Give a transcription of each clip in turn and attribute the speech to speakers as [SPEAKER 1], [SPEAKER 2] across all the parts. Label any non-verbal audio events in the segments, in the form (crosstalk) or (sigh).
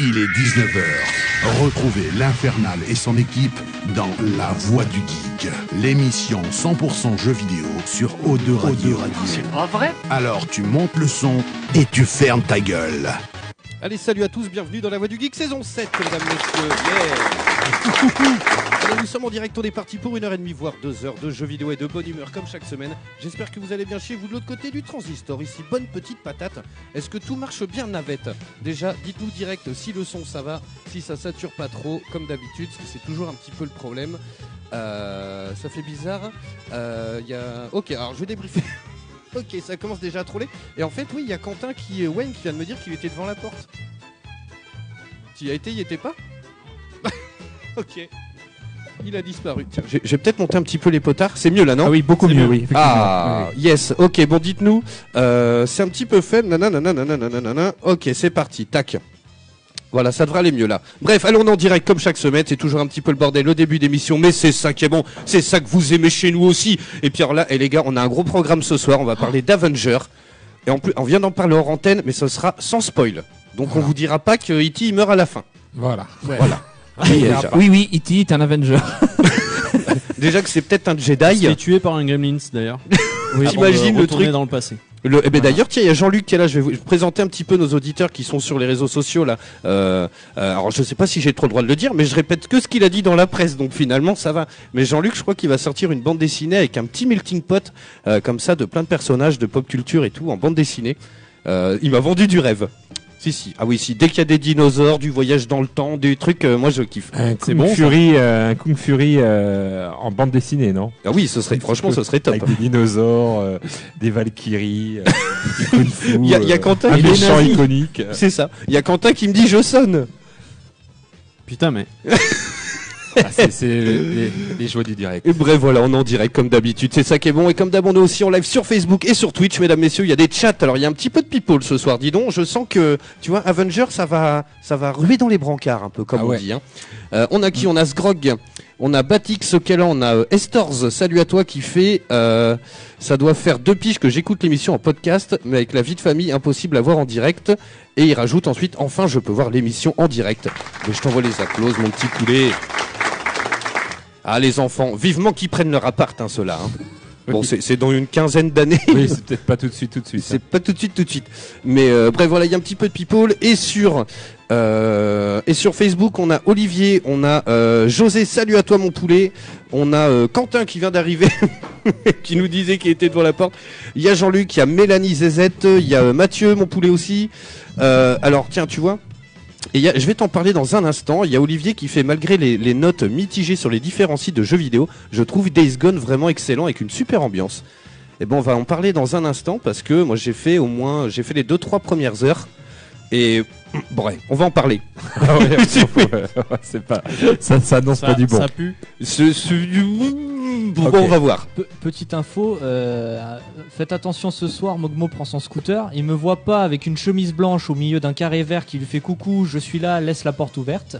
[SPEAKER 1] Il est 19h. Retrouvez l'Infernal et son équipe dans La Voix du Geek, l'émission 100% jeux vidéo sur O2 Radio.
[SPEAKER 2] C'est pas vrai
[SPEAKER 1] Alors tu montes le son et tu fermes ta gueule.
[SPEAKER 3] Allez, salut à tous, bienvenue dans la Voix du Geek, saison 7, mesdames, messieurs. Yeah. Coucou. Allez, nous sommes en direct, on est parti pour une heure et demie, voire deux heures de jeux vidéo et de bonne humeur, comme chaque semaine. J'espère que vous allez bien chez vous de l'autre côté du transistor. Ici, bonne petite patate. Est-ce que tout marche bien, navette Déjà, dites-nous direct si le son ça va, si ça sature pas trop, comme d'habitude, parce que c'est toujours un petit peu le problème. Euh, ça fait bizarre. Euh, Il y a... Ok, alors je vais débriefer. (laughs) Ok, ça commence déjà à troller. Et en fait, oui, il y a Quentin qui, euh, Wayne, qui vient de me dire qu'il était devant la porte. Tu y as été, il y était pas (laughs) Ok. Il a disparu. Tiens, j'ai- j'ai peut-être monté un petit peu les potards. C'est mieux là, non
[SPEAKER 4] Ah oui, beaucoup
[SPEAKER 3] C'est
[SPEAKER 4] mieux,
[SPEAKER 3] mieux.
[SPEAKER 4] oui. effectivement.
[SPEAKER 3] Ah, yes, ok, bon, dites-nous. euh, c'est un petit peu faible, nanana, nanana, nanana. Ok, c'est parti, tac. Voilà, ça devrait aller mieux là. Bref, allons en direct comme chaque semaine. C'est toujours un petit peu le bordel au début d'émission, mais c'est ça qui est bon. C'est ça que vous aimez chez nous aussi. Et puis alors là, et les gars, on a un gros programme ce soir. On va parler d'Avenger. Et en plus, on vient d'en parler hors antenne, mais ce sera sans spoil. Donc on vous dira pas que E.T. il meurt à la fin.
[SPEAKER 4] Voilà.
[SPEAKER 3] Voilà. Déjà,
[SPEAKER 4] Oui, oui, E.T. est un Avenger.
[SPEAKER 3] déjà que c'est peut-être un
[SPEAKER 5] Il se
[SPEAKER 3] Jedi.
[SPEAKER 5] fait tuer par un Gremlins d'ailleurs.
[SPEAKER 4] Oui.
[SPEAKER 5] Avant de
[SPEAKER 3] T'imagines le
[SPEAKER 5] retourner
[SPEAKER 3] truc
[SPEAKER 5] dans le passé.
[SPEAKER 3] Le- eh ben d'ailleurs, tiens, il y a Jean-Luc qui est là. Je vais vous je vais présenter un petit peu nos auditeurs qui sont sur les réseaux sociaux là. Euh, euh, alors, je sais pas si j'ai trop le droit de le dire, mais je répète que ce qu'il a dit dans la presse. Donc finalement, ça va. Mais Jean-Luc, je crois qu'il va sortir une bande dessinée avec un petit melting pot euh, comme ça de plein de personnages de pop culture et tout en bande dessinée. Euh, il m'a vendu du rêve. Si si. Ah oui, si. Dès qu'il y a des dinosaures, du voyage dans le temps, des trucs, euh, moi je kiffe.
[SPEAKER 4] Un
[SPEAKER 5] C'est
[SPEAKER 4] Kung
[SPEAKER 5] bon, ça.
[SPEAKER 4] Fury, euh, un Kung Fury euh, en bande dessinée, non
[SPEAKER 3] Ah oui, ce serait franchement, ce serait top. hein.
[SPEAKER 4] Avec des dinosaures, euh, des Valkyries, euh, du Kung Fu.
[SPEAKER 3] Il y a- il y a
[SPEAKER 4] euh,
[SPEAKER 3] Quentin,
[SPEAKER 4] un
[SPEAKER 3] il est
[SPEAKER 4] méchant
[SPEAKER 3] nazi.
[SPEAKER 4] iconique.
[SPEAKER 3] C'est ça. Il y a Quentin qui me dit je sonne.
[SPEAKER 5] Putain, (laughs) mais.
[SPEAKER 4] Ah, c'est- c'est les, les joies du direct.
[SPEAKER 3] Et bref, voilà, on est en direct comme d'habitude. C'est ça qui est bon. Et comme d'hab, on est aussi en live sur Facebook et sur Twitch, mesdames, messieurs. Il y a des chats. Alors, il y a un petit peu de people ce soir, dis donc. Je sens que, tu vois, Avenger, ça va, ça va ruer dans les brancards, un peu, comme
[SPEAKER 4] Ah ouais.
[SPEAKER 3] on dit. hein. Euh, on a qui On a Sgrog. On a Batix Kellan. On a euh, Estors. Salut à toi qui fait, euh, ça doit faire deux piges que j'écoute l'émission en podcast, mais avec la vie de famille, impossible à voir en direct. Et il rajoute ensuite, enfin, je peux voir l'émission en direct. Mais je t'envoie les applauses, mon petit poulet. Ah, les enfants, vivement qu'ils prennent leur appart, hein, ceux-là. hein. Bon, c'est c'est dans une quinzaine d'années.
[SPEAKER 4] Oui, c'est peut-être pas tout de suite, tout de suite. hein.
[SPEAKER 3] C'est pas tout de suite, tout de suite. Mais euh, bref, voilà, il y a un petit peu de people. Et sur, euh, et sur Facebook, on a Olivier, on a euh, José, salut à toi mon poulet. On a euh, Quentin qui vient d'arriver, (laughs) qui nous disait qu'il était devant la porte. Il y a Jean-Luc, il y a Mélanie Zezette, il y a euh, Mathieu, mon poulet aussi. Euh, alors tiens, tu vois et il y a- je vais t'en parler dans un instant. Il y a Olivier qui fait, malgré les, les notes mitigées sur les différents sites de jeux vidéo, je trouve Days Gone vraiment excellent avec une super ambiance. Et ben on va en parler dans un instant parce que moi j'ai fait au moins j'ai fait les deux trois premières heures et (clears throat) bref on va en parler.
[SPEAKER 4] Ah ouais, ouais, c'est pas. Ça, ça annonce
[SPEAKER 5] Ça,
[SPEAKER 4] pas du bon.
[SPEAKER 5] ça pue.
[SPEAKER 3] Ce, ce- Bon,
[SPEAKER 4] Ok.
[SPEAKER 3] on va voir.
[SPEAKER 5] Pe- petite info, euh, faites attention ce soir, Mogmo prend son scooter. Il me voit pas avec une chemise blanche au milieu d'un carré vert qui lui fait coucou, je suis là, laisse la porte ouverte.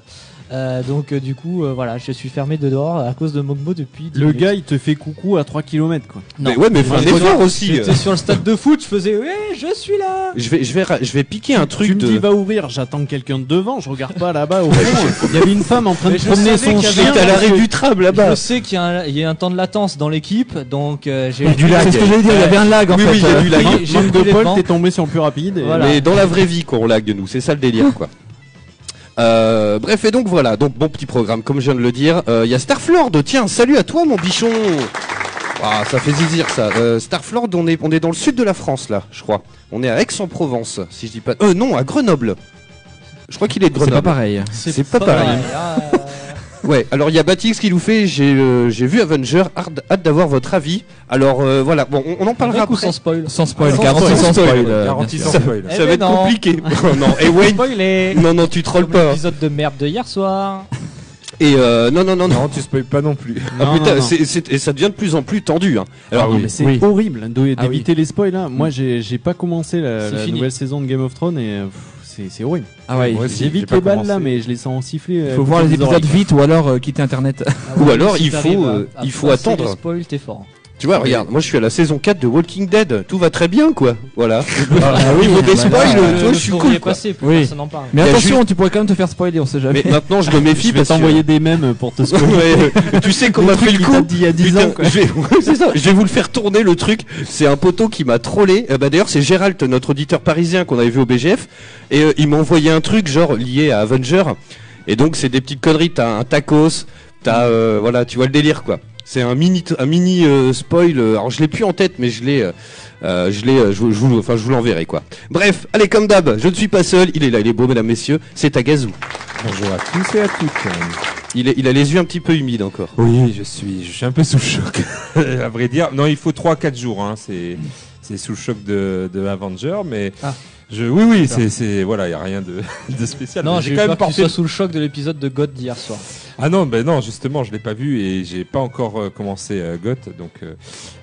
[SPEAKER 5] Euh, donc euh, du coup, euh, voilà, je suis fermé de dehors à cause de Mogmo depuis. dix Le minutes. gars, il te fait coucou à 3 km quoi. Non.
[SPEAKER 3] Mais ouais mais faut un
[SPEAKER 5] J'étais
[SPEAKER 3] effort
[SPEAKER 5] sur-
[SPEAKER 3] aussi. euh.
[SPEAKER 5] J'étais sur le stade de foot, je faisais, ouais, je suis là.
[SPEAKER 3] Je vais je vais ra- je vais piquer un truc
[SPEAKER 5] tu me
[SPEAKER 3] de.
[SPEAKER 5] dis va ouvrir, j'attends quelqu'un de devant, je regarde pas là-bas au fond. Il y avait une femme en train Mais de je promener savais son qu'il y avait
[SPEAKER 3] J'étais
[SPEAKER 5] rien chien.
[SPEAKER 3] à l'arrêt
[SPEAKER 5] parce que
[SPEAKER 3] du tram
[SPEAKER 5] Je
[SPEAKER 3] là-bas.
[SPEAKER 5] sais qu'il y, a un- il y a un temps de latence dans l'équipe, donc euh, j'ai.
[SPEAKER 4] C'est ce que j'allais dire, il y avait un lag en
[SPEAKER 3] Oui,
[SPEAKER 4] fait.
[SPEAKER 3] oui, il y a du lag.
[SPEAKER 5] J'ai-
[SPEAKER 3] Marc-
[SPEAKER 5] J'ai
[SPEAKER 3] Marc
[SPEAKER 5] eu
[SPEAKER 3] de
[SPEAKER 5] des
[SPEAKER 3] Paul,
[SPEAKER 5] vents.
[SPEAKER 3] t'es
[SPEAKER 5] t'es tombé sur le plus rapide.
[SPEAKER 3] Mais
[SPEAKER 5] Voilà.
[SPEAKER 3] dans la vraie vie, quoi, on lague de nous. C'est ça le délire, quoi. Euh, bref, et donc voilà. Donc, bon petit programme, comme je viens de le dire. Euh, Il y a Starflord. Tiens, salut à toi, mon bichon. Ah, ça fait zizir, ça. Euh, Starflord, on est, on est dans le sud de la France, là, je crois. On est à Aix-en-Provence, si je dis pas. Euh, non, à Grenoble. Je crois qu'il est de
[SPEAKER 4] C'est
[SPEAKER 3] Grenoble.
[SPEAKER 4] pas pareil.
[SPEAKER 3] C'est pas pareil.
[SPEAKER 5] Ah,
[SPEAKER 3] Ouais, alors il y a Batix qui nous fait j'ai euh, j'ai vu Avenger, hard- hâte d'avoir votre avis. Alors euh, voilà, bon, on, on en parlera
[SPEAKER 5] Avec ou
[SPEAKER 3] après.
[SPEAKER 5] sans spoil
[SPEAKER 4] Sans spoil,
[SPEAKER 5] Sans
[SPEAKER 4] garantie
[SPEAKER 3] spoil.
[SPEAKER 4] sans spoil.
[SPEAKER 3] Spoil,
[SPEAKER 4] euh,
[SPEAKER 3] garantie
[SPEAKER 4] bien sûr.
[SPEAKER 3] sans
[SPEAKER 5] Eh
[SPEAKER 3] Ça va
[SPEAKER 5] ben
[SPEAKER 3] être
[SPEAKER 5] non.
[SPEAKER 3] compliqué. Oh, (laughs) non, et Wayne,
[SPEAKER 5] Spoilé
[SPEAKER 3] non, non, tu trolles
[SPEAKER 5] Comme
[SPEAKER 3] pas.
[SPEAKER 5] l'épisode de merde de
[SPEAKER 4] (laughs)
[SPEAKER 5] hier soir.
[SPEAKER 3] Et euh, non, non, non, non.
[SPEAKER 4] Non, tu spoil pas non plus.
[SPEAKER 3] Ah,
[SPEAKER 5] Non,
[SPEAKER 3] putain,
[SPEAKER 5] non, non.
[SPEAKER 3] c'est- c'est- et ça devient de plus en plus tendu. Hein.
[SPEAKER 5] Ah
[SPEAKER 3] Alors,
[SPEAKER 5] non,
[SPEAKER 4] oui,
[SPEAKER 5] mais c'est
[SPEAKER 4] oui.
[SPEAKER 5] horrible
[SPEAKER 4] Ah
[SPEAKER 5] de-
[SPEAKER 4] oui.
[SPEAKER 5] d'éviter les spoils. Hein. Moi, j'ai j'ai pas commencé la,
[SPEAKER 4] C'est
[SPEAKER 5] la
[SPEAKER 4] fini.
[SPEAKER 5] nouvelle saison de Game of Thrones et euh, pff, c'est c'est horrible.
[SPEAKER 4] Ah ouais,
[SPEAKER 5] J'ai J'évite les balles là, mais je les sens siffler.
[SPEAKER 4] Il faut voir
[SPEAKER 6] Ah
[SPEAKER 4] les épisodes vite ou alors euh, quitter internet.
[SPEAKER 3] Ou alors, il faut, euh, il faut attendre.
[SPEAKER 5] spoil, t'es fort.
[SPEAKER 3] Tu vois, regarde, moi je suis à la saison 4 de Walking Dead, tout va très bien quoi. Voilà.
[SPEAKER 7] Ah, ah
[SPEAKER 3] (laughs)
[SPEAKER 7] oui,
[SPEAKER 3] Niveau des
[SPEAKER 7] bah,
[SPEAKER 3] spoils,
[SPEAKER 7] là,
[SPEAKER 6] euh,
[SPEAKER 3] tu vois, je suis cool. quoi.
[SPEAKER 6] passé, plus
[SPEAKER 7] Oui.
[SPEAKER 6] personne n'en parle.
[SPEAKER 7] Mais
[SPEAKER 3] Il y a
[SPEAKER 7] attention, tu pourrais quand même te faire spoiler, on sait jamais.
[SPEAKER 3] Mais maintenant
[SPEAKER 7] (laughs)
[SPEAKER 3] je me méfie
[SPEAKER 7] je vais
[SPEAKER 3] parce que (laughs)
[SPEAKER 7] t'envoyer des mèmes
[SPEAKER 8] (laughs)
[SPEAKER 7] pour te spoiler.
[SPEAKER 3] Ouais, euh, tu sais qu'on
[SPEAKER 7] Des
[SPEAKER 3] m'a fait
[SPEAKER 7] trucs
[SPEAKER 3] le
[SPEAKER 7] qui
[SPEAKER 3] coup
[SPEAKER 7] datent d'il y a 10
[SPEAKER 3] Putain,
[SPEAKER 7] ans, quoi.
[SPEAKER 3] je vais, ouais, c'est ça, je vais vous (laughs) le faire tourner le truc. C'est un poteau qui m'a trollé. Euh, bah, D'ailleurs, c'est Gérald, notre auditeur parisien qu'on avait vu au BGF. Et euh, il m'a envoyé un truc, genre lié à Avenger. Et donc, c'est des petites conneries. T'as un tacos, t'as. euh, voilà, tu vois le délire, quoi. C'est un mini, un mini euh, spoil. euh, Alors, je l'ai plus en tête, mais je l'ai. euh, euh, je l'ai, euh, je, vous- je vous, enfin, je vous l'enverrai quoi. Bref, allez comme d'hab, je ne suis pas seul. Il est là, il est beau, mesdames, messieurs. C'est Tagazu.
[SPEAKER 4] Bonjour à tous et à toutes.
[SPEAKER 3] Il, est- il a les yeux un petit peu humides encore.
[SPEAKER 4] Oui, je suis, je suis un peu sous le choc, (laughs) à vrai dire. Non, il faut 3-4 jours, hein. c'est, c'est sous le choc de, de Avenger, mais
[SPEAKER 6] Ah.
[SPEAKER 4] je, oui, oui, c'est, c'est, voilà, il n'y a rien de, (laughs) de spécial.
[SPEAKER 6] Non,
[SPEAKER 4] Mais
[SPEAKER 6] j'ai eu peur que tu sois sous le choc de l'épisode de God d'hier soir.
[SPEAKER 4] Ah non, ben non, justement, je l'ai pas vu et j'ai pas encore euh, commencé euh, Goth, donc euh,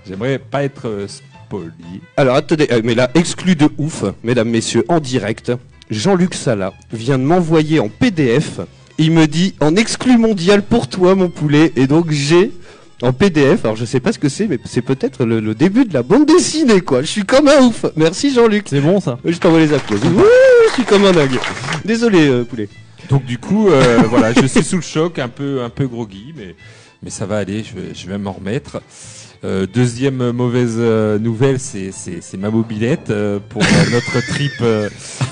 [SPEAKER 4] j'aimerais pas être euh, spoilé.
[SPEAKER 3] Alors attendez, euh, mais là, exclu de ouf, mesdames, messieurs, en direct, Jean-Luc Sala vient de m'envoyer en PDF, il me dit en exclu mondial pour toi mon poulet, et donc j'ai en PDF, alors je sais pas ce que c'est, mais c'est peut-être le, le début de la bande dessinée quoi, je suis comme un ouf, merci Jean-Luc.
[SPEAKER 7] C'est bon ça.
[SPEAKER 3] Je t'envoie les applaudissements, Wouh, je suis comme un dingue. Désolé euh, poulet.
[SPEAKER 4] Donc du coup, euh, (laughs) voilà, je suis sous le choc, un peu, un peu groggy, mais, mais ça va aller, je, vais- je vais m'en remettre. Euh, deuxième mauvaise euh, nouvelle, c'est, c'est, c'est ma mobilette euh, pour (laughs) euh, notre trip euh,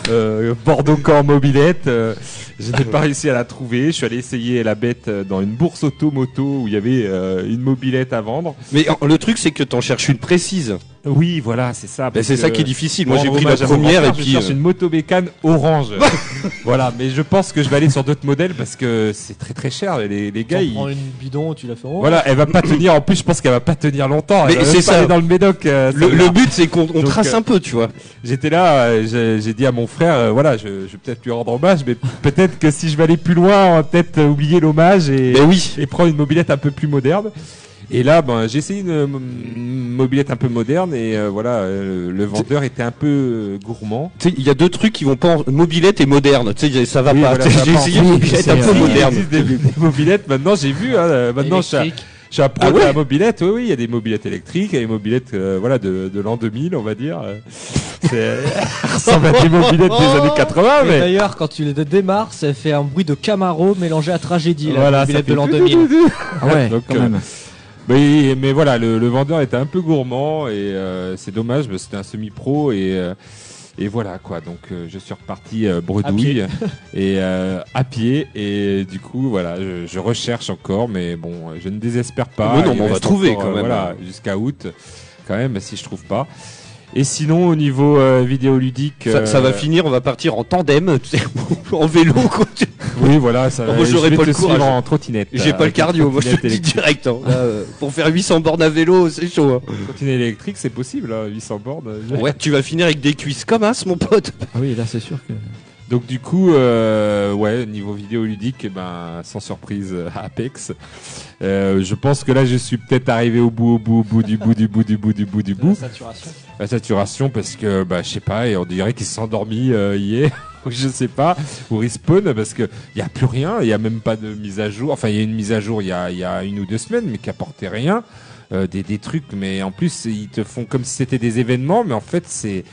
[SPEAKER 4] euh, Bordeaux-Camp mobilette. Euh, je n'ai pas réussi à la trouver. Je suis allé essayer la bête euh, dans une bourse auto-moto où il y avait euh, une mobilette à vendre.
[SPEAKER 3] Mais euh, le truc c'est que t'en cherches une précise,
[SPEAKER 4] Oui, voilà, c'est ça.
[SPEAKER 3] Ben,
[SPEAKER 4] parce
[SPEAKER 3] c'est ça
[SPEAKER 4] que-
[SPEAKER 3] qui est difficile, moi j'ai
[SPEAKER 4] Rendre
[SPEAKER 3] pris la
[SPEAKER 4] hommage à mon
[SPEAKER 3] première et
[SPEAKER 4] grand-père, Je
[SPEAKER 3] puis...
[SPEAKER 4] bah, cherche
[SPEAKER 3] euh,
[SPEAKER 4] une moto bécane
[SPEAKER 3] (laughs)
[SPEAKER 4] orange. (laughs) voilà, mais je pense que je vais aller sur d'autres modèles parce que c'est très très cher. et Les, les gars,
[SPEAKER 6] Tu
[SPEAKER 4] ils-
[SPEAKER 6] prends une bidon, tu la fais en haut.
[SPEAKER 4] voilà, elle va pas tenir. En plus, je pense qu'elle va pas tenir longtemps.
[SPEAKER 3] Mais
[SPEAKER 4] Elle va
[SPEAKER 3] c'est
[SPEAKER 4] même pas
[SPEAKER 3] ça.
[SPEAKER 4] aller dans le Médoc. euh,
[SPEAKER 3] Le,
[SPEAKER 4] celle-là.
[SPEAKER 3] le but c'est qu'on on
[SPEAKER 4] Donc,
[SPEAKER 3] trace
[SPEAKER 4] euh,
[SPEAKER 3] un peu, tu vois.
[SPEAKER 4] J'étais là, euh, j'ai j'ai dit à mon frère, euh, voilà, je, je vais peut-être lui rendre hommage, mais peut-être que si je vais aller plus loin, on va peut-être euh, oublier l'hommage et,
[SPEAKER 3] Ben oui.
[SPEAKER 4] et prendre une mobilette un peu plus moderne. Et là, ben, j'ai essayé une, euh, m- m- mobilette un peu moderne et euh, voilà, euh, le vendeur était un peu euh, gourmand.
[SPEAKER 3] Tu sais, il y a deux trucs qui vont pas en... mobilette et moderne tu sais ça va
[SPEAKER 4] Oui,
[SPEAKER 3] pas
[SPEAKER 4] voilà,
[SPEAKER 3] Tu sais,
[SPEAKER 4] ça va
[SPEAKER 3] j'ai
[SPEAKER 4] pas.
[SPEAKER 3] essayé
[SPEAKER 7] Oui,
[SPEAKER 3] mobilette
[SPEAKER 7] c'est
[SPEAKER 3] un peu
[SPEAKER 7] vrai.
[SPEAKER 3] moderne
[SPEAKER 4] Il existe des, des mobilettes maintenant, j'ai vu. hein, euh, maintenant, je suis, un-
[SPEAKER 6] Électrique.
[SPEAKER 4] je suis un pro
[SPEAKER 3] Ah
[SPEAKER 4] de
[SPEAKER 3] ouais
[SPEAKER 4] la mobilette. Oui, oui, il y a des mobilettes électriques, il y a des mobilettes euh, voilà, de, de l'an 2000, on va dire. euh, C'est ressemble à des mobilettes des années 80,
[SPEAKER 6] Mais
[SPEAKER 4] Ah, (laughs) mais.
[SPEAKER 6] D'ailleurs, quand tu les démarres, ça fait un bruit de Camaro mélangé à tragédie, la
[SPEAKER 4] Voilà,
[SPEAKER 6] mobilette
[SPEAKER 4] ça fait
[SPEAKER 6] de l'an
[SPEAKER 4] tout, tout,
[SPEAKER 6] 2000.
[SPEAKER 4] (laughs)
[SPEAKER 7] Ah ouais,
[SPEAKER 4] Donc,
[SPEAKER 7] quand
[SPEAKER 4] euh,
[SPEAKER 7] même.
[SPEAKER 4] Mais, mais voilà, le, le vendeur était un peu gourmand et euh, c'est dommage, parce que c'était un semi-pro et, euh, et voilà quoi. Donc euh, je suis reparti euh, bredouille (laughs) et euh, à pied et du coup voilà, je, je recherche encore, mais bon, je ne désespère pas.
[SPEAKER 3] Mais non,
[SPEAKER 4] Il
[SPEAKER 3] mais on va
[SPEAKER 4] reste
[SPEAKER 3] trouver
[SPEAKER 4] encore,
[SPEAKER 3] quand
[SPEAKER 4] euh,
[SPEAKER 3] même. hein.
[SPEAKER 4] Voilà, jusqu'à août quand même si je trouve pas. Et sinon au niveau euh, vidéoludique,
[SPEAKER 3] ça, ça va
[SPEAKER 4] euh,
[SPEAKER 3] finir on va partir en tandem tu sais, (laughs) en vélo quoi.
[SPEAKER 4] Bah,
[SPEAKER 3] Tu-
[SPEAKER 4] Oui voilà, ça.
[SPEAKER 3] Oh, Moi,
[SPEAKER 4] va- je
[SPEAKER 3] j'aurais
[SPEAKER 4] vais
[SPEAKER 3] pas
[SPEAKER 4] te
[SPEAKER 3] le courage.
[SPEAKER 4] suivre en trottinette.
[SPEAKER 3] j'ai
[SPEAKER 4] euh,
[SPEAKER 3] pas le
[SPEAKER 4] avec une
[SPEAKER 3] cardio moi je te le dis
[SPEAKER 4] trottinette
[SPEAKER 3] direct
[SPEAKER 4] (laughs)
[SPEAKER 3] hein. Là, euh, pour faire 800 bornes à vélo c'est chaud hein.
[SPEAKER 4] électrique. Trottinette électrique, c'est possible, hein, 800 bornes.
[SPEAKER 3] ouais tu vas finir avec des cuisses comme as mon pote
[SPEAKER 7] Ah oui, là c'est sûr que.
[SPEAKER 4] Donc du coup, euh, ouais, niveau vidéo ludique, eh ben, sans surprise, euh, Apex. Euh, je pense que là, je suis peut-être arrivé au bout, au bout, au bout du bout, du bout, du bout, du bout, du
[SPEAKER 6] De la
[SPEAKER 5] (laughs)
[SPEAKER 4] bout.
[SPEAKER 6] saturation.
[SPEAKER 4] La saturation, parce que, bah, je sais pas, et on dirait qu'il s'est endormi euh, hier, (laughs) ou je sais pas, ou respawn, parce que il y a plus rien, il y a même pas de mise à jour. Enfin, il y a une mise à jour il y a, il y a une ou deux semaines, mais qui apportait rien. Euh, des, des trucs, mais en plus, ils te font comme si c'était des événements, mais en fait, c'est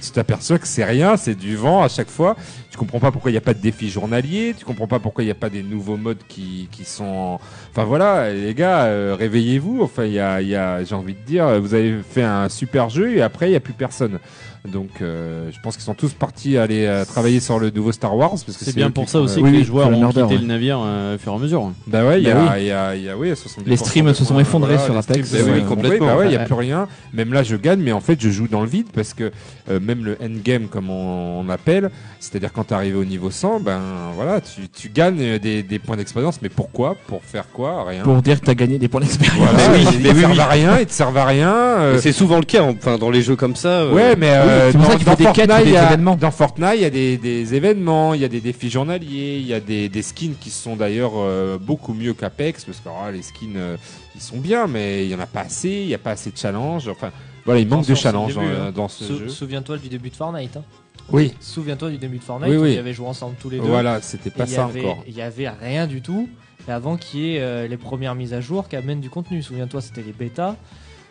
[SPEAKER 4] tu t'aperçois que c'est rien, c'est du vent à chaque fois. Tu comprends pas pourquoi il n'y a pas de défi journalier, tu comprends pas pourquoi il n'y a pas des nouveaux modes qui, qui sont. en- Enfin voilà, les gars, euh, réveillez-vous. Enfin, il y a, il y a, j'ai envie de dire, vous avez fait un super jeu et après, il n'y a plus personne. Donc, euh, je pense qu'ils sont tous partis aller euh, travailler sur le nouveau Star Wars. parce que
[SPEAKER 8] C'est bien
[SPEAKER 4] eux
[SPEAKER 8] pour
[SPEAKER 4] qui
[SPEAKER 8] ça
[SPEAKER 4] font,
[SPEAKER 8] aussi
[SPEAKER 4] euh,
[SPEAKER 8] que
[SPEAKER 7] oui,
[SPEAKER 8] les
[SPEAKER 7] oui,
[SPEAKER 8] joueurs
[SPEAKER 7] Fallen
[SPEAKER 8] ont
[SPEAKER 7] Order,
[SPEAKER 8] quitté
[SPEAKER 7] ouais.
[SPEAKER 8] le navire euh, au fur et à mesure.
[SPEAKER 4] Bah ouais, il y
[SPEAKER 7] Bah
[SPEAKER 4] a, il y a, il y a- oui, 70
[SPEAKER 7] Les streams se sont
[SPEAKER 4] moins,
[SPEAKER 7] effondrés sur
[SPEAKER 4] les
[SPEAKER 7] Apex,
[SPEAKER 4] streams,
[SPEAKER 7] euh,
[SPEAKER 4] oui, complètement.
[SPEAKER 3] complètement.
[SPEAKER 4] Bah ouais, il y a
[SPEAKER 7] Ouais.
[SPEAKER 4] plus rien. Même là, je gagne, mais en fait, je joue dans le vide parce que euh, même le endgame, comme on, on appelle, c'est-à-dire quand t'es arrivé au niveau 100, ben voilà, tu, tu gagnes euh, des, des points d'expérience, mais pourquoi Pour faire quoi Rien.
[SPEAKER 7] Pour dire que (laughs) t'as gagné des points d'expérience.
[SPEAKER 4] Voilà,
[SPEAKER 3] Mais oui,
[SPEAKER 4] ils-
[SPEAKER 3] mais
[SPEAKER 4] ils
[SPEAKER 3] oui,
[SPEAKER 4] servent
[SPEAKER 3] oui.
[SPEAKER 4] à rien, ils te servent à rien. euh,
[SPEAKER 3] Et c'est souvent le cas hein, enfin dans les jeux comme ça euh,
[SPEAKER 4] Ouais, mais euh,
[SPEAKER 7] c'est pour
[SPEAKER 4] dans,
[SPEAKER 7] ça qu'il
[SPEAKER 4] dans
[SPEAKER 7] faut des quêtes ou
[SPEAKER 4] Fortnite,
[SPEAKER 7] des
[SPEAKER 4] il y a-
[SPEAKER 7] événements.
[SPEAKER 4] dans Fortnite, il y a des, des événements, il y a des défis journaliers, il y a des, des skins qui sont d'ailleurs euh, beaucoup mieux qu'Apex, parce que ah, les skins, euh, ils sont bien, mais il y en a pas assez, il y a pas assez de challenge. Enfin, voilà, il manque de
[SPEAKER 6] Attention,
[SPEAKER 4] challenge
[SPEAKER 6] c'est le début,
[SPEAKER 4] euh,
[SPEAKER 6] hein.
[SPEAKER 4] dans ce
[SPEAKER 6] Sou-
[SPEAKER 4] jeu.
[SPEAKER 6] Souviens-toi du début de Fortnite. hein.
[SPEAKER 4] Oui,
[SPEAKER 6] Souviens-toi du début de Fortnite.
[SPEAKER 4] Oui,
[SPEAKER 6] où
[SPEAKER 4] oui.
[SPEAKER 6] Ils avaient joué ensemble tous les deux.
[SPEAKER 4] voilà, c'était
[SPEAKER 6] Et
[SPEAKER 4] pas
[SPEAKER 6] Il y,
[SPEAKER 4] ça
[SPEAKER 6] avait,
[SPEAKER 4] encore.
[SPEAKER 6] il y avait rien du tout. Et avant qu'il y ait euh, les premières mises à jour qui amènent du contenu. Souviens-toi, c'était les bêtas.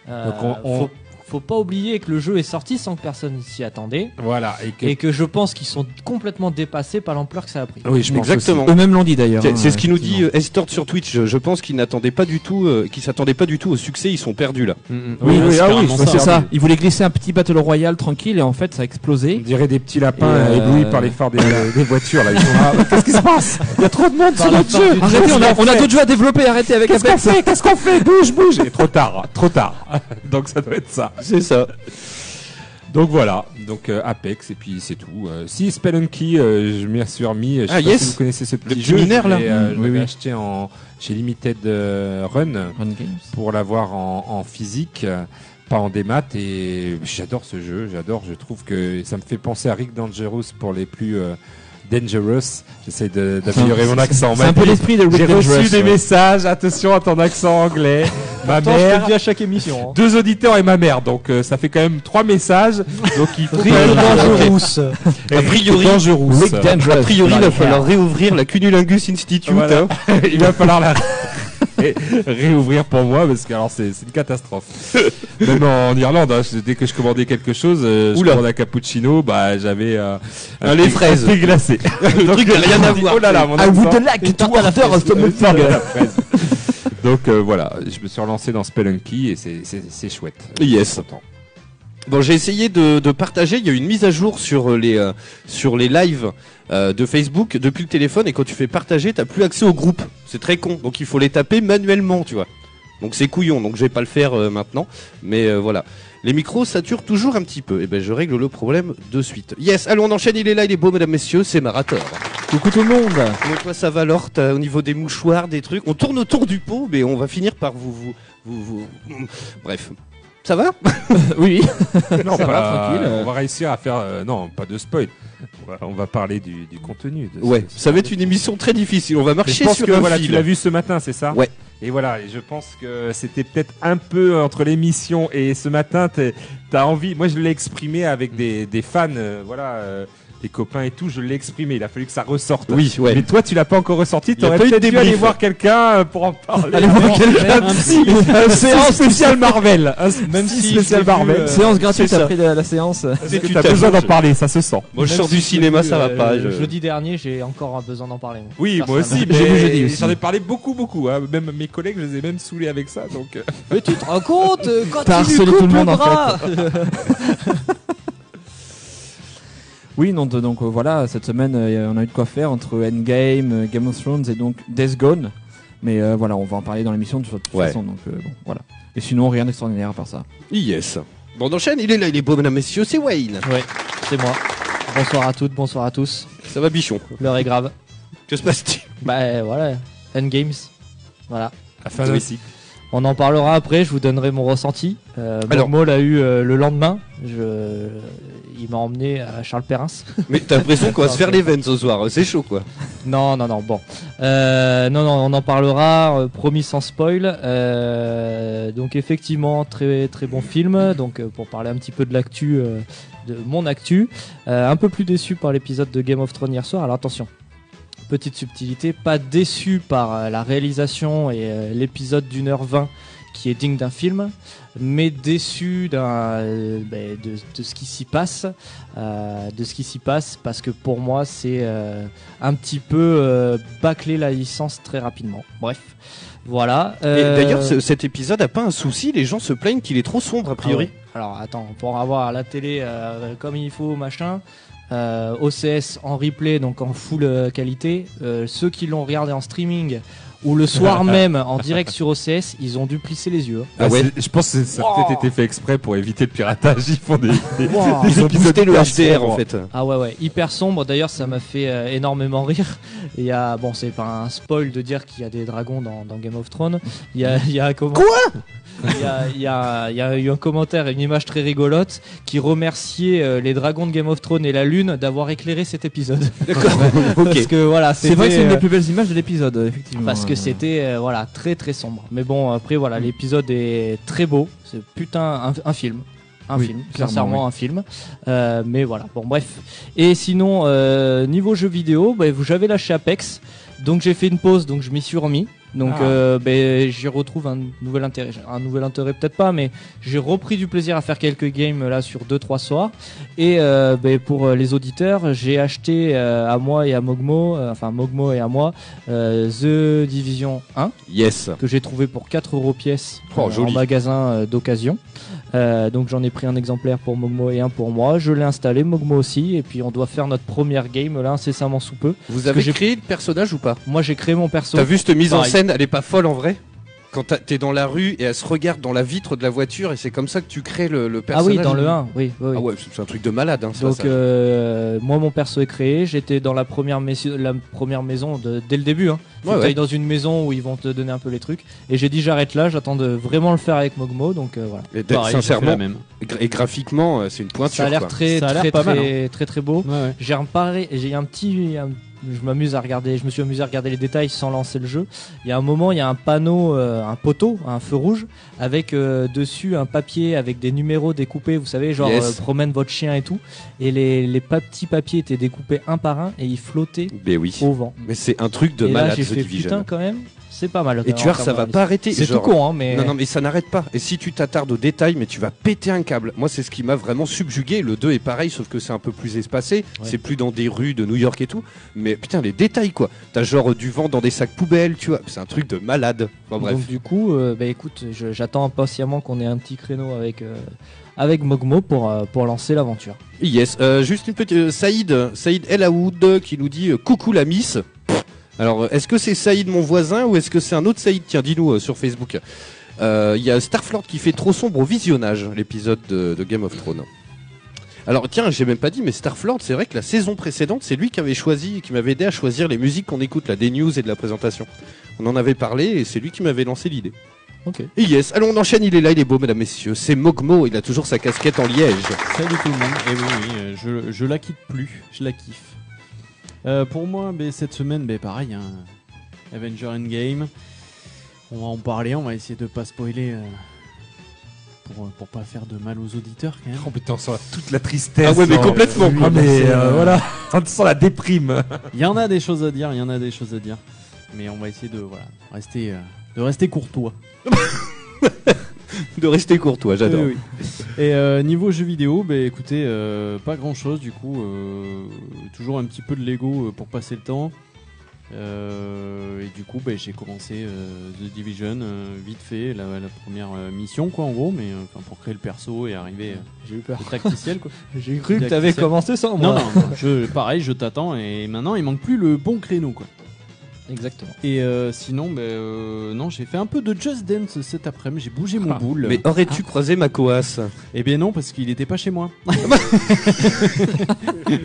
[SPEAKER 5] Euh,
[SPEAKER 4] Donc on- on-
[SPEAKER 5] Faut, faut pas oublier que le jeu est sorti sans que personne s'y attendait.
[SPEAKER 4] Voilà. Et que-
[SPEAKER 5] Et que je pense qu'ils sont complètement dépassés par l'ampleur que ça a
[SPEAKER 7] Ah,
[SPEAKER 5] pris.
[SPEAKER 4] Oui, je pense
[SPEAKER 3] Exactement.
[SPEAKER 7] Eux-mêmes l'ont dit d'ailleurs.
[SPEAKER 3] C'est
[SPEAKER 7] hein,
[SPEAKER 3] c'est ce qui nous
[SPEAKER 7] effectivement.
[SPEAKER 3] dit euh, Estord sur Twitch. Je- Je pense qu'ils n'attendaient pas du tout, euh, qu'ils s'attendaient pas du tout au succès. Ils sont perdus là.
[SPEAKER 4] aussi. Mm, mm. Ouais,
[SPEAKER 7] Oui, oui,
[SPEAKER 4] c'est
[SPEAKER 7] ah oui,
[SPEAKER 4] carrément
[SPEAKER 7] ouais, c'est ça. Ils voulaient glisser un petit battle royal tranquille et en fait ça
[SPEAKER 4] On
[SPEAKER 7] a explosé.
[SPEAKER 4] dirait des petits lapins
[SPEAKER 7] Et, euh,
[SPEAKER 4] éblouis par les phares des, des voitures. Là, ils sont là. Qu'est-ce qui se passe Il y a trop de monde sur
[SPEAKER 5] Par la
[SPEAKER 4] notre
[SPEAKER 5] part
[SPEAKER 4] jeu.
[SPEAKER 5] du-
[SPEAKER 7] Arrêtez, on a, on a
[SPEAKER 4] fait
[SPEAKER 7] d'autres jeux à développer, arrêtez avec
[SPEAKER 4] Qu'est-ce qu'on
[SPEAKER 7] Apex.
[SPEAKER 4] fait Qu'est-ce qu'on fait Bouge, bouge. Et trop tard, trop tard. (laughs) Donc ça doit être ça.
[SPEAKER 3] C'est ça.
[SPEAKER 4] Donc voilà. Donc euh, Apex et puis c'est tout. Euh, si Spelunky, euh, je m'y suis remis. Je sais pas
[SPEAKER 3] Ah, yes.
[SPEAKER 4] si vous connaissez ce petit
[SPEAKER 3] petit
[SPEAKER 4] jeu. je
[SPEAKER 3] mineur, là.
[SPEAKER 4] l'ai, euh, je
[SPEAKER 7] Oui,
[SPEAKER 4] l'avais
[SPEAKER 7] oui.
[SPEAKER 4] acheté en chez Limited euh, Run. pour l'avoir en, en physique, euh, pas en démat. Et j'adore ce jeu, j'adore. Je trouve que ça me fait penser à Rick Dangerous pour les plus euh, dangerous. J'essaie de- d'améliorer mon accent.
[SPEAKER 3] bah,
[SPEAKER 7] C'est un peu l'esprit de
[SPEAKER 4] J'ai
[SPEAKER 7] Rick
[SPEAKER 4] reçu
[SPEAKER 7] Dangerous,
[SPEAKER 4] des
[SPEAKER 7] ouais.
[SPEAKER 4] messages, attention à ton accent
[SPEAKER 3] (laughs)
[SPEAKER 4] anglais. Ma
[SPEAKER 5] Pourtant, je te le
[SPEAKER 4] mère.
[SPEAKER 5] dis à chaque
[SPEAKER 4] (laughs)
[SPEAKER 5] émission. hein.
[SPEAKER 4] Deux auditeurs et ma mère, donc euh, ça fait quand même trois messages. Donc il faut quand même- euh,
[SPEAKER 3] A priori,
[SPEAKER 4] Dangerous.
[SPEAKER 7] Rick Dangerous.
[SPEAKER 3] a priori, il va
[SPEAKER 7] Voilà.
[SPEAKER 3] falloir réouvrir la Cunnilingus Institute.
[SPEAKER 4] Voilà. (laughs)
[SPEAKER 3] hein.
[SPEAKER 4] il va falloir
[SPEAKER 3] (laughs)
[SPEAKER 4] la ré- réouvrir pour moi parce que alors c'est c'est une
[SPEAKER 3] (laughs)
[SPEAKER 4] catastrophe. Même en Irlande, hein, je- dès que je commandais quelque chose, euh, je
[SPEAKER 3] Oula.
[SPEAKER 4] commandais un cappuccino, bah j'avais euh,
[SPEAKER 3] Un lait
[SPEAKER 4] thé-
[SPEAKER 3] fraise.
[SPEAKER 4] un thé glacé.
[SPEAKER 3] (laughs) Le truc n'a rien à voir.
[SPEAKER 4] Oh là là, mon
[SPEAKER 7] I
[SPEAKER 4] accent.
[SPEAKER 7] would like to order a
[SPEAKER 4] Euh,
[SPEAKER 7] stomach
[SPEAKER 4] tarte à
[SPEAKER 7] burger.
[SPEAKER 4] la fraise. (laughs) Donc euh, voilà, je me suis relancé dans Spelunky et c'est- c'est c'est chouette.
[SPEAKER 3] Yes.
[SPEAKER 4] Je suis content.
[SPEAKER 3] Bon, j'ai essayé de, de partager. Il y a eu une mise à jour sur euh, les euh, sur les lives euh, de Facebook depuis le téléphone. Et quand tu fais partager, t'as plus accès au groupe. C'est très con. Donc il faut les taper manuellement, tu vois. Donc c'est couillon. Donc je vais pas le faire euh, maintenant. Mais euh, voilà. Les micros saturent toujours un petit peu. Et ben je règle le problème de suite. Yes, allons on enchaîne. Il est là, il est beau, mesdames, messieurs. C'est Marator.
[SPEAKER 7] Coucou tout le monde.
[SPEAKER 3] Comment toi ça va Laure T'as- au niveau des mouchoirs, des trucs On tourne autour du pot, mais on va finir par vous vous vous, vous- Bref, ça va
[SPEAKER 7] Oui.
[SPEAKER 4] Non, bah,
[SPEAKER 7] Ça va, tranquille, euh.
[SPEAKER 4] On va réussir à faire. euh, non, pas de spoil. On va- On va parler du, du contenu. de ce-
[SPEAKER 3] Ouais, ça va être une émission très difficile. On va
[SPEAKER 4] Mais je
[SPEAKER 3] marcher
[SPEAKER 4] pense
[SPEAKER 3] sur
[SPEAKER 4] que
[SPEAKER 3] un
[SPEAKER 4] voilà,
[SPEAKER 3] fil.
[SPEAKER 4] tu l'as vu ce matin, c'est ça
[SPEAKER 3] Ouais.
[SPEAKER 4] Et voilà, et je pense que c'était peut-être un peu entre l'émission et ce matin, t'es- t'as envie. Moi, je l'ai exprimé avec des, des fans, euh, voilà, euh, des copains et tout. Je l'ai exprimé. Il a fallu que ça ressorte.
[SPEAKER 3] Oui, ouais.
[SPEAKER 4] Mais toi, tu l'as pas encore ressorti.
[SPEAKER 3] Il y a
[SPEAKER 4] T'aurais
[SPEAKER 3] pas eu de
[SPEAKER 4] peut-être dû aller
[SPEAKER 3] débrief.
[SPEAKER 4] voir quelqu'un euh, pour en parler.
[SPEAKER 7] Allez voir
[SPEAKER 4] quelqu'un.
[SPEAKER 3] (laughs)
[SPEAKER 4] Un séance spéciale Marvel. Hein, Un
[SPEAKER 5] Même si je
[SPEAKER 4] spécial
[SPEAKER 5] l'ai vu,
[SPEAKER 4] Marvel.
[SPEAKER 5] euh,
[SPEAKER 7] Séance gratuite
[SPEAKER 3] c'est ça.
[SPEAKER 7] après la, la séance.
[SPEAKER 4] Parce que
[SPEAKER 3] tu
[SPEAKER 4] t'as
[SPEAKER 3] t'as
[SPEAKER 4] besoin
[SPEAKER 3] joué,
[SPEAKER 4] d'en
[SPEAKER 3] je-
[SPEAKER 4] parler, ça se sent.
[SPEAKER 3] Moi je
[SPEAKER 5] Même
[SPEAKER 3] sors
[SPEAKER 5] si
[SPEAKER 3] du
[SPEAKER 5] je
[SPEAKER 3] cinéma,
[SPEAKER 5] l'ai
[SPEAKER 3] ça
[SPEAKER 5] vu,
[SPEAKER 3] va
[SPEAKER 5] euh,
[SPEAKER 3] pas.
[SPEAKER 5] le
[SPEAKER 3] je-
[SPEAKER 5] Jeudi dernier, j'ai encore besoin d'en parler. moi.
[SPEAKER 4] Oui, moi aussi,
[SPEAKER 5] Personnellement.
[SPEAKER 7] J'ai vu
[SPEAKER 4] mais
[SPEAKER 7] jeudi aussi.
[SPEAKER 4] j'en ai parlé beaucoup, beaucoup. hein. Même mes collègues, je les ai même saoulés avec ça. Donc, euh,
[SPEAKER 5] Mais tu te rends compte euh, quand
[SPEAKER 7] T'as
[SPEAKER 5] il lui
[SPEAKER 7] harcelé
[SPEAKER 5] coupe
[SPEAKER 7] tout le monde, en
[SPEAKER 5] bras (laughs)
[SPEAKER 7] Oui, non, de- donc euh, voilà, cette semaine, euh, on a eu de quoi faire entre Endgame, euh, Game of Thrones et donc Death Gone. Mais euh, voilà, on va en parler dans l'émission de toute
[SPEAKER 3] Ouais.
[SPEAKER 7] façon. Donc euh, bon, voilà. Et sinon, rien d'extraordinaire à part ça.
[SPEAKER 3] Yes. Bon, on enchaîne. Il est là, il est beau, mesdames, messieurs. C'est Wayne.
[SPEAKER 5] Ouais, c'est moi. Bonsoir à toutes, bonsoir à tous.
[SPEAKER 3] Ça va, bichon.
[SPEAKER 5] L'heure est grave.
[SPEAKER 3] Que se passe-t-il
[SPEAKER 5] Bah euh, voilà, Endgames. Voilà.
[SPEAKER 4] la fin
[SPEAKER 3] d'un
[SPEAKER 4] cycle.
[SPEAKER 5] On en parlera après, je vous donnerai mon ressenti. Euh,
[SPEAKER 3] Alors-
[SPEAKER 5] Mormo l'a eu euh, le lendemain. Je... Il m'a emmené à Charles Perrins.
[SPEAKER 3] Mais t'as l'impression qu'on va se faire les veines ce soir. C'est chaud, quoi.
[SPEAKER 5] Non, non, non, bon. Euh, non, non, on en parlera, euh, promis sans spoil. Euh, donc effectivement, très très bon film. Donc euh, pour parler un petit peu de l'actu, euh, de mon actu, Euh, un peu plus déçu par l'épisode de Game of Thrones hier soir. Alors attention, petite subtilité, pas déçu par euh, la réalisation et euh, l'épisode d'une heure vingt qui est digne d'un film, mais déçu d'un, euh, ben, de, de ce qui s'y passe, euh, de ce qui s'y passe, parce que pour moi c'est euh, un petit peu euh, bâcler la licence très rapidement. Bref, voilà.
[SPEAKER 3] Et
[SPEAKER 5] Euh,
[SPEAKER 3] d'ailleurs, ce- cet épisode a pas un souci. Les gens se plaignent qu'il est trop sombre, a priori.
[SPEAKER 5] ah ouais. Alors attends, pour avoir la télé euh, comme il faut, machin, euh, OCS en replay, donc en full euh, qualité, euh, ceux qui l'ont regardé en streaming ou le
[SPEAKER 3] (laughs)
[SPEAKER 5] soir même en direct sur OCS, ils ont dû plisser les yeux. hein.
[SPEAKER 3] Ah ouais.
[SPEAKER 4] Je pense que ça a peut-être été fait exprès pour éviter le piratage. Ils font des. des-
[SPEAKER 5] Wow.
[SPEAKER 4] des
[SPEAKER 3] Ah Ils ont
[SPEAKER 4] épisodes
[SPEAKER 3] boosté le
[SPEAKER 4] hyper
[SPEAKER 3] HDR, en
[SPEAKER 4] sombres.
[SPEAKER 3] fait.
[SPEAKER 5] Ah ouais ouais, hyper sombre. D'ailleurs, ça m'a fait euh, énormément rire. Il y a bon, c'est pas un spoil de dire qu'il y a des dragons dans, dans Game of Thrones. Il y a, il y a comment Quoi il y, a, il, y a, il y a eu un commentaire et une image très rigolote qui remerciait euh, les dragons de Game of Thrones et la lune d'avoir éclairé cet épisode. (laughs)
[SPEAKER 3] D'accord.
[SPEAKER 5] Parce
[SPEAKER 3] ok.
[SPEAKER 5] que voilà,
[SPEAKER 7] C'est vrai que c'est une
[SPEAKER 5] euh,
[SPEAKER 7] des plus belles images de l'épisode, euh, effectivement.
[SPEAKER 5] parce que
[SPEAKER 7] Euh,
[SPEAKER 5] c'était euh, voilà très très sombre. Mais bon après voilà l'épisode est très beau. C'est putain un, un film. Un
[SPEAKER 7] Oui,
[SPEAKER 5] film,
[SPEAKER 7] clairement,
[SPEAKER 5] sincèrement un film. Euh, mais voilà, bon bref. Et sinon, euh, niveau jeu vidéo, bah, vous- j'avais lâché Apex. Donc j'ai fait une pause, donc je m'y suis remis. Donc
[SPEAKER 4] Ah.
[SPEAKER 5] euh, ben, j'y retrouve un nouvel intérêt. Un nouvel intérêt peut-être pas, mais j'ai repris du plaisir à faire quelques games là sur 2-3 soirs. Et euh, ben, pour euh, les auditeurs, j'ai acheté euh, à moi et à Mogmo, euh, enfin Mogmo et à moi, euh, The Division 1
[SPEAKER 3] Yes.
[SPEAKER 5] que j'ai trouvé pour 4 euros pièce
[SPEAKER 3] Oh,
[SPEAKER 5] euh, en
[SPEAKER 3] joli.
[SPEAKER 5] magasin euh, d'occasion. Euh, donc j'en ai pris un exemplaire pour Mogmo et un pour moi. Je l'ai installé, Mogmo aussi, et puis on doit faire notre première game là incessamment sous peu.
[SPEAKER 3] Vous
[SPEAKER 5] avez
[SPEAKER 3] avez créé le personnage ou pas
[SPEAKER 5] Moi j'ai créé mon perso.
[SPEAKER 3] T'as vu cette mise en
[SPEAKER 5] Pareil.
[SPEAKER 3] scène Elle est pas folle en vrai Quand t'as- t'es dans la rue et elle se regarde dans la vitre de la voiture et c'est comme ça que tu crées le, le
[SPEAKER 5] ah
[SPEAKER 3] personnage.
[SPEAKER 5] oui, dans le 1, oui. oui, oui.
[SPEAKER 3] Ah ouais, c'est c'est un truc de malade. Hein, ce
[SPEAKER 5] Donc
[SPEAKER 3] passage.
[SPEAKER 5] euh, moi mon perso est créé, j'étais dans la première, messi- la première maison de- dès le début. Hein. Faut
[SPEAKER 3] Ouais,
[SPEAKER 5] que
[SPEAKER 3] ouais.
[SPEAKER 5] t'ailles dans une maison où ils vont te donner un peu les trucs. Et j'ai dit j'arrête là, j'attends de vraiment le faire avec Mogmo. Donc euh, voilà.
[SPEAKER 3] et d'être
[SPEAKER 8] Pareil, j'ai fait
[SPEAKER 3] sincèrement,
[SPEAKER 8] la même.
[SPEAKER 3] gra- et graphiquement, euh, c'est une pointure.
[SPEAKER 5] ça a l'air
[SPEAKER 3] quoi.
[SPEAKER 5] très,
[SPEAKER 8] Ça a l'air
[SPEAKER 5] très,
[SPEAKER 8] pas mal, hein.
[SPEAKER 5] très, très très beau.
[SPEAKER 8] Ouais, ouais.
[SPEAKER 5] J'ai reparé, j'ai un petit. un- je m'amuse à regarder, je me suis amusé à regarder les détails sans lancer le jeu. Il y a un moment, il y a un panneau, euh, un poteau, un feu rouge, avec euh, dessus un papier avec des numéros découpés, vous savez, genre
[SPEAKER 3] Yes.
[SPEAKER 5] euh, promène votre chien et tout. Et les, les pa- petits papiers étaient découpés un par un et ils flottaient
[SPEAKER 3] Ben oui.
[SPEAKER 5] au vent.
[SPEAKER 3] Mais c'est un truc de
[SPEAKER 5] Oh. et là,
[SPEAKER 3] malade,
[SPEAKER 5] j'ai
[SPEAKER 3] The
[SPEAKER 5] fait
[SPEAKER 3] Division.
[SPEAKER 5] putain quand même, c'est pas mal.
[SPEAKER 3] Et tu vois, ça va pas arrêter.
[SPEAKER 5] C'est tout
[SPEAKER 3] genre-
[SPEAKER 5] con, hein, mais.
[SPEAKER 3] Non, non, mais ça n'arrête pas. Et si tu t'attardes aux détails, mais tu vas péter un câble. Moi, c'est ce qui m'a vraiment subjugué. Le 2 est pareil, sauf que c'est un peu plus espacé. C'est plus dans des rues de New York et tout. Mais putain, les détails, quoi. T'as genre euh, du vent dans des sacs poubelles, tu vois. C'est un truc de malade. Enfin, bref.
[SPEAKER 5] Donc du coup, euh, bah écoute, je- j'attends impatiemment qu'on ait un petit créneau avec euh, avec Mogmo pour euh, pour lancer l'aventure.
[SPEAKER 3] Yes. Euh, juste une petite. euh, Saïd, euh, Saïd El Aoud euh, qui nous dit euh, Coucou la Miss. Pff. Alors, euh, est-ce que c'est Saïd mon voisin ou est-ce que c'est un autre Saïd Tiens, dis-nous euh, sur Facebook. Euh, Il y a Starflord qui fait trop sombre au visionnage, l'épisode de, de Game of Thrones. Alors tiens, j'ai même pas dit, mais Starflord, c'est vrai que la saison précédente, c'est lui qui avait choisi, qui m'avait aidé à choisir les musiques qu'on écoute, là, des news et de la présentation. On en avait parlé et c'est lui qui m'avait lancé l'idée.
[SPEAKER 5] Ok.
[SPEAKER 3] Et yes, allons, on enchaîne, il est là, il est beau, mesdames, messieurs. C'est Mogmo, il a toujours sa casquette en liège.
[SPEAKER 8] Salut tout le monde. Et oui, oui, euh, je, je la quitte plus, je la kiffe. Euh, pour moi, ben, cette semaine, ben, pareil, hein, Avenger Endgame. On va en parler, on va essayer de pas spoiler euh, pour, euh, pour pas faire de mal aux auditeurs (laughs) quand même.
[SPEAKER 4] Oh putain, (laughs) on sent la- toute la tristesse.
[SPEAKER 3] Ah ouais, mais
[SPEAKER 4] hein.
[SPEAKER 3] complètement,
[SPEAKER 4] Ah,
[SPEAKER 3] quoi.
[SPEAKER 4] mais
[SPEAKER 8] C'est,
[SPEAKER 4] euh,
[SPEAKER 8] euh,
[SPEAKER 4] voilà, (laughs) on sent la déprime.
[SPEAKER 8] Il y en a des choses à dire, il y en a des choses à dire. Mais on va essayer de voilà, rester, euh, de rester courtois.
[SPEAKER 3] De rester courtois, j'adore.
[SPEAKER 8] Oui, oui. Et euh, niveau jeux vidéo, bah, écoutez, euh, pas grand chose du coup. euh, toujours un petit peu de Lego euh, pour passer le temps. Euh, et du coup, bah, j'ai commencé euh, The Division euh, vite fait, la, la première euh, mission quoi en gros, mais euh, enfin, pour créer le perso et arriver euh,
[SPEAKER 5] J'ai eu peur.
[SPEAKER 8] au tacticiel quoi.
[SPEAKER 5] J'ai cru que
[SPEAKER 8] Jack
[SPEAKER 5] t'avais
[SPEAKER 8] Russell.
[SPEAKER 5] commencé
[SPEAKER 8] (laughs)
[SPEAKER 5] sans
[SPEAKER 8] non,
[SPEAKER 5] moi.
[SPEAKER 8] non, non, je, pareil, je t'attends et maintenant il manque plus le bon créneau quoi.
[SPEAKER 5] Exactement.
[SPEAKER 8] Et euh, sinon, bah, euh, non, j'ai fait un peu de Just Dance cet après-midi, j'ai bougé mon boule.
[SPEAKER 3] Mais aurais-tu croisé ma coasse
[SPEAKER 8] Eh bien non, parce qu'il n'était pas chez moi.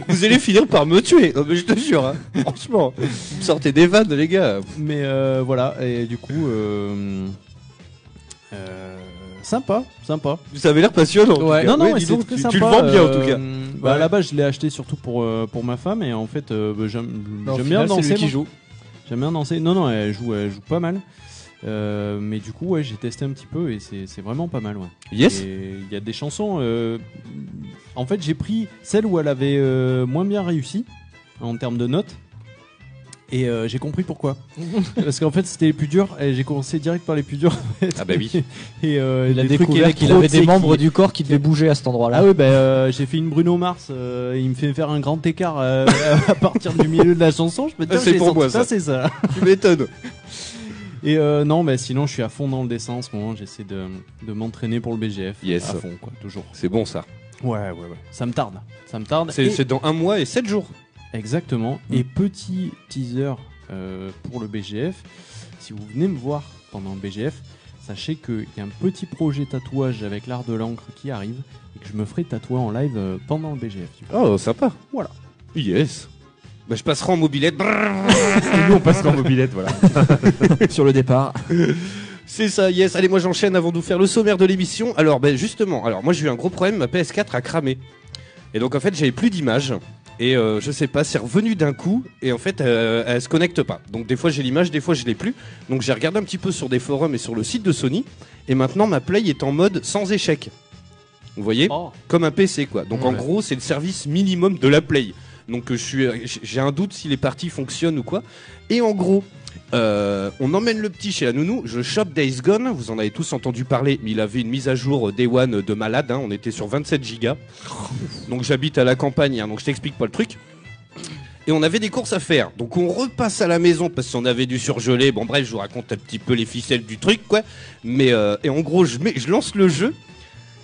[SPEAKER 3] Vous allez finir par me tuer, non, mais je te jure,
[SPEAKER 8] (laughs)
[SPEAKER 3] hein. franchement. Vous sortez des vannes, les gars.
[SPEAKER 8] Mais euh, voilà, et du coup, euh, euh, sympa, sympa.
[SPEAKER 3] Vous avez l'air passionnant. en tout cas.
[SPEAKER 8] Non, non,
[SPEAKER 3] Oui,
[SPEAKER 8] mais
[SPEAKER 3] dis
[SPEAKER 8] c'est
[SPEAKER 3] donc,
[SPEAKER 8] très
[SPEAKER 3] tu,
[SPEAKER 8] sympa.
[SPEAKER 3] tu le vends bien, en tout
[SPEAKER 8] euh,
[SPEAKER 3] cas.
[SPEAKER 8] bah, À la base, je l'ai acheté surtout pour, euh, pour ma femme, et en fait, euh, bah, j'aime
[SPEAKER 5] Bah, au
[SPEAKER 8] j'aime bien
[SPEAKER 5] final, c'est
[SPEAKER 8] danser.
[SPEAKER 5] lui qui
[SPEAKER 8] moi.
[SPEAKER 5] joue.
[SPEAKER 8] J'aime bien danser. Non, non, elle joue, elle joue pas mal. Euh, mais du coup, ouais, j'ai testé un petit peu et c'est c'est vraiment pas mal. Ouais.
[SPEAKER 3] Yes.
[SPEAKER 8] Et Il y a des chansons. euh, en fait, j'ai pris celle où elle avait euh, moins bien réussi en termes de notes. Et euh, j'ai
[SPEAKER 3] (laughs)
[SPEAKER 8] compris pourquoi. Parce qu'en fait, c'était les plus durs. Et j'ai commencé direct par les plus durs. en fait.
[SPEAKER 3] Ah bah oui.
[SPEAKER 8] (laughs) Et euh,
[SPEAKER 5] Il a
[SPEAKER 8] des trucs
[SPEAKER 5] découvert qu'il
[SPEAKER 8] électro,
[SPEAKER 5] avait
[SPEAKER 8] tu sais,
[SPEAKER 5] des
[SPEAKER 8] qui-
[SPEAKER 5] membres du corps qui devaient bouger à cet endroit-là.
[SPEAKER 8] Ah oui, bah, euh, j'ai fait une Bruno Mars. euh, il me fait faire un grand écart euh, (laughs) à partir du milieu de la chanson. Je me dis,
[SPEAKER 3] Ah, c'est
[SPEAKER 8] j'ai
[SPEAKER 3] pour
[SPEAKER 8] senti
[SPEAKER 3] moi, ça.
[SPEAKER 8] c'est ça.
[SPEAKER 3] tu m'étonnes.
[SPEAKER 8] Et euh, non, bah, sinon, je suis à fond dans le dessin en ce moment. J'essaie de, de m'entraîner pour le BGF.
[SPEAKER 3] Yes.
[SPEAKER 8] (laughs) À fond, quoi, toujours.
[SPEAKER 3] C'est bon, ça.
[SPEAKER 8] Ouais, ouais, ouais. Ça me tarde. Ça me tarde.
[SPEAKER 3] C'est
[SPEAKER 8] Et-
[SPEAKER 3] c'est dans un mois et sept jours.
[SPEAKER 8] Exactement. Et petit teaser euh, pour le BGF. Si vous venez me voir pendant le BGF, sachez qu'il y a un petit projet tatouage avec l'art de l'encre qui arrive et que je me ferai tatouer en live euh, pendant le BGF. du coup.
[SPEAKER 3] Oh, sympa.
[SPEAKER 8] Voilà.
[SPEAKER 3] Yes. Bah, je passerai en mobilette. Brrr.
[SPEAKER 4] Et nous, on passe en mobilette, voilà.
[SPEAKER 9] sur le départ.
[SPEAKER 3] C'est ça, yes. Allez, moi j'enchaîne avant de vous faire le sommaire de l'émission. Alors, ben justement, alors moi j'ai eu un gros problème, ma PS4 a cramé. Et donc en fait, j'avais plus d'image. Et euh, je sais pas, c'est revenu d'un coup. Et en fait, euh, elle se connecte pas. Donc des fois j'ai l'image, des fois je l'ai plus. Donc j'ai regardé un petit peu sur des forums et sur le site de Sony. Et maintenant, ma Play est en mode sans échec. Vous voyez Comme un PC quoi. Donc en gros, c'est le service minimum de la Play. Donc euh, je suis, euh, j'ai un doute si les parties fonctionnent ou quoi. Et en gros, Euh, on emmène le petit chez la nounou, je chope Days Gone, vous en avez tous entendu parler, mais il avait une mise à jour euh, Day One de malade, hein, on était sur 27 gigas. Donc j'habite à la campagne, hein, donc je t'explique pas le truc. Et on avait des courses à faire, donc on repasse à la maison parce qu'on avait dû surgeler, bon bref, je vous raconte un petit peu les ficelles du truc, quoi. Mais euh, et en gros, je, mets, je lance le jeu,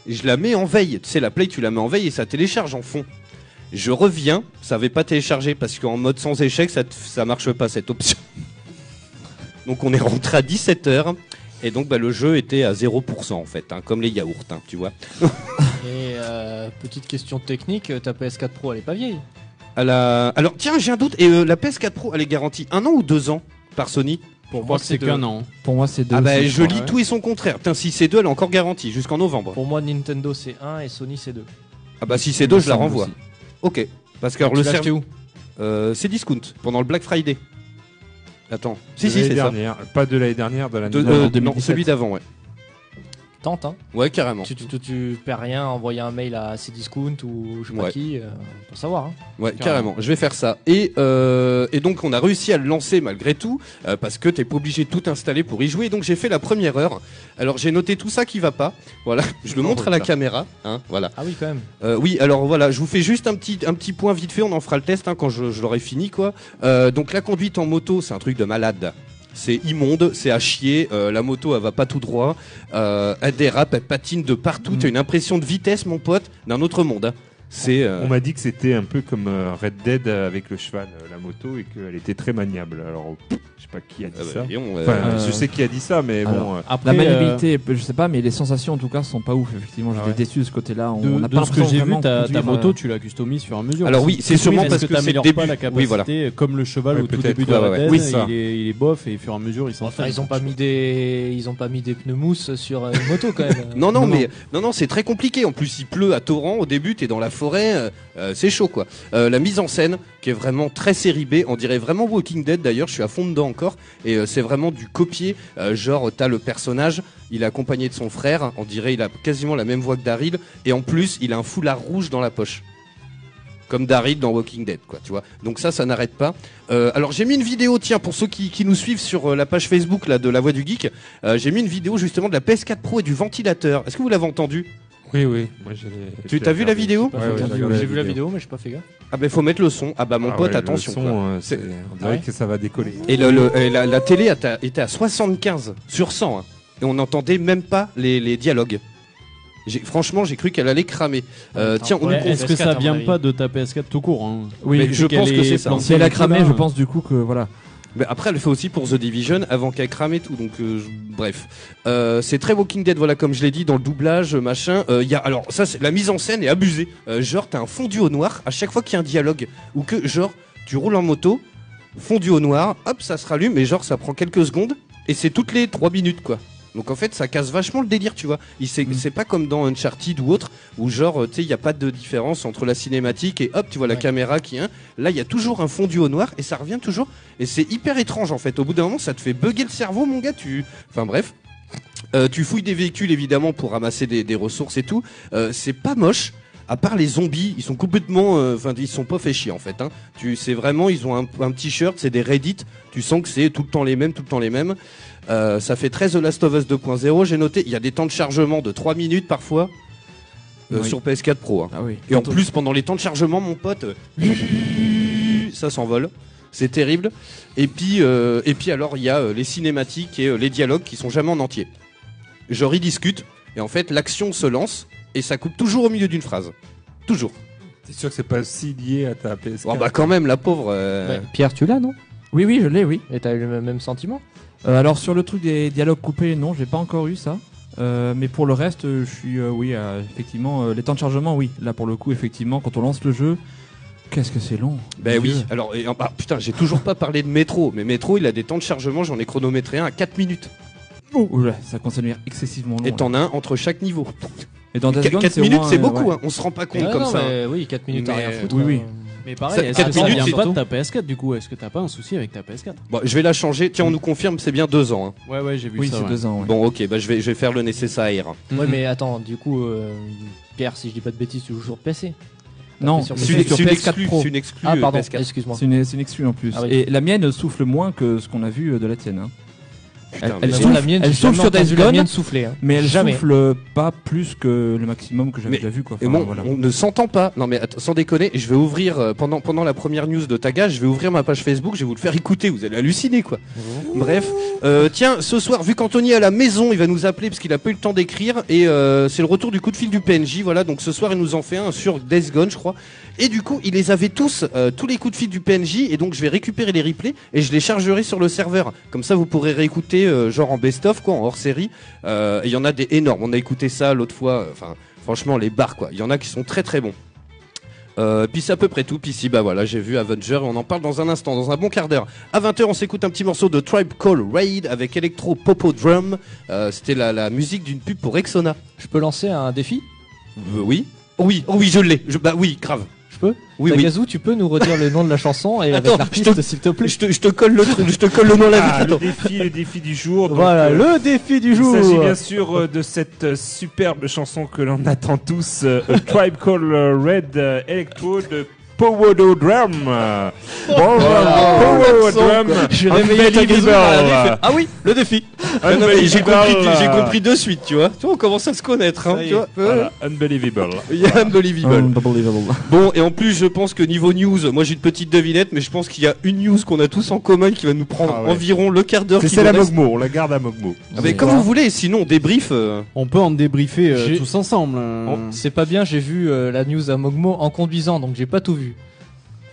[SPEAKER 3] et je la mets en veille, tu sais, la play, tu la mets en veille et ça télécharge en fond. Je reviens, ça avait pas téléchargé parce qu'en mode sans échec, ça, te- ça marche pas cette option. Donc on est rentré à 17h. Et donc bah, le jeu était à 0% en fait, hein, comme les yaourts, hein, tu vois.
[SPEAKER 5] Et euh, petite question technique, euh, ta PS4 Pro elle est pas vieille.
[SPEAKER 3] À la- Alors tiens, j'ai un doute, et euh, la PS4 Pro, elle est garantie un an ou deux ans par Sony
[SPEAKER 8] Pour moi, c'est
[SPEAKER 5] c'est
[SPEAKER 8] qu'un
[SPEAKER 5] de-
[SPEAKER 8] an.
[SPEAKER 7] Pour moi, c'est deux.
[SPEAKER 3] Ah bah
[SPEAKER 7] aussi,
[SPEAKER 3] je
[SPEAKER 7] crois,
[SPEAKER 3] lis
[SPEAKER 7] ouais.
[SPEAKER 3] tout et son contraire. Putain, si c'est deux, elle est encore garantie jusqu'en novembre.
[SPEAKER 5] Pour moi Nintendo c'est 1 et Sony c'est 2.
[SPEAKER 3] Ah bah si c'est deux, je la renvoie. Ok. Parce que alors,
[SPEAKER 5] Tu
[SPEAKER 3] le
[SPEAKER 5] l'as acheté
[SPEAKER 3] service...
[SPEAKER 5] où
[SPEAKER 3] Euh, c'est discount, pendant le Black Friday. Attends. Si,
[SPEAKER 4] De
[SPEAKER 3] si,
[SPEAKER 4] l'année
[SPEAKER 3] c'est ça.
[SPEAKER 4] dernière. Pas de l'année dernière, de l'année
[SPEAKER 3] De-
[SPEAKER 4] d'avant.
[SPEAKER 3] euh, non, celui d'avant, ouais.
[SPEAKER 5] Tente hein.
[SPEAKER 3] Ouais, carrément.
[SPEAKER 5] Tu, tu, tu, tu perds rien, envoyer un mail à Cdiscount ou je sais pas
[SPEAKER 3] Ouais.
[SPEAKER 5] qui euh, pour savoir. hein.
[SPEAKER 3] Ouais, carrément. Je vais faire ça. Et, euh, et donc, on a réussi à le lancer malgré tout, euh, parce que t'es pas obligé de tout installer pour y jouer. Donc, j'ai fait la première heure. Alors, j'ai noté tout ça qui va pas. Voilà, (laughs) je le montre à la caméra. Hein, voilà.
[SPEAKER 5] Ah oui quand même.
[SPEAKER 3] Euh, oui, alors voilà, je vous fais juste un petit, un petit point vite fait. On en fera le test hein, quand je, je l'aurai fini, quoi. Euh, donc, la conduite en moto, c'est un truc de malade. C'est immonde, c'est à chier. euh, la moto, elle va pas tout droit. Euh, elle dérape, elle patine de partout.
[SPEAKER 4] Mm.
[SPEAKER 3] T'as une impression de vitesse, mon pote, d'un autre monde. hein. C'est euh,
[SPEAKER 4] On m'a dit que c'était un peu comme euh, Red Dead avec le cheval, euh, la moto, et qu'elle était très maniable. Alors, pff, je sais pas qui a dit
[SPEAKER 3] Ah bah,
[SPEAKER 4] ça.
[SPEAKER 3] voyons, euh,
[SPEAKER 4] Enfin,
[SPEAKER 7] Euh,
[SPEAKER 4] je sais qui a dit ça, mais bon. euh,
[SPEAKER 8] Après,
[SPEAKER 7] La
[SPEAKER 8] euh,
[SPEAKER 7] maniabilité, je sais pas, mais les sensations en tout cas sont pas ouf. Effectivement, j'étais
[SPEAKER 8] Ah ouais.
[SPEAKER 7] déçu de ce côté-là. On
[SPEAKER 8] de,
[SPEAKER 7] n'a
[SPEAKER 8] de
[SPEAKER 7] pas
[SPEAKER 8] ce que
[SPEAKER 7] l'impression
[SPEAKER 8] j'ai vu,
[SPEAKER 7] vraiment
[SPEAKER 8] ta,
[SPEAKER 7] de
[SPEAKER 8] ta
[SPEAKER 7] conduire,
[SPEAKER 8] moto,
[SPEAKER 7] euh,
[SPEAKER 8] tu la customises sur et à mesure.
[SPEAKER 3] Alors oui, c'est sûrement
[SPEAKER 8] Oui,
[SPEAKER 3] parce que c'est le
[SPEAKER 8] t'améliores
[SPEAKER 3] début.
[SPEAKER 8] pas la capacité,
[SPEAKER 3] Oui, voilà.
[SPEAKER 8] euh, comme le cheval
[SPEAKER 4] Ouais,
[SPEAKER 8] au tout
[SPEAKER 4] peut-être,
[SPEAKER 8] début de
[SPEAKER 3] ouais,
[SPEAKER 8] la
[SPEAKER 3] ouais,
[SPEAKER 8] Red
[SPEAKER 4] oui,
[SPEAKER 8] Dead,
[SPEAKER 4] ça.
[SPEAKER 8] il, est, il est bof et au fur et à mesure il
[SPEAKER 5] Enfin,
[SPEAKER 8] s'enferme.
[SPEAKER 5] ils ont pas mis des ils ont pas mis des pneus mousse sur euh, une moto quand (laughs) même.
[SPEAKER 3] Non, non, mais non, non, c'est très compliqué. En plus, il pleut à torrent au début, t'es dans la forêt, euh, euh, c'est chaud quoi. Euh, la mise en scène qui est vraiment très série B, on dirait vraiment Walking Dead d'ailleurs, je suis à fond dedans encore, et euh, c'est vraiment du copier. Euh, genre, t'as le personnage, il est accompagné de son frère, on dirait il a quasiment la même voix que Daryl, et en plus, il a un foulard rouge dans la poche. Comme Daryl dans Walking Dead, quoi, tu vois. Donc ça, ça n'arrête pas. Euh, alors j'ai mis une vidéo, tiens, pour ceux qui, qui nous suivent sur euh, la page Facebook là de La Voix du Geek, euh, j'ai mis une vidéo justement de la PS4 Pro et du ventilateur. Est-ce que vous l'avez entendu
[SPEAKER 4] Oui, oui. Moi, j'ai-
[SPEAKER 3] Tu
[SPEAKER 4] j'ai
[SPEAKER 3] t'as vu la
[SPEAKER 4] regardé.
[SPEAKER 3] vidéo
[SPEAKER 4] Ouais, ouais,
[SPEAKER 7] J'ai
[SPEAKER 4] regardé
[SPEAKER 5] J'ai vu la vidéo mais j'ai pas fait gaffe.
[SPEAKER 3] Ah ben faut mettre le son. Ah bah mon
[SPEAKER 4] Ah
[SPEAKER 3] pote,
[SPEAKER 4] ouais, le
[SPEAKER 3] attention.
[SPEAKER 4] son,
[SPEAKER 3] quoi.
[SPEAKER 4] euh, c'est- On dirait
[SPEAKER 5] Ouais.
[SPEAKER 4] que ça va décoller.
[SPEAKER 3] Et, le- le- et la, la télé a- ta- était à 75 sur 100. hein. Et on n'entendait même pas les, les dialogues. J'ai- franchement, j'ai cru qu'elle allait cramer. Euh,
[SPEAKER 5] Attends,
[SPEAKER 3] tiens, on
[SPEAKER 5] ouais,
[SPEAKER 3] nous
[SPEAKER 8] Ouais,
[SPEAKER 3] confie-
[SPEAKER 8] Est-ce que
[SPEAKER 5] PS4,
[SPEAKER 8] ça
[SPEAKER 5] à mon
[SPEAKER 8] vient
[SPEAKER 5] avis.
[SPEAKER 8] pas de ta PS4 tout court hein
[SPEAKER 3] Oui, Mais je
[SPEAKER 8] qu'elle
[SPEAKER 3] pense que
[SPEAKER 8] est
[SPEAKER 3] c'est ça.
[SPEAKER 8] plantée
[SPEAKER 7] Si elle a
[SPEAKER 8] quelque part,
[SPEAKER 7] cramé,
[SPEAKER 5] Bah,
[SPEAKER 7] je
[SPEAKER 8] hein.
[SPEAKER 7] pense du coup que voilà.
[SPEAKER 3] Mais après, elle le fait aussi pour The Division avant qu'elle crame et tout. Donc, euh, je- bref, Euh, c'est très Walking Dead. Voilà, comme je l'ai dit dans le doublage, machin. Euh, Il y a alors ça, c'est la mise en scène est abusée. Euh, genre, t'as un fondu au noir à chaque fois qu'il y a un dialogue ou que genre tu roules en moto, fondu au noir, hop, ça se rallume. Et genre, ça prend quelques secondes et c'est toutes les trois minutes quoi. Donc en fait, ça casse vachement le délire, tu vois. Il c'est c'est pas comme dans Uncharted ou autre où genre euh, tu sais, il y a pas de différence entre la cinématique et hop, tu vois la
[SPEAKER 5] Ouais.
[SPEAKER 3] caméra qui hein. Là, il y a toujours un fondu au noir et ça revient toujours et c'est hyper étrange en fait. Au bout d'un moment, ça te fait bugger le cerveau, mon gars. Tu, enfin bref. Euh, tu fouilles des véhicules évidemment pour ramasser des, des ressources et tout. Euh, c'est pas moche. À part les zombies, ils sont complètement, euh, enfin ils sont pas fait chier en fait. Hein. Tu, c'est vraiment, ils ont un, un petit shirt, c'est des Reddit. Tu sens que c'est tout le temps les mêmes, tout le temps les mêmes. Euh, ça fait 13 The Last of Us 2.0. J'ai noté, il y a des temps de chargement de 3 minutes parfois euh,
[SPEAKER 7] Oui.
[SPEAKER 3] sur PS4 Pro. hein.
[SPEAKER 7] Ah oui.
[SPEAKER 3] Et en plus, pendant les temps de chargement, mon pote, euh, (laughs) ça s'envole. C'est terrible. Et puis, euh, et puis alors, il y a euh, les cinématiques et euh, les dialogues qui sont jamais en entier. Genre, ils discutent, et en fait, l'action se lance, et ça coupe toujours au milieu d'une phrase. Toujours.
[SPEAKER 4] T'es sûr que c'est pas si lié à ta PS4
[SPEAKER 3] Oh, bah, quand même, la pauvre. euh,
[SPEAKER 5] Ouais. Pierre tu l'as non
[SPEAKER 7] Oui, oui, je l'ai, oui.
[SPEAKER 5] Et t'as eu le même sentiment
[SPEAKER 7] Euh, alors sur le truc des dialogues coupés, non, j'ai pas encore eu ça. Euh, mais pour le reste, euh, je suis euh, oui, euh, effectivement, euh, les temps de chargement, oui. Là pour le coup, effectivement, quand on lance le jeu, qu'est-ce que c'est long.
[SPEAKER 3] Ben
[SPEAKER 7] Dieu.
[SPEAKER 3] oui, alors, et, ah, putain, j'ai toujours pas parlé de métro, mais métro, il a des temps de chargement, j'en ai chronométré un à 4 minutes.
[SPEAKER 7] Oula, ça commence à devenir excessivement long.
[SPEAKER 3] Et
[SPEAKER 7] là.
[SPEAKER 3] t'en as un entre chaque niveau.
[SPEAKER 7] Et dans Days
[SPEAKER 3] 4,
[SPEAKER 7] Gone, au
[SPEAKER 3] minutes,
[SPEAKER 7] moins,
[SPEAKER 3] c'est
[SPEAKER 7] euh,
[SPEAKER 3] beaucoup,
[SPEAKER 7] ouais.
[SPEAKER 3] hein, on se rend pas compte
[SPEAKER 5] Ah,
[SPEAKER 3] comme
[SPEAKER 5] non,
[SPEAKER 3] ça. hein.
[SPEAKER 5] mais Oui 4 minutes à
[SPEAKER 3] Mais,
[SPEAKER 5] rien foutre.
[SPEAKER 7] oui, oui.
[SPEAKER 5] hein.
[SPEAKER 8] Mais
[SPEAKER 3] Ça-
[SPEAKER 8] pareil, est-ce
[SPEAKER 3] quatre
[SPEAKER 8] que ça
[SPEAKER 3] minutes,
[SPEAKER 8] vient
[SPEAKER 3] c'est
[SPEAKER 8] pas
[SPEAKER 3] tout.
[SPEAKER 8] de ta PS4 du coup Est-ce que t'as pas un souci avec ta PS4
[SPEAKER 3] Bon, je vais la changer. Tiens, on nous confirme, c'est bien 2 ans. hein.
[SPEAKER 8] Ouais, ouais, j'ai vu
[SPEAKER 7] Oui,
[SPEAKER 8] ça.
[SPEAKER 7] c'est
[SPEAKER 8] ouais.
[SPEAKER 7] deux ans. ouais.
[SPEAKER 3] Bon, ok, bah, je, vais, je vais faire le nécessaire.
[SPEAKER 5] Ouais, mais attends, du coup, euh, Pierre, si je dis pas de bêtises, tu joues sur PC. t'as
[SPEAKER 7] Non,
[SPEAKER 5] fait sur
[SPEAKER 7] c'est
[SPEAKER 5] PS4.
[SPEAKER 7] sur
[SPEAKER 3] une
[SPEAKER 7] PS4
[SPEAKER 3] exclue,
[SPEAKER 7] Pro.
[SPEAKER 3] c'est une exclue,
[SPEAKER 5] Ah
[SPEAKER 3] euh,
[SPEAKER 5] pardon,
[SPEAKER 3] PS4.
[SPEAKER 5] excuse-moi.
[SPEAKER 7] C'est une, c'est une exclue en plus.
[SPEAKER 5] Ah oui.
[SPEAKER 7] Et la mienne souffle moins que ce qu'on a vu euh, de la tienne. hein.
[SPEAKER 3] Putain,
[SPEAKER 7] elle
[SPEAKER 3] mais-
[SPEAKER 5] Bah,
[SPEAKER 7] souffle-
[SPEAKER 5] la mienne,
[SPEAKER 7] elle
[SPEAKER 5] j'ai
[SPEAKER 7] souffle
[SPEAKER 5] jamais
[SPEAKER 7] sur
[SPEAKER 5] entendu
[SPEAKER 7] Days
[SPEAKER 5] la
[SPEAKER 7] Gone,
[SPEAKER 5] mienne souffler. hein.
[SPEAKER 7] Mais elle
[SPEAKER 5] Jamais.
[SPEAKER 7] souffle pas plus que le maximum que j'avais
[SPEAKER 3] Mais-
[SPEAKER 7] déjà vu. Quoi.
[SPEAKER 3] Et
[SPEAKER 7] Enfin,
[SPEAKER 3] bon,
[SPEAKER 7] voilà.
[SPEAKER 3] on ne s'entend pas. Non mais attends, sans déconner, je vais ouvrir euh, pendant pendant la première news de Taga, je vais ouvrir ma page Facebook, je vais vous le faire écouter, vous allez halluciner quoi.
[SPEAKER 7] Mmh.
[SPEAKER 3] Bref, euh, tiens, ce soir vu qu'Anthony est à la maison, il va nous appeler parce qu'il a pas eu le temps d'écrire et euh, c'est le retour du coup de fil du PNJ, voilà. Donc ce soir il nous en fait un sur Death Gone, je crois. Et du coup, il les avait tous euh, tous les coups de fil du PNJ et donc je vais récupérer les replays et je les chargerai sur le serveur. Comme ça vous pourrez réécouter euh, genre en best of quoi, en hors série. Euh, Il y en a des énormes. On a écouté ça l'autre fois. euh, Enfin, franchement, les bars quoi. Il y en a qui sont très très bons. Euh, puis c'est à peu près tout. Puis si, bah voilà, j'ai vu Avenger et on en parle dans un instant, dans un bon quart d'heure. À 20h, on s'écoute un petit morceau de Tribe Call Raid avec Electro Popo Drum. Euh, C'était la, la musique d'une pub pour Exona.
[SPEAKER 5] Je peux lancer un défi
[SPEAKER 3] Euh, oui Oh Oui, oh oui, je l'ai. Je- Bah oui, grave.
[SPEAKER 5] Je peux
[SPEAKER 3] Oui, oui.
[SPEAKER 5] Tagazu, tu peux nous redire le nom de la chanson et
[SPEAKER 3] Attends,
[SPEAKER 5] avec l'artiste, s'il te plaît
[SPEAKER 3] Je te, je te colle le truc, je te colle le nom à la vie.
[SPEAKER 10] Ah, le
[SPEAKER 3] Attends.
[SPEAKER 10] défi, le défi du jour. donc,
[SPEAKER 5] Voilà,
[SPEAKER 10] euh,
[SPEAKER 5] le défi du jour
[SPEAKER 10] Il s'agit bien sûr euh, de cette euh, superbe chanson que l'on attend tous, euh, A Tribe Called euh, Red euh, Electro de Powodo Drum. Euh, Bon,
[SPEAKER 3] Oh,
[SPEAKER 10] Powodo Drum.
[SPEAKER 5] J'ai
[SPEAKER 10] Un
[SPEAKER 5] réveillé
[SPEAKER 10] belly
[SPEAKER 5] Tagazu par la
[SPEAKER 10] bell.
[SPEAKER 3] Ah oui, le défi.
[SPEAKER 10] Un
[SPEAKER 3] Ah non, mais
[SPEAKER 10] belly
[SPEAKER 3] J'ai
[SPEAKER 10] bell,
[SPEAKER 3] compris,
[SPEAKER 10] euh,
[SPEAKER 3] j'ai compris de suite, tu vois. Tu vois, on commence à se connaître, hein,
[SPEAKER 5] Ça y
[SPEAKER 3] tu
[SPEAKER 5] est.
[SPEAKER 3] vois.
[SPEAKER 10] voilà, Unbelievable.
[SPEAKER 3] Yeah,
[SPEAKER 7] Euh,
[SPEAKER 3] Unbelievable.
[SPEAKER 7] Unbelievable.
[SPEAKER 3] Bon, et en plus, je pense que niveau news, moi j'ai une petite devinette, mais je pense qu'il y a une news qu'on a tous en commun qui va nous prendre
[SPEAKER 10] Ah ouais.
[SPEAKER 3] environ le quart d'heure.
[SPEAKER 10] C'est
[SPEAKER 3] qui
[SPEAKER 10] celle
[SPEAKER 3] nous
[SPEAKER 10] à
[SPEAKER 3] reste.
[SPEAKER 10] Mogmo, on la garde à Mogmo.
[SPEAKER 3] Ah, Mais comme vous voulez, sinon on débrief. euh. (laughs)
[SPEAKER 8] On peut en débriefer euh,
[SPEAKER 5] J'ai-
[SPEAKER 8] tous ensemble. euh.
[SPEAKER 5] C'est pas bien, j'ai vu euh, la news à Mogmo en conduisant, donc j'ai pas tout vu.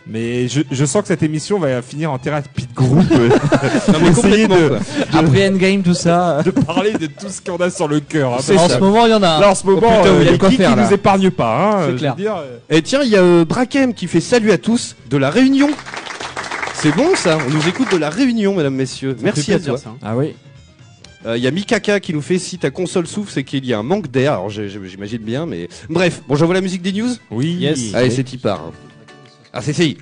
[SPEAKER 10] Mais je, je sens que cette émission va finir en thérapie de
[SPEAKER 7] (laughs)
[SPEAKER 10] groupe, euh,
[SPEAKER 3] Non, mais
[SPEAKER 10] Essayez
[SPEAKER 3] complètement.
[SPEAKER 10] de-
[SPEAKER 3] quoi.
[SPEAKER 7] (laughs) Après Endgame, tout ça. euh,
[SPEAKER 10] de parler de tout ce qu'on a sur le cœur. hein,
[SPEAKER 5] En
[SPEAKER 10] parce
[SPEAKER 5] ce
[SPEAKER 10] que-
[SPEAKER 5] moment, il y en a un.
[SPEAKER 10] Là, en ce moment,
[SPEAKER 7] putain,
[SPEAKER 10] euh,
[SPEAKER 7] il y
[SPEAKER 10] les
[SPEAKER 7] a de quoi
[SPEAKER 10] geeks,
[SPEAKER 7] faire,
[SPEAKER 10] ils
[SPEAKER 7] là.
[SPEAKER 10] nous épargnent pas. Hein,
[SPEAKER 5] C'est
[SPEAKER 10] euh, je veux
[SPEAKER 5] clair.
[SPEAKER 10] dire, euh,
[SPEAKER 3] Et tiens, il y a euh, Brakem qui fait salut à tous de la Réunion. C'est bon ça, on nous écoute de la Réunion, mesdames, messieurs.
[SPEAKER 8] Ça fait
[SPEAKER 3] Merci à
[SPEAKER 8] plaisir,
[SPEAKER 3] toi.
[SPEAKER 8] ça. hein.
[SPEAKER 7] Ah oui.
[SPEAKER 3] Euh, Il y a Mikaka qui nous fait si ta console souffle, c'est qu'il y a un manque d'air. Alors j'ai- j'ai- j'imagine bien, mais bref. Bon, j'envoie la musique des news.
[SPEAKER 10] Oui.
[SPEAKER 8] Yes.
[SPEAKER 3] Allez, c'est y part. hein. Ah, c'est si.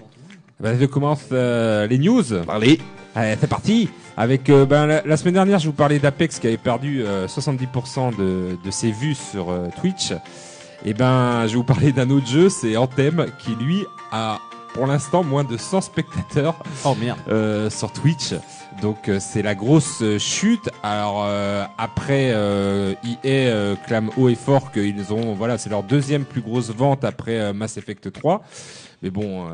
[SPEAKER 4] Bah, je commence euh, les news.
[SPEAKER 3] Allez.
[SPEAKER 4] Allez, c'est parti Avec euh, ben, la, la semaine dernière, je vous parlais d'Apex qui avait perdu euh, 70% de, de ses vues sur euh, Twitch. Et ben, je vais vous parler d'un autre jeu, c'est Anthem, qui lui a pour l'instant moins de 100 spectateurs
[SPEAKER 8] Oh merde.
[SPEAKER 4] euh, sur Twitch. Donc euh, c'est la grosse euh, chute. Alors euh, après euh, EA euh, clame haut et fort qu'ils ont voilà, c'est leur deuxième plus grosse vente après euh, Mass Effect 3. Mais bon euh,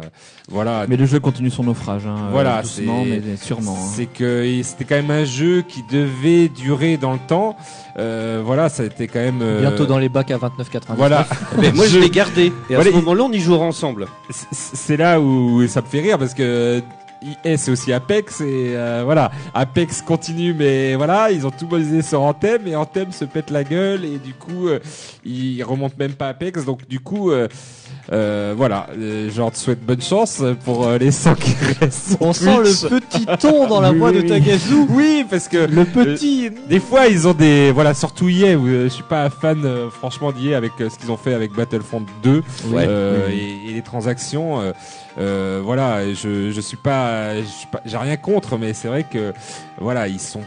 [SPEAKER 4] voilà,
[SPEAKER 7] Mais le jeu continue son naufrage. hein, euh,
[SPEAKER 4] Voilà,
[SPEAKER 7] doucement,
[SPEAKER 4] c'est-
[SPEAKER 7] mais sûrement. hein.
[SPEAKER 4] c'est que il- c'était quand même un jeu qui devait durer dans le temps. Euh, voilà, ça a été quand même. euh,
[SPEAKER 5] Bientôt dans les bacs à 29,90.
[SPEAKER 4] Voilà,
[SPEAKER 3] Mais moi je
[SPEAKER 4] Je-
[SPEAKER 3] l'ai gardé. Et à
[SPEAKER 4] Voilà,
[SPEAKER 3] ce
[SPEAKER 4] il-
[SPEAKER 3] moment-là, on y jouera ensemble.
[SPEAKER 4] c'est- c'est là où ça me fait rire parce que. EA, c'est aussi Apex et euh, voilà Apex continue mais voilà ils ont tout basé sur Anthem et Anthem se pète la gueule et du coup euh, ils remontent même pas Apex donc du coup euh, euh, voilà euh, genre te souhaite bonne chance pour euh, les 100 qui restent sur
[SPEAKER 5] On sent
[SPEAKER 4] Twitch.
[SPEAKER 5] le petit ton dans la
[SPEAKER 4] Oui,
[SPEAKER 5] voix de
[SPEAKER 4] oui. Euh,
[SPEAKER 5] Tagazu.
[SPEAKER 4] oui parce que
[SPEAKER 5] Le petit.
[SPEAKER 4] Des fois, ils ont des voilà, surtout EA. où, euh, je suis pas un fan, euh, franchement, d'EA avec euh, ce qu'ils ont fait avec Battlefront 2
[SPEAKER 3] Ouais.
[SPEAKER 4] euh, et, et les transactions. euh, euh, voilà, je je suis pas, je suis pas- j'ai rien contre, mais c'est vrai que voilà, ils sont,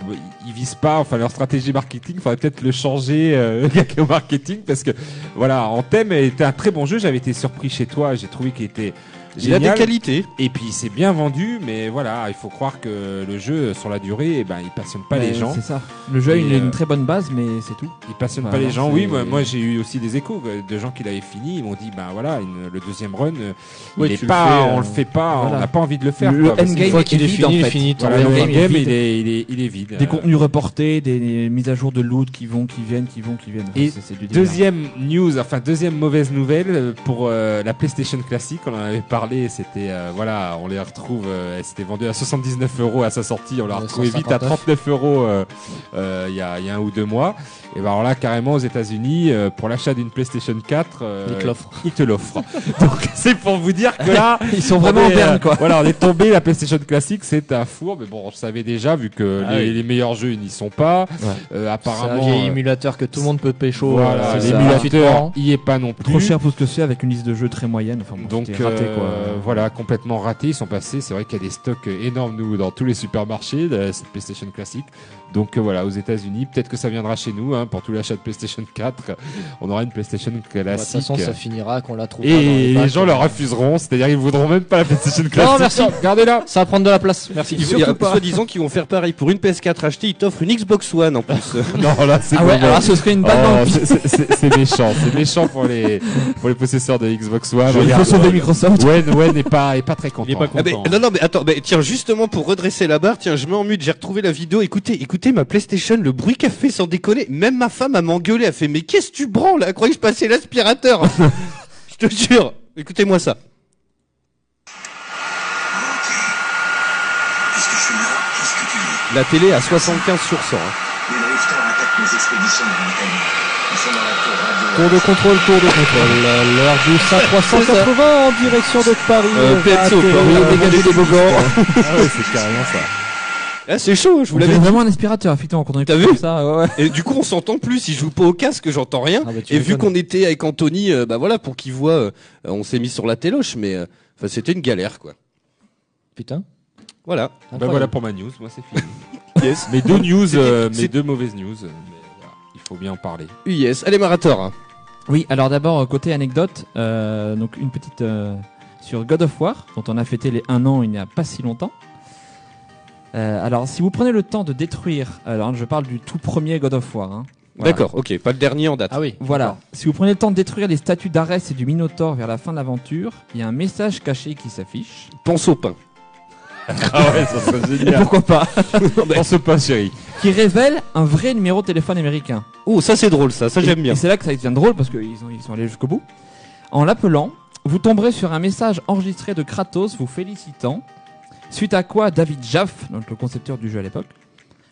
[SPEAKER 4] ils visent pas. Enfin, leur stratégie marketing, faudrait peut-être le changer euh, (laughs) au marketing parce que voilà, Anthem était un très bon jeu. J'avais été surpris chez toi. J'ai trouvé qu'il était génial.
[SPEAKER 3] Il a des qualités.
[SPEAKER 4] Et puis, il s'est bien vendu, mais voilà, il faut croire que le jeu sur la durée, eh ben, il passionne pas les
[SPEAKER 7] Mais
[SPEAKER 4] gens.
[SPEAKER 7] C'est ça. Le jeu a
[SPEAKER 4] Et,
[SPEAKER 7] une,
[SPEAKER 4] euh,
[SPEAKER 7] une très bonne base, mais c'est tout.
[SPEAKER 4] Il passionne
[SPEAKER 7] Bah
[SPEAKER 4] pas les
[SPEAKER 7] non,
[SPEAKER 4] gens.
[SPEAKER 7] c'est-
[SPEAKER 4] Oui, moi, moi, j'ai eu aussi des échos euh, de gens qui l'avaient fini. Ils m'ont dit, bah voilà, une- le deuxième run, euh, il
[SPEAKER 7] Ouais,
[SPEAKER 4] est
[SPEAKER 7] tu le
[SPEAKER 4] pas,
[SPEAKER 7] fais,
[SPEAKER 4] on
[SPEAKER 7] euh,
[SPEAKER 4] le fait pas, on
[SPEAKER 7] voilà.
[SPEAKER 4] n'a pas envie de le faire.
[SPEAKER 7] Le
[SPEAKER 4] quoi, parce que-
[SPEAKER 7] endgame
[SPEAKER 5] Une fois qu'il est fini, il est fini.
[SPEAKER 4] voilà,
[SPEAKER 5] t'en
[SPEAKER 4] le
[SPEAKER 5] reviens, il est
[SPEAKER 4] endgame,
[SPEAKER 5] vide.
[SPEAKER 4] il est, il est, il est vide.
[SPEAKER 7] Des
[SPEAKER 4] Euh,
[SPEAKER 7] contenus reportés, des, des mises à jour de loot qui vont, qui viennent, qui vont, qui viennent. Enfin,
[SPEAKER 4] Et
[SPEAKER 7] c'est- c'est du délire.
[SPEAKER 4] Deuxième news, enfin deuxième mauvaise nouvelle euh, pour euh, la PlayStation classique. On en avait parlé, c'était euh, voilà, on les retrouve. euh, elle s'était vendue à 79 euros à sa sortie, on l'a retrouvée vite à 39 euros euh, euh, il y, a, il y a un ou deux mois. Et ben alors là, carrément aux États-Unis, euh, pour l'achat d'une PlayStation 4, euh,
[SPEAKER 5] Ils te l'offrent.
[SPEAKER 4] ils te l'offrent. (laughs) Donc c'est pour vous dire que là,
[SPEAKER 7] Ils
[SPEAKER 5] Ah,
[SPEAKER 7] sont (laughs) vraiment
[SPEAKER 4] on
[SPEAKER 7] en
[SPEAKER 4] est, euh,
[SPEAKER 7] berne, quoi.
[SPEAKER 4] Voilà, on est tombé. La PlayStation classique, c'est un four, mais bon, on le savait déjà vu que
[SPEAKER 5] Ah
[SPEAKER 4] les,
[SPEAKER 5] oui.
[SPEAKER 4] les meilleurs jeux ils n'y sont pas.
[SPEAKER 7] Ouais.
[SPEAKER 4] Euh,
[SPEAKER 5] C'est un
[SPEAKER 4] apparemment.
[SPEAKER 5] vieil
[SPEAKER 4] euh,
[SPEAKER 5] émulateur que tout le monde peut pécho.
[SPEAKER 4] voilà,
[SPEAKER 5] euh,
[SPEAKER 7] c'est
[SPEAKER 5] ça, Bah,
[SPEAKER 4] l'émulateur
[SPEAKER 5] gratuitement.
[SPEAKER 4] y est pas non plus.
[SPEAKER 7] Trop cher pour ce que c'est avec une liste de jeux très moyenne. Enfin, bon,
[SPEAKER 4] Donc
[SPEAKER 7] c'était raté,
[SPEAKER 4] euh,
[SPEAKER 7] quoi.
[SPEAKER 4] euh, voilà, complètement ratés. Ils sont passés. C'est vrai qu'il y a des stocks énormes nous, dans tous les supermarchés de cette PlayStation classique. Donc euh, voilà, aux États-Unis, peut-être que ça viendra chez nous hein, pour tout l'achat de PlayStation 4. On aura une PlayStation
[SPEAKER 5] Bah, De toute
[SPEAKER 4] classique.
[SPEAKER 5] façon, ça finira qu'on la trouvera. dans
[SPEAKER 4] et
[SPEAKER 5] packs.
[SPEAKER 4] les gens la refuseront, c'est-à-dire ils voudront même pas la PlayStation classique.
[SPEAKER 5] Non, merci.
[SPEAKER 4] Regardez-la.
[SPEAKER 5] Ça va prendre de la place. Merci.
[SPEAKER 3] Il y a soi-disant qu'ils vont faire pareil pour une PS4 achetée, ils t'offrent une Xbox One en (laughs) plus.
[SPEAKER 4] Non, là c'est
[SPEAKER 7] Ah ouais,
[SPEAKER 4] pas bon.
[SPEAKER 7] alors ce serait une
[SPEAKER 4] Oh,
[SPEAKER 7] balle dans le pied.
[SPEAKER 4] c'est- c'est- c'est c'est méchant, c'est méchant pour les pour les possesseurs de Xbox One.
[SPEAKER 7] Ah, bah, Il faut
[SPEAKER 4] Regarde,
[SPEAKER 7] sauver Microsoft.
[SPEAKER 4] Wen, Wen n'est pas est pas très content.
[SPEAKER 8] Il est pas
[SPEAKER 3] Ah ben,
[SPEAKER 8] content.
[SPEAKER 3] non, non, mais attends, mais tiens, justement pour redresser la barre, tiens, je mets en mute, j'ai retrouvé la vidéo. Écoutez, écoutez ma PlayStation, le bruit qu'a fait sans déconner. Même ma femme a m'engueulé, a fait Mais qu'est-ce que tu branles Elle croyait que je passais (laughs) l'aspirateur. je te jure. Écoutez-moi ça. La télé à 75 sur 100. hein.
[SPEAKER 6] Tour de contrôle, tour de contrôle. L'heure du 380 en direction de Paris.
[SPEAKER 3] Euh, PSO,
[SPEAKER 6] Raté,
[SPEAKER 3] pardon,
[SPEAKER 6] euh,
[SPEAKER 3] dégagez des beaux gants.
[SPEAKER 4] c'est carrément ça.
[SPEAKER 3] Ah, c'est chaud, je vous
[SPEAKER 7] Vous l'avez
[SPEAKER 3] l'avais dit.
[SPEAKER 7] vraiment un aspirateur, effectivement, quand on
[SPEAKER 3] T'as
[SPEAKER 7] écoute
[SPEAKER 3] vu
[SPEAKER 7] comme ça. ouais, ouais.
[SPEAKER 3] Et du coup, on s'entend plus. Il joue pas au casque, j'entends rien.
[SPEAKER 6] Ah bah, tu
[SPEAKER 3] Et vu
[SPEAKER 6] m'étonnes.
[SPEAKER 3] qu'on était avec Anthony, euh, bah voilà, pour qu'il voit, euh, euh, on s'est mis sur la téloche, mais euh, enfin, c'était une galère, quoi.
[SPEAKER 6] Putain.
[SPEAKER 3] Voilà.
[SPEAKER 4] Bah voilà
[SPEAKER 6] incroyable.
[SPEAKER 4] pour ma news, moi c'est fini. Mes deux news, euh, mes deux mauvaises news. euh, mais voilà, Il faut bien en parler.
[SPEAKER 3] UIS. Allez, Marator. hein.
[SPEAKER 7] Oui, alors d'abord, euh, côté anecdote, euh, donc une petite euh, sur God of War, dont on a fêté les 1 an il n'y a pas si longtemps. Euh, alors, si vous prenez le temps de détruire, alors hein, je parle du tout premier God of War, hein, Voilà.
[SPEAKER 3] D'accord, ok. Pas le dernier en date.
[SPEAKER 5] Ah oui.
[SPEAKER 7] Voilà. Si vous prenez le temps de détruire les statues d'Arès et du Minotaure vers la fin de l'aventure, il y a un message caché qui s'affiche.
[SPEAKER 3] Pense au pain.
[SPEAKER 4] Ah ouais, ça serait (laughs) génial.
[SPEAKER 7] Pourquoi pas
[SPEAKER 4] On se passe, chérie.
[SPEAKER 7] Qui révèle un vrai numéro de téléphone américain.
[SPEAKER 3] Oh, ça c'est drôle, ça. Ça j'aime
[SPEAKER 7] Et-
[SPEAKER 3] bien.
[SPEAKER 7] Et c'est là que ça devient drôle parce qu'ils ont- ils sont allés jusqu'au bout. En l'appelant, vous tomberez sur un message enregistré de Kratos vous félicitant. Suite à quoi David Jaff, donc le concepteur du jeu à l'époque,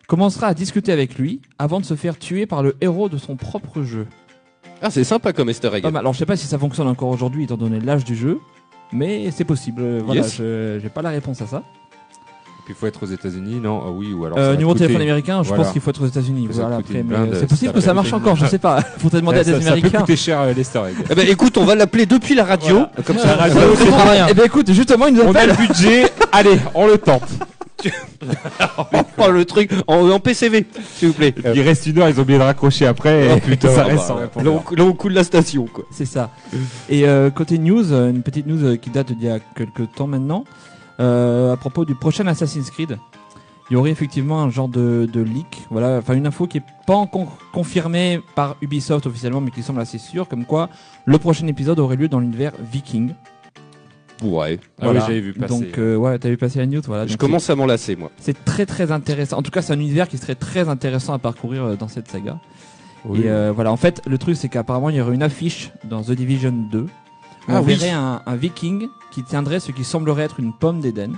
[SPEAKER 7] commencera à discuter avec lui avant de se faire tuer par le héros de son propre jeu.
[SPEAKER 3] Ah, c'est sympa comme Easter egg.
[SPEAKER 7] Pas mal. Alors je sais pas si ça fonctionne encore aujourd'hui étant donné l'âge du jeu, mais c'est possible. Euh, Voilà,
[SPEAKER 3] Yes.
[SPEAKER 7] je- j'ai pas la réponse à ça.
[SPEAKER 4] Et puis il faut être aux États-Unis, non Ah oui, ou alors.
[SPEAKER 7] Euh,
[SPEAKER 4] ça va
[SPEAKER 7] numéro de
[SPEAKER 4] coûter.
[SPEAKER 7] téléphone américain, je
[SPEAKER 4] Voilà.
[SPEAKER 7] pense qu'il faut être aux États-Unis.
[SPEAKER 4] Ça va
[SPEAKER 7] Voilà,
[SPEAKER 4] coûter
[SPEAKER 7] après,
[SPEAKER 4] une
[SPEAKER 7] mais euh,
[SPEAKER 4] blinde,
[SPEAKER 7] c'est possible
[SPEAKER 4] ça
[SPEAKER 7] que ça
[SPEAKER 4] fait
[SPEAKER 7] marche
[SPEAKER 4] une-
[SPEAKER 7] encore, je sais pas. Faut peut-être demander
[SPEAKER 4] Ouais,
[SPEAKER 7] à des
[SPEAKER 4] Eh, ça, ça peut
[SPEAKER 7] Américains.
[SPEAKER 4] coûter cher euh, l'Easter egg.
[SPEAKER 3] Eh ben, écoute, on va l'appeler depuis la radio.
[SPEAKER 7] Euh,
[SPEAKER 3] Comme ça.
[SPEAKER 7] Eh ben écoute, justement, ils nous
[SPEAKER 4] On a
[SPEAKER 7] appellent.
[SPEAKER 4] le budget, allez, on le tente.
[SPEAKER 3] Oh, le truc en, en PCV, s'il vous plaît.
[SPEAKER 4] Il reste une heure, ils ont oublié de raccrocher après. et ça
[SPEAKER 3] Ah,
[SPEAKER 4] reste
[SPEAKER 3] bah,
[SPEAKER 4] sans
[SPEAKER 3] là,
[SPEAKER 4] répondre.
[SPEAKER 3] on, cou- là, on coule la station, quoi.
[SPEAKER 7] C'est ça. Et euh, côté news, euh, une petite news euh, qui date d'il y a quelques temps maintenant, euh, à propos du prochain Assassin's Creed. Il y aurait effectivement un genre de, de leak, voilà, enfin une info qui est pas encore confirmée par Ubisoft officiellement, mais qui semble assez sûre, comme quoi le prochain épisode aurait lieu dans l'univers viking.
[SPEAKER 3] Ouais.
[SPEAKER 4] Ah
[SPEAKER 7] Voilà.
[SPEAKER 4] oui, j'avais vu passer.
[SPEAKER 7] Donc euh, ouais, t'as vu passer la news,
[SPEAKER 3] Je
[SPEAKER 7] voilà. Ah, Donc,
[SPEAKER 3] commence à m'enlacer, moi.
[SPEAKER 7] c'est- C'est très très intéressant. En tout cas, c'est un univers qui serait très intéressant à parcourir euh, dans cette saga.
[SPEAKER 4] Oui.
[SPEAKER 7] Et euh, voilà, en fait, le truc, c'est qu'apparemment, il y aurait une affiche dans The Division 2. Où
[SPEAKER 3] Ah
[SPEAKER 7] on
[SPEAKER 3] oui.
[SPEAKER 7] verrait un, un viking qui tiendrait ce qui semblerait être une pomme d'Éden.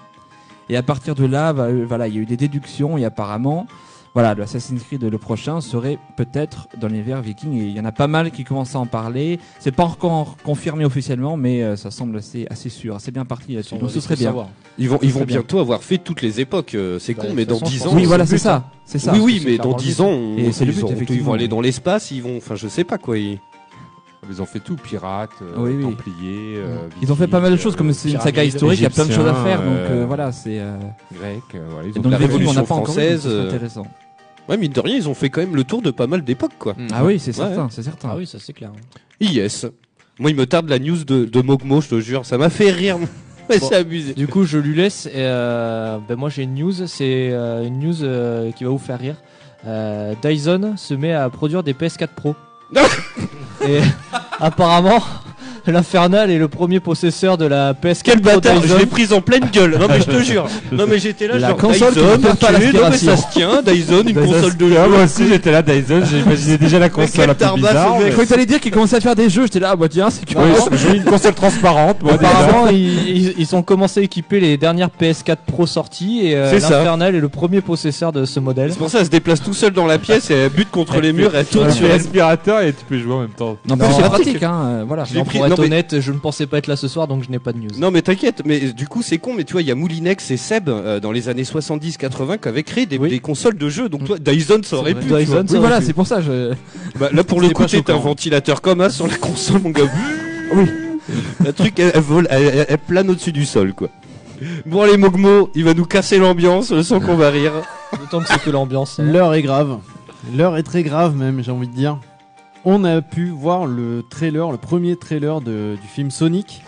[SPEAKER 7] Et à partir de là, va- euh, voilà, il y a eu des déductions et apparemment, voilà, le Assassin's Creed le prochain serait peut-être dans l'univers viking. Et il y en a pas mal qui commencent à en parler. C'est pas encore confirmé officiellement, mais euh, ça semble assez, assez sûr, assez bien parti là-dessus.
[SPEAKER 5] On
[SPEAKER 7] Donc
[SPEAKER 5] va
[SPEAKER 7] ce serait
[SPEAKER 5] vite le
[SPEAKER 7] bien.
[SPEAKER 5] savoir.
[SPEAKER 3] Ils vont,
[SPEAKER 7] Ça
[SPEAKER 3] ils
[SPEAKER 7] serait
[SPEAKER 3] vont
[SPEAKER 7] bien.
[SPEAKER 3] bientôt avoir fait toutes les époques. euh, C'est
[SPEAKER 5] Bah,
[SPEAKER 3] con,
[SPEAKER 5] de
[SPEAKER 3] mais dans
[SPEAKER 5] toute façon,
[SPEAKER 3] 10
[SPEAKER 5] je
[SPEAKER 3] ans.
[SPEAKER 5] pense
[SPEAKER 7] Oui,
[SPEAKER 5] c'est
[SPEAKER 7] voilà,
[SPEAKER 5] le
[SPEAKER 7] c'est
[SPEAKER 5] but,
[SPEAKER 7] ça. C'est ça.
[SPEAKER 3] oui, oui,
[SPEAKER 5] c'est
[SPEAKER 3] mais
[SPEAKER 5] clairement
[SPEAKER 3] dans
[SPEAKER 5] le
[SPEAKER 3] 10
[SPEAKER 5] but.
[SPEAKER 3] ans, on-
[SPEAKER 7] Et c'est le
[SPEAKER 3] ils
[SPEAKER 7] but,
[SPEAKER 3] ont- ils
[SPEAKER 7] effectivement.
[SPEAKER 3] vont aller dans l'espace, ils vont, enfin, je sais pas quoi. Ils...
[SPEAKER 4] Ils ont fait tout, pirates, euh,
[SPEAKER 7] Oui, oui.
[SPEAKER 4] templiers. euh,
[SPEAKER 7] Ils ont fait pas mal de choses, comme c'est une saga historique, il y a plein de choses à
[SPEAKER 4] Égyptien,
[SPEAKER 7] faire. Donc euh,
[SPEAKER 4] euh,
[SPEAKER 7] voilà, c'est. euh,
[SPEAKER 4] Grecs, euh, voilà, ils
[SPEAKER 7] Et
[SPEAKER 4] ont
[SPEAKER 7] donc
[SPEAKER 4] fait
[SPEAKER 3] la
[SPEAKER 7] des films, on
[SPEAKER 3] Révolution
[SPEAKER 7] n'a pas encore vu,
[SPEAKER 3] française,
[SPEAKER 7] donc ça, c'est
[SPEAKER 3] euh,
[SPEAKER 7] intéressant.
[SPEAKER 3] Ouais, mine de rien, ils ont fait quand même le tour de pas mal d'époques, quoi.
[SPEAKER 7] Ah oui, c'est
[SPEAKER 3] hmm. Ouais.
[SPEAKER 7] certain, c'est certain.
[SPEAKER 5] Ah oui, ça c'est clair.
[SPEAKER 3] Yes. Moi, il me tarde la news de, de Mogmo, je te jure. Ça m'a fait rire. (laughs) Ouais,
[SPEAKER 5] Bon.
[SPEAKER 3] c'est abusé.
[SPEAKER 5] Du coup, je lui laisse. Et euh, ben moi, j'ai une news. C'est euh, une news euh, qui va vous faire rire. Euh, Dyson se met à produire des PS4
[SPEAKER 3] (laughs)
[SPEAKER 5] Pro. et apparemment, l'Infernal est le premier possesseur de la PS4
[SPEAKER 3] Quel
[SPEAKER 5] Pro
[SPEAKER 3] bâtard, je
[SPEAKER 5] Dyson.
[SPEAKER 3] l'ai prise en pleine gueule. Non, mais je te jure. Non, mais j'étais là,
[SPEAKER 7] La
[SPEAKER 3] genre
[SPEAKER 7] console qui ne
[SPEAKER 3] Dyson,
[SPEAKER 7] peut pas
[SPEAKER 3] ok, non, mais
[SPEAKER 7] l'aspiration.
[SPEAKER 3] ça se tient. Dyson, une console de
[SPEAKER 4] Ah,
[SPEAKER 3] jeu.
[SPEAKER 4] moi aussi j'étais là, Dyson, j'imaginais déjà la console
[SPEAKER 3] quel
[SPEAKER 4] un peu
[SPEAKER 3] tarbasse,
[SPEAKER 4] bizarre.
[SPEAKER 3] ce mec.
[SPEAKER 7] Je
[SPEAKER 4] mais-
[SPEAKER 7] croyais que t'allais dire qu'il commençait à faire des jeux, j'étais là, ah bah tiens, c'est
[SPEAKER 4] Oui,
[SPEAKER 7] curieux.
[SPEAKER 4] j'ai eu une console transparente, moi déjà.
[SPEAKER 5] Apparemment, ils, ils- ils ont commencé à équiper les dernières PS4 Pro sorties et euh,
[SPEAKER 3] C'est ça.
[SPEAKER 5] l'Infernal est le premier possesseur de ce modèle.
[SPEAKER 3] C'est pour ça, elle se déplace tout seul dans la pièce et elle bute contre les murs, elle tourne
[SPEAKER 4] Toi, tu
[SPEAKER 3] sur
[SPEAKER 4] es
[SPEAKER 3] elle.
[SPEAKER 4] l'aspirateur et tu peux jouer en même temps.
[SPEAKER 3] Non,
[SPEAKER 7] Non, plus c'est
[SPEAKER 3] pratique.
[SPEAKER 7] pratique, hein, euh, voilà.
[SPEAKER 3] Je l'ai
[SPEAKER 5] Non,
[SPEAKER 3] pris-
[SPEAKER 5] pour être
[SPEAKER 3] non, mais-
[SPEAKER 5] honnête, je ne pensais pas être là ce soir, donc je n'ai pas de news.
[SPEAKER 3] Non mais t'inquiète, mais du coup c'est con, mais tu vois, il y a Moulinex et Seb euh, dans les années 70-80 qui avaient créé des,
[SPEAKER 5] Oui.
[SPEAKER 3] des consoles de jeux, donc toi Dyson ça aurait pu. tu vois.
[SPEAKER 5] Dyson, ça
[SPEAKER 7] Oui,
[SPEAKER 5] aurait
[SPEAKER 7] voilà,
[SPEAKER 5] pu.
[SPEAKER 7] c'est pour ça, je.
[SPEAKER 3] Bah, là pour le
[SPEAKER 7] C'est
[SPEAKER 3] coup
[SPEAKER 7] pas
[SPEAKER 3] t'es
[SPEAKER 7] choquant.
[SPEAKER 3] un ventilateur comme ça sur la console mon gars. Le truc, elle, elle vole, elle- elle- elle plane au-dessus du sol, quoi. Bon, allez, Mogmo, il va nous casser l'ambiance, le son qu'on va rire.
[SPEAKER 6] D'autant que c'est que l'ambiance. hein.
[SPEAKER 8] L'heure est grave. L'heure est très grave même, j'ai envie de dire. On a pu voir le trailer, le premier trailer de- du film Sonic.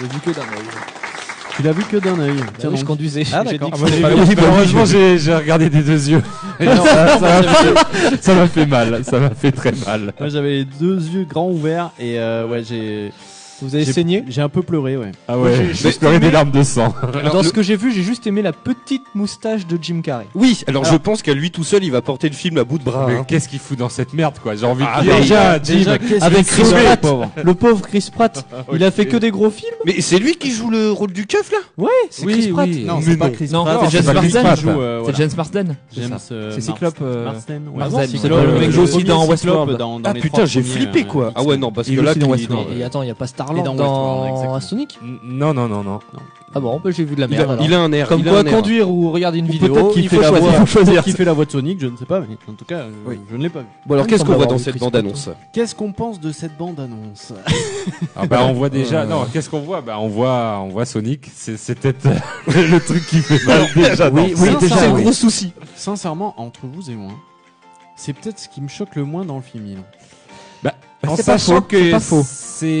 [SPEAKER 5] Je dis que d'un œil.
[SPEAKER 8] Tu l'as vu que d'un œil.
[SPEAKER 5] Tiens,
[SPEAKER 8] donc.
[SPEAKER 5] je conduisais.
[SPEAKER 8] Ah,
[SPEAKER 5] (laughs) J'ai
[SPEAKER 8] d'accord.
[SPEAKER 5] dit que
[SPEAKER 4] (laughs)
[SPEAKER 8] Ah, bah,
[SPEAKER 5] je l'avais
[SPEAKER 8] j'ai
[SPEAKER 5] vu.
[SPEAKER 8] pas
[SPEAKER 4] Malheureusement, j'ai j'ai regardé des deux yeux. Et
[SPEAKER 8] Non,
[SPEAKER 4] ça Ah, ça m'a fait- (laughs) ça m'a fait mal. Ça m'a fait très mal.
[SPEAKER 8] Moi j'avais les deux yeux grands ouverts et euh, ouais j'ai
[SPEAKER 5] Vous avez
[SPEAKER 8] j'ai-
[SPEAKER 5] saigné
[SPEAKER 8] J'ai un peu pleuré ouais.
[SPEAKER 4] Ah ouais, j'ai pleuré des larmes de sang.
[SPEAKER 5] Dans ce que j'ai vu, j'ai juste aimé la petite moustache de Jim Carrey.
[SPEAKER 3] Oui, alors, je pense qu'à lui tout seul, il va porter le film à bout de bras.
[SPEAKER 4] Mais
[SPEAKER 3] hein.
[SPEAKER 4] qu'est-ce qu'il fout dans cette merde, quoi J'ai envie
[SPEAKER 3] Ah,
[SPEAKER 4] de dire.
[SPEAKER 3] déjà,
[SPEAKER 4] Jim,
[SPEAKER 5] Avec Chris
[SPEAKER 4] sauvé,
[SPEAKER 5] Pratt, le pauvre Chris Pratt, il a fait que des gros films.
[SPEAKER 3] Mais c'est lui qui joue le rôle du keuf, là
[SPEAKER 5] C'est Chris Pratt.
[SPEAKER 8] Non,
[SPEAKER 4] Mais
[SPEAKER 8] c'est pas
[SPEAKER 4] non.
[SPEAKER 8] Chris
[SPEAKER 7] Non,
[SPEAKER 8] Pratt,
[SPEAKER 7] c'est James
[SPEAKER 8] pas Chris
[SPEAKER 7] Marsden.
[SPEAKER 8] Pratt, joue, euh,
[SPEAKER 7] C'est
[SPEAKER 8] voilà.
[SPEAKER 7] James Marsden.
[SPEAKER 8] James, euh,
[SPEAKER 7] C'est
[SPEAKER 8] Mars-
[SPEAKER 7] Cyclope. euh,
[SPEAKER 8] Marsden, ouais.
[SPEAKER 5] Marsden,
[SPEAKER 8] Cyclope,
[SPEAKER 5] Cyclope,
[SPEAKER 8] euh,
[SPEAKER 5] le mec
[SPEAKER 8] joue
[SPEAKER 5] joue
[SPEAKER 7] aussi
[SPEAKER 8] aussi
[SPEAKER 7] dans
[SPEAKER 8] dans
[SPEAKER 7] Westworld.
[SPEAKER 8] Westworld. Dans,
[SPEAKER 3] Ah
[SPEAKER 8] les
[SPEAKER 3] putain,
[SPEAKER 8] trois
[SPEAKER 3] j'ai
[SPEAKER 8] premiers,
[SPEAKER 3] flippé,
[SPEAKER 8] euh,
[SPEAKER 3] quoi. Ah ouais, non, parce
[SPEAKER 7] Il
[SPEAKER 3] que
[SPEAKER 7] joue
[SPEAKER 3] là,
[SPEAKER 7] aussi dans
[SPEAKER 3] tu-
[SPEAKER 7] Westworld.
[SPEAKER 5] Et, et attends, il n'y a pas Star-Lord
[SPEAKER 8] Et dans
[SPEAKER 5] dans,
[SPEAKER 8] Westworld, exactement.
[SPEAKER 5] Sonic
[SPEAKER 4] Non, non, non, non.
[SPEAKER 5] Ah bon, bah, j'ai vu de la
[SPEAKER 3] il
[SPEAKER 5] merde
[SPEAKER 3] a,
[SPEAKER 5] alors.
[SPEAKER 3] il a un air.
[SPEAKER 5] Comme
[SPEAKER 3] il a
[SPEAKER 5] quoi,
[SPEAKER 3] un air.
[SPEAKER 5] conduire ou regarder une
[SPEAKER 8] Ou
[SPEAKER 5] vidéo,
[SPEAKER 8] peut-être qu'il
[SPEAKER 5] il
[SPEAKER 8] fait
[SPEAKER 5] faut
[SPEAKER 8] la
[SPEAKER 5] choisir.
[SPEAKER 8] voix.
[SPEAKER 5] choisir.
[SPEAKER 8] Qui fait la voix de Sonic, je ne sais pas, mais en tout cas, euh,
[SPEAKER 5] Oui.
[SPEAKER 8] je ne l'ai pas vu.
[SPEAKER 5] Bon, alors,
[SPEAKER 3] Qu'est-ce qu'on voit
[SPEAKER 5] avoir
[SPEAKER 3] dans
[SPEAKER 5] vu
[SPEAKER 3] cette
[SPEAKER 5] Chris
[SPEAKER 3] bande-annonce
[SPEAKER 8] Qu'est-ce qu'on pense de cette bande-annonce
[SPEAKER 4] Ah bah on voit déjà. Non, qu'est-ce qu'on voit Bah on voit, on voit Sonic. C'est c'est peut-être le truc qui fait mal déjà. dans-
[SPEAKER 8] oui, déjà,
[SPEAKER 3] C'est le
[SPEAKER 8] oui.
[SPEAKER 3] gros souci.
[SPEAKER 8] Sincèrement, entre vous et moi, c'est peut-être ce qui me choque le moins dans le film. il.
[SPEAKER 4] En
[SPEAKER 7] C'est pas
[SPEAKER 4] sachant
[SPEAKER 7] faux, c'est
[SPEAKER 4] que
[SPEAKER 7] pas faux.